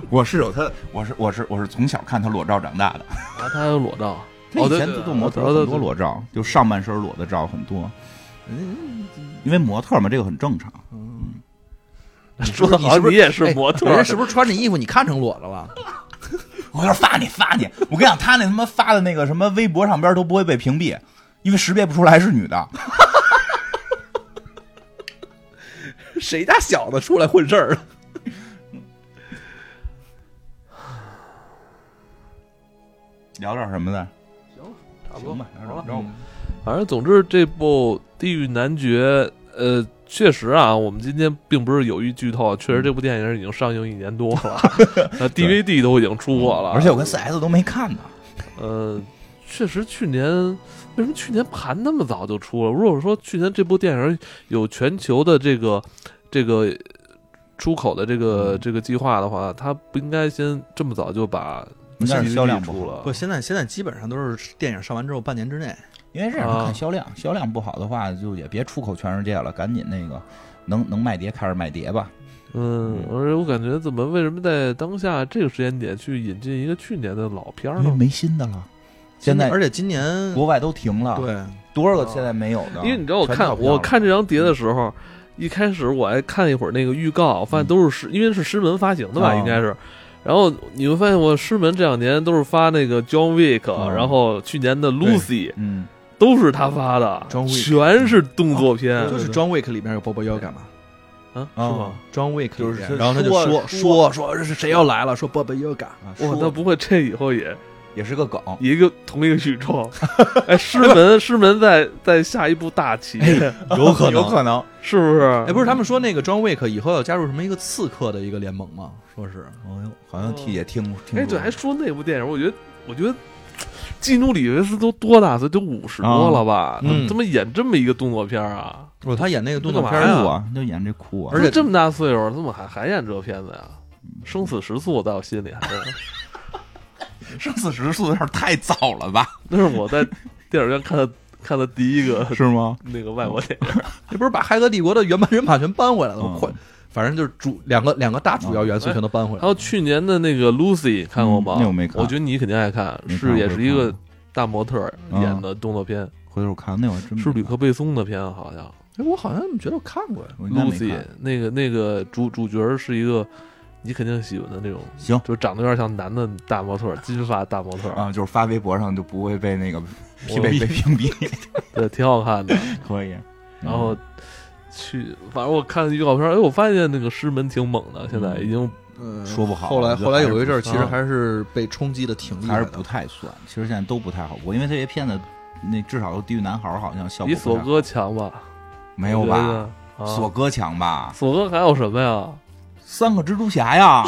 [SPEAKER 2] 我是有他，我是我是我是从小看他裸照长大的。
[SPEAKER 1] 啊，他还有裸照。
[SPEAKER 2] 他
[SPEAKER 1] 哦，
[SPEAKER 2] 以
[SPEAKER 1] 对
[SPEAKER 2] 前
[SPEAKER 1] 对
[SPEAKER 2] 做模特
[SPEAKER 1] 对
[SPEAKER 2] 很
[SPEAKER 1] 对
[SPEAKER 2] 多裸照，就上半身裸的照很多，
[SPEAKER 3] 嗯，
[SPEAKER 2] 因为模特嘛，这个很正常。
[SPEAKER 1] 对说的好像你也是模特
[SPEAKER 3] 哎
[SPEAKER 1] 儿，
[SPEAKER 3] 人家是不是穿着衣服你看成裸着 了？
[SPEAKER 2] 我要发你发你，我跟你讲，他那他妈发的那个什么微博上边都不会被屏蔽，因为识别不出来是女的。
[SPEAKER 3] 谁家小子出来混事儿了？
[SPEAKER 2] 聊点什么嗯的？
[SPEAKER 1] 差不多
[SPEAKER 2] 行吧，
[SPEAKER 1] 好
[SPEAKER 2] 聊
[SPEAKER 1] 了
[SPEAKER 2] 点。聊吧。
[SPEAKER 1] 反正总之，这部《地狱男爵》呃，确实啊，我们今天并不是有意剧透，啊
[SPEAKER 2] 嗯
[SPEAKER 1] 确实这部电影已经上映一年多 了，那 DVD 都已经出过了，
[SPEAKER 2] 嗯而且我跟四 S 都没看呢。
[SPEAKER 1] 呃，确实去年为什么去年盘那么早就出了？如果说去年这部电影有全球的这个这个出口的这
[SPEAKER 2] 嗯
[SPEAKER 1] 个、这个计划的话，它不应该先这么早就把
[SPEAKER 2] 应该是销量
[SPEAKER 1] DVD
[SPEAKER 2] 不好
[SPEAKER 1] 出了
[SPEAKER 3] 不，，现在现在基本上都是电影上完之后半年之内，
[SPEAKER 2] 因为这
[SPEAKER 1] 啊
[SPEAKER 2] 样看销量，销量不好的话，就也别出口全世界了，赶紧那个能能卖碟开始卖碟吧。
[SPEAKER 1] 嗯，而且我感觉怎么为什么在当下这个时间点去引进一个去年的老片儿
[SPEAKER 2] 因为
[SPEAKER 1] 呢？
[SPEAKER 2] 没新嗯的了，现在
[SPEAKER 3] 而且今年
[SPEAKER 2] 国外都停了，，
[SPEAKER 3] 对
[SPEAKER 2] 多少个现在没有的？
[SPEAKER 1] 因为你知道，我
[SPEAKER 2] 啊全
[SPEAKER 1] 看
[SPEAKER 2] 跳票了
[SPEAKER 1] 我看这张碟的时候，一开始我还看一会儿那个预告，我发现都是狮，因为是狮门发行的吧，
[SPEAKER 2] 哦
[SPEAKER 1] 应该是。然后你会发现，我狮门这两年都是发那个 John Wick，
[SPEAKER 2] 哦
[SPEAKER 1] 然后去年的 Lucy
[SPEAKER 2] 嗯，
[SPEAKER 1] 都是他发的，
[SPEAKER 3] John Wick
[SPEAKER 1] 全是动作片，
[SPEAKER 3] 就是 John Wick 里面有 Bob Yoga 嘛
[SPEAKER 1] 啊，是
[SPEAKER 2] 哦
[SPEAKER 1] 吗？
[SPEAKER 3] ，John Wick
[SPEAKER 2] 就是
[SPEAKER 3] 里
[SPEAKER 2] 是
[SPEAKER 3] 面然后他就
[SPEAKER 2] 说
[SPEAKER 3] 说说说是谁要来了，说 Bob Yoga，
[SPEAKER 2] 啊
[SPEAKER 1] 哇
[SPEAKER 2] 说，
[SPEAKER 1] 那不会这以后也
[SPEAKER 2] 也是个 梗。
[SPEAKER 1] 一个同一个宇宙？ 哎，狮 门狮门在在下一步大棋，
[SPEAKER 2] 哎
[SPEAKER 3] 有
[SPEAKER 2] 可能
[SPEAKER 3] 有可能。
[SPEAKER 1] 是不是？
[SPEAKER 3] 哎，不是他们说那个 John Wick 以后要加入什么一个刺客的一个联盟吗？说是
[SPEAKER 2] 哦呦，好像听也听听
[SPEAKER 1] 哎，
[SPEAKER 2] 说
[SPEAKER 1] 对，还说那部电影，我觉得，我觉得基努里维斯都多大岁？都五十多
[SPEAKER 2] 啊
[SPEAKER 1] 了吧？
[SPEAKER 3] 嗯
[SPEAKER 1] 怎么怎么演这么一个动作片啊？
[SPEAKER 3] 哦，他演那个动作片
[SPEAKER 1] 那干嘛
[SPEAKER 3] 儿
[SPEAKER 1] 呀
[SPEAKER 2] 酷啊，就演这酷啊
[SPEAKER 3] 而。且
[SPEAKER 1] 他这么大岁数，怎么还还演这片子呀？生死时速在我心里还是，
[SPEAKER 2] 生死时速有点太早了吧？
[SPEAKER 1] 那是我在电影院看的 看的第一个
[SPEAKER 2] 是吗？
[SPEAKER 1] 那个外国电影。
[SPEAKER 3] 这不是把《骇客帝国》的原班人马全搬回来了吗？
[SPEAKER 2] 嗯
[SPEAKER 3] 快，反正就是主两个两个大主要元素全都搬回来
[SPEAKER 1] 还
[SPEAKER 3] 了。
[SPEAKER 1] 有去年的那个 Lucy 看过吗？
[SPEAKER 2] 嗯那我没看
[SPEAKER 1] 我觉得你肯定爱看，
[SPEAKER 2] 没看
[SPEAKER 1] 是也是一
[SPEAKER 2] 没
[SPEAKER 1] 个
[SPEAKER 2] 看
[SPEAKER 1] 大模特儿
[SPEAKER 2] 啊
[SPEAKER 1] 演的动作片，
[SPEAKER 2] 回头看那我还真没
[SPEAKER 1] 是
[SPEAKER 2] 看
[SPEAKER 1] 吕克贝松的片，啊好像。
[SPEAKER 3] 哎，我好像觉得我看过呀。
[SPEAKER 2] 我应该没
[SPEAKER 1] Lucy
[SPEAKER 2] 看。
[SPEAKER 1] 那个那个主主角是一个你肯定喜欢的那种，
[SPEAKER 2] 行
[SPEAKER 1] 就长得有点像男的大模特，金发大模特，
[SPEAKER 2] 啊，就是发微博上就不会被那个
[SPEAKER 1] 我
[SPEAKER 2] 被被屏蔽，
[SPEAKER 1] 对，挺好看的。
[SPEAKER 2] 可以。
[SPEAKER 1] 然后去，反正我看预告片，哎，我发现那个师门挺猛的，现在已经
[SPEAKER 3] 嗯
[SPEAKER 2] 说不好
[SPEAKER 3] 后
[SPEAKER 2] 我
[SPEAKER 3] 来
[SPEAKER 2] 觉得
[SPEAKER 3] 后来有一阵儿，
[SPEAKER 2] 还是不
[SPEAKER 3] 其实还是被冲击的挺厉
[SPEAKER 2] 还
[SPEAKER 3] 害
[SPEAKER 2] 是
[SPEAKER 3] 的。
[SPEAKER 2] 不太算，其实现在都不太好过，因为这些片子，那至少《地狱男孩》好像效果
[SPEAKER 1] 比
[SPEAKER 2] 不太
[SPEAKER 1] 索
[SPEAKER 2] 好
[SPEAKER 1] 哥强吧？
[SPEAKER 2] 没有
[SPEAKER 1] 我觉
[SPEAKER 2] 吧？
[SPEAKER 1] 得？啊、
[SPEAKER 2] 索哥强吧？
[SPEAKER 1] 索哥还有什么呀？
[SPEAKER 2] 三个蜘蛛侠呀，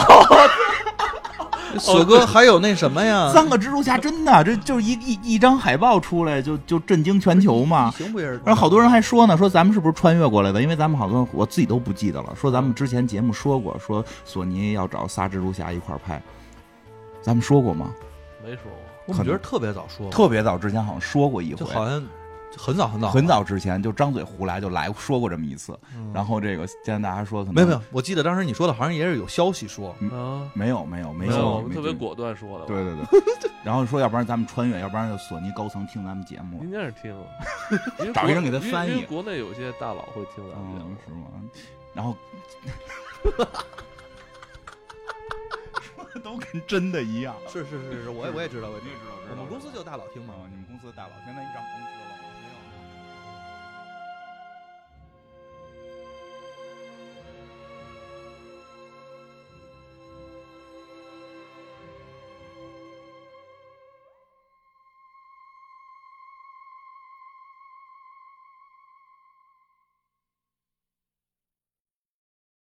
[SPEAKER 3] 索哥还有那什么呀？
[SPEAKER 2] 三个蜘蛛侠真的，这就是一一一张海报出来就就震惊全球嘛。
[SPEAKER 3] 行不也是？
[SPEAKER 2] 啊然后好多人还说呢，说咱们是不是穿越过来的？因为咱们好多我自己都不记得了。说咱们之前节目说过，说索尼要找仨蜘蛛侠一块儿拍，咱们说过吗？
[SPEAKER 1] 没说过，
[SPEAKER 3] 我们觉得特别早说，
[SPEAKER 2] 特别早之前好像说过一
[SPEAKER 3] 就
[SPEAKER 2] 回，
[SPEAKER 3] 好像很早很早
[SPEAKER 2] 很。早之前就张嘴胡来就来说过这么一次。
[SPEAKER 3] 嗯
[SPEAKER 2] 然后这个现在大家说可能
[SPEAKER 3] 没有没有，我记得当时你说的好像也是有消息说，
[SPEAKER 1] 啊，
[SPEAKER 2] 没有没有没
[SPEAKER 1] 没
[SPEAKER 2] 有
[SPEAKER 1] 有，
[SPEAKER 2] 没
[SPEAKER 1] 特别
[SPEAKER 2] 听
[SPEAKER 1] 果断说的，
[SPEAKER 2] 对，对 对，然后说要不然咱们穿越，要不然就索尼高层听咱们节目，
[SPEAKER 1] 应该是听了，因为
[SPEAKER 2] 找
[SPEAKER 1] 国
[SPEAKER 2] 一人给他
[SPEAKER 1] 因为
[SPEAKER 2] 翻译
[SPEAKER 1] 因为国内有些大佬会听咱们节
[SPEAKER 2] 嗯
[SPEAKER 1] 目，
[SPEAKER 2] 是吗？然后 说的都跟真的一样。
[SPEAKER 3] 是是是是，我也我也知道，我也知道。
[SPEAKER 2] 知道哦
[SPEAKER 3] 我们公司就大佬听嘛。
[SPEAKER 2] 你们公司大佬现在一让公司了。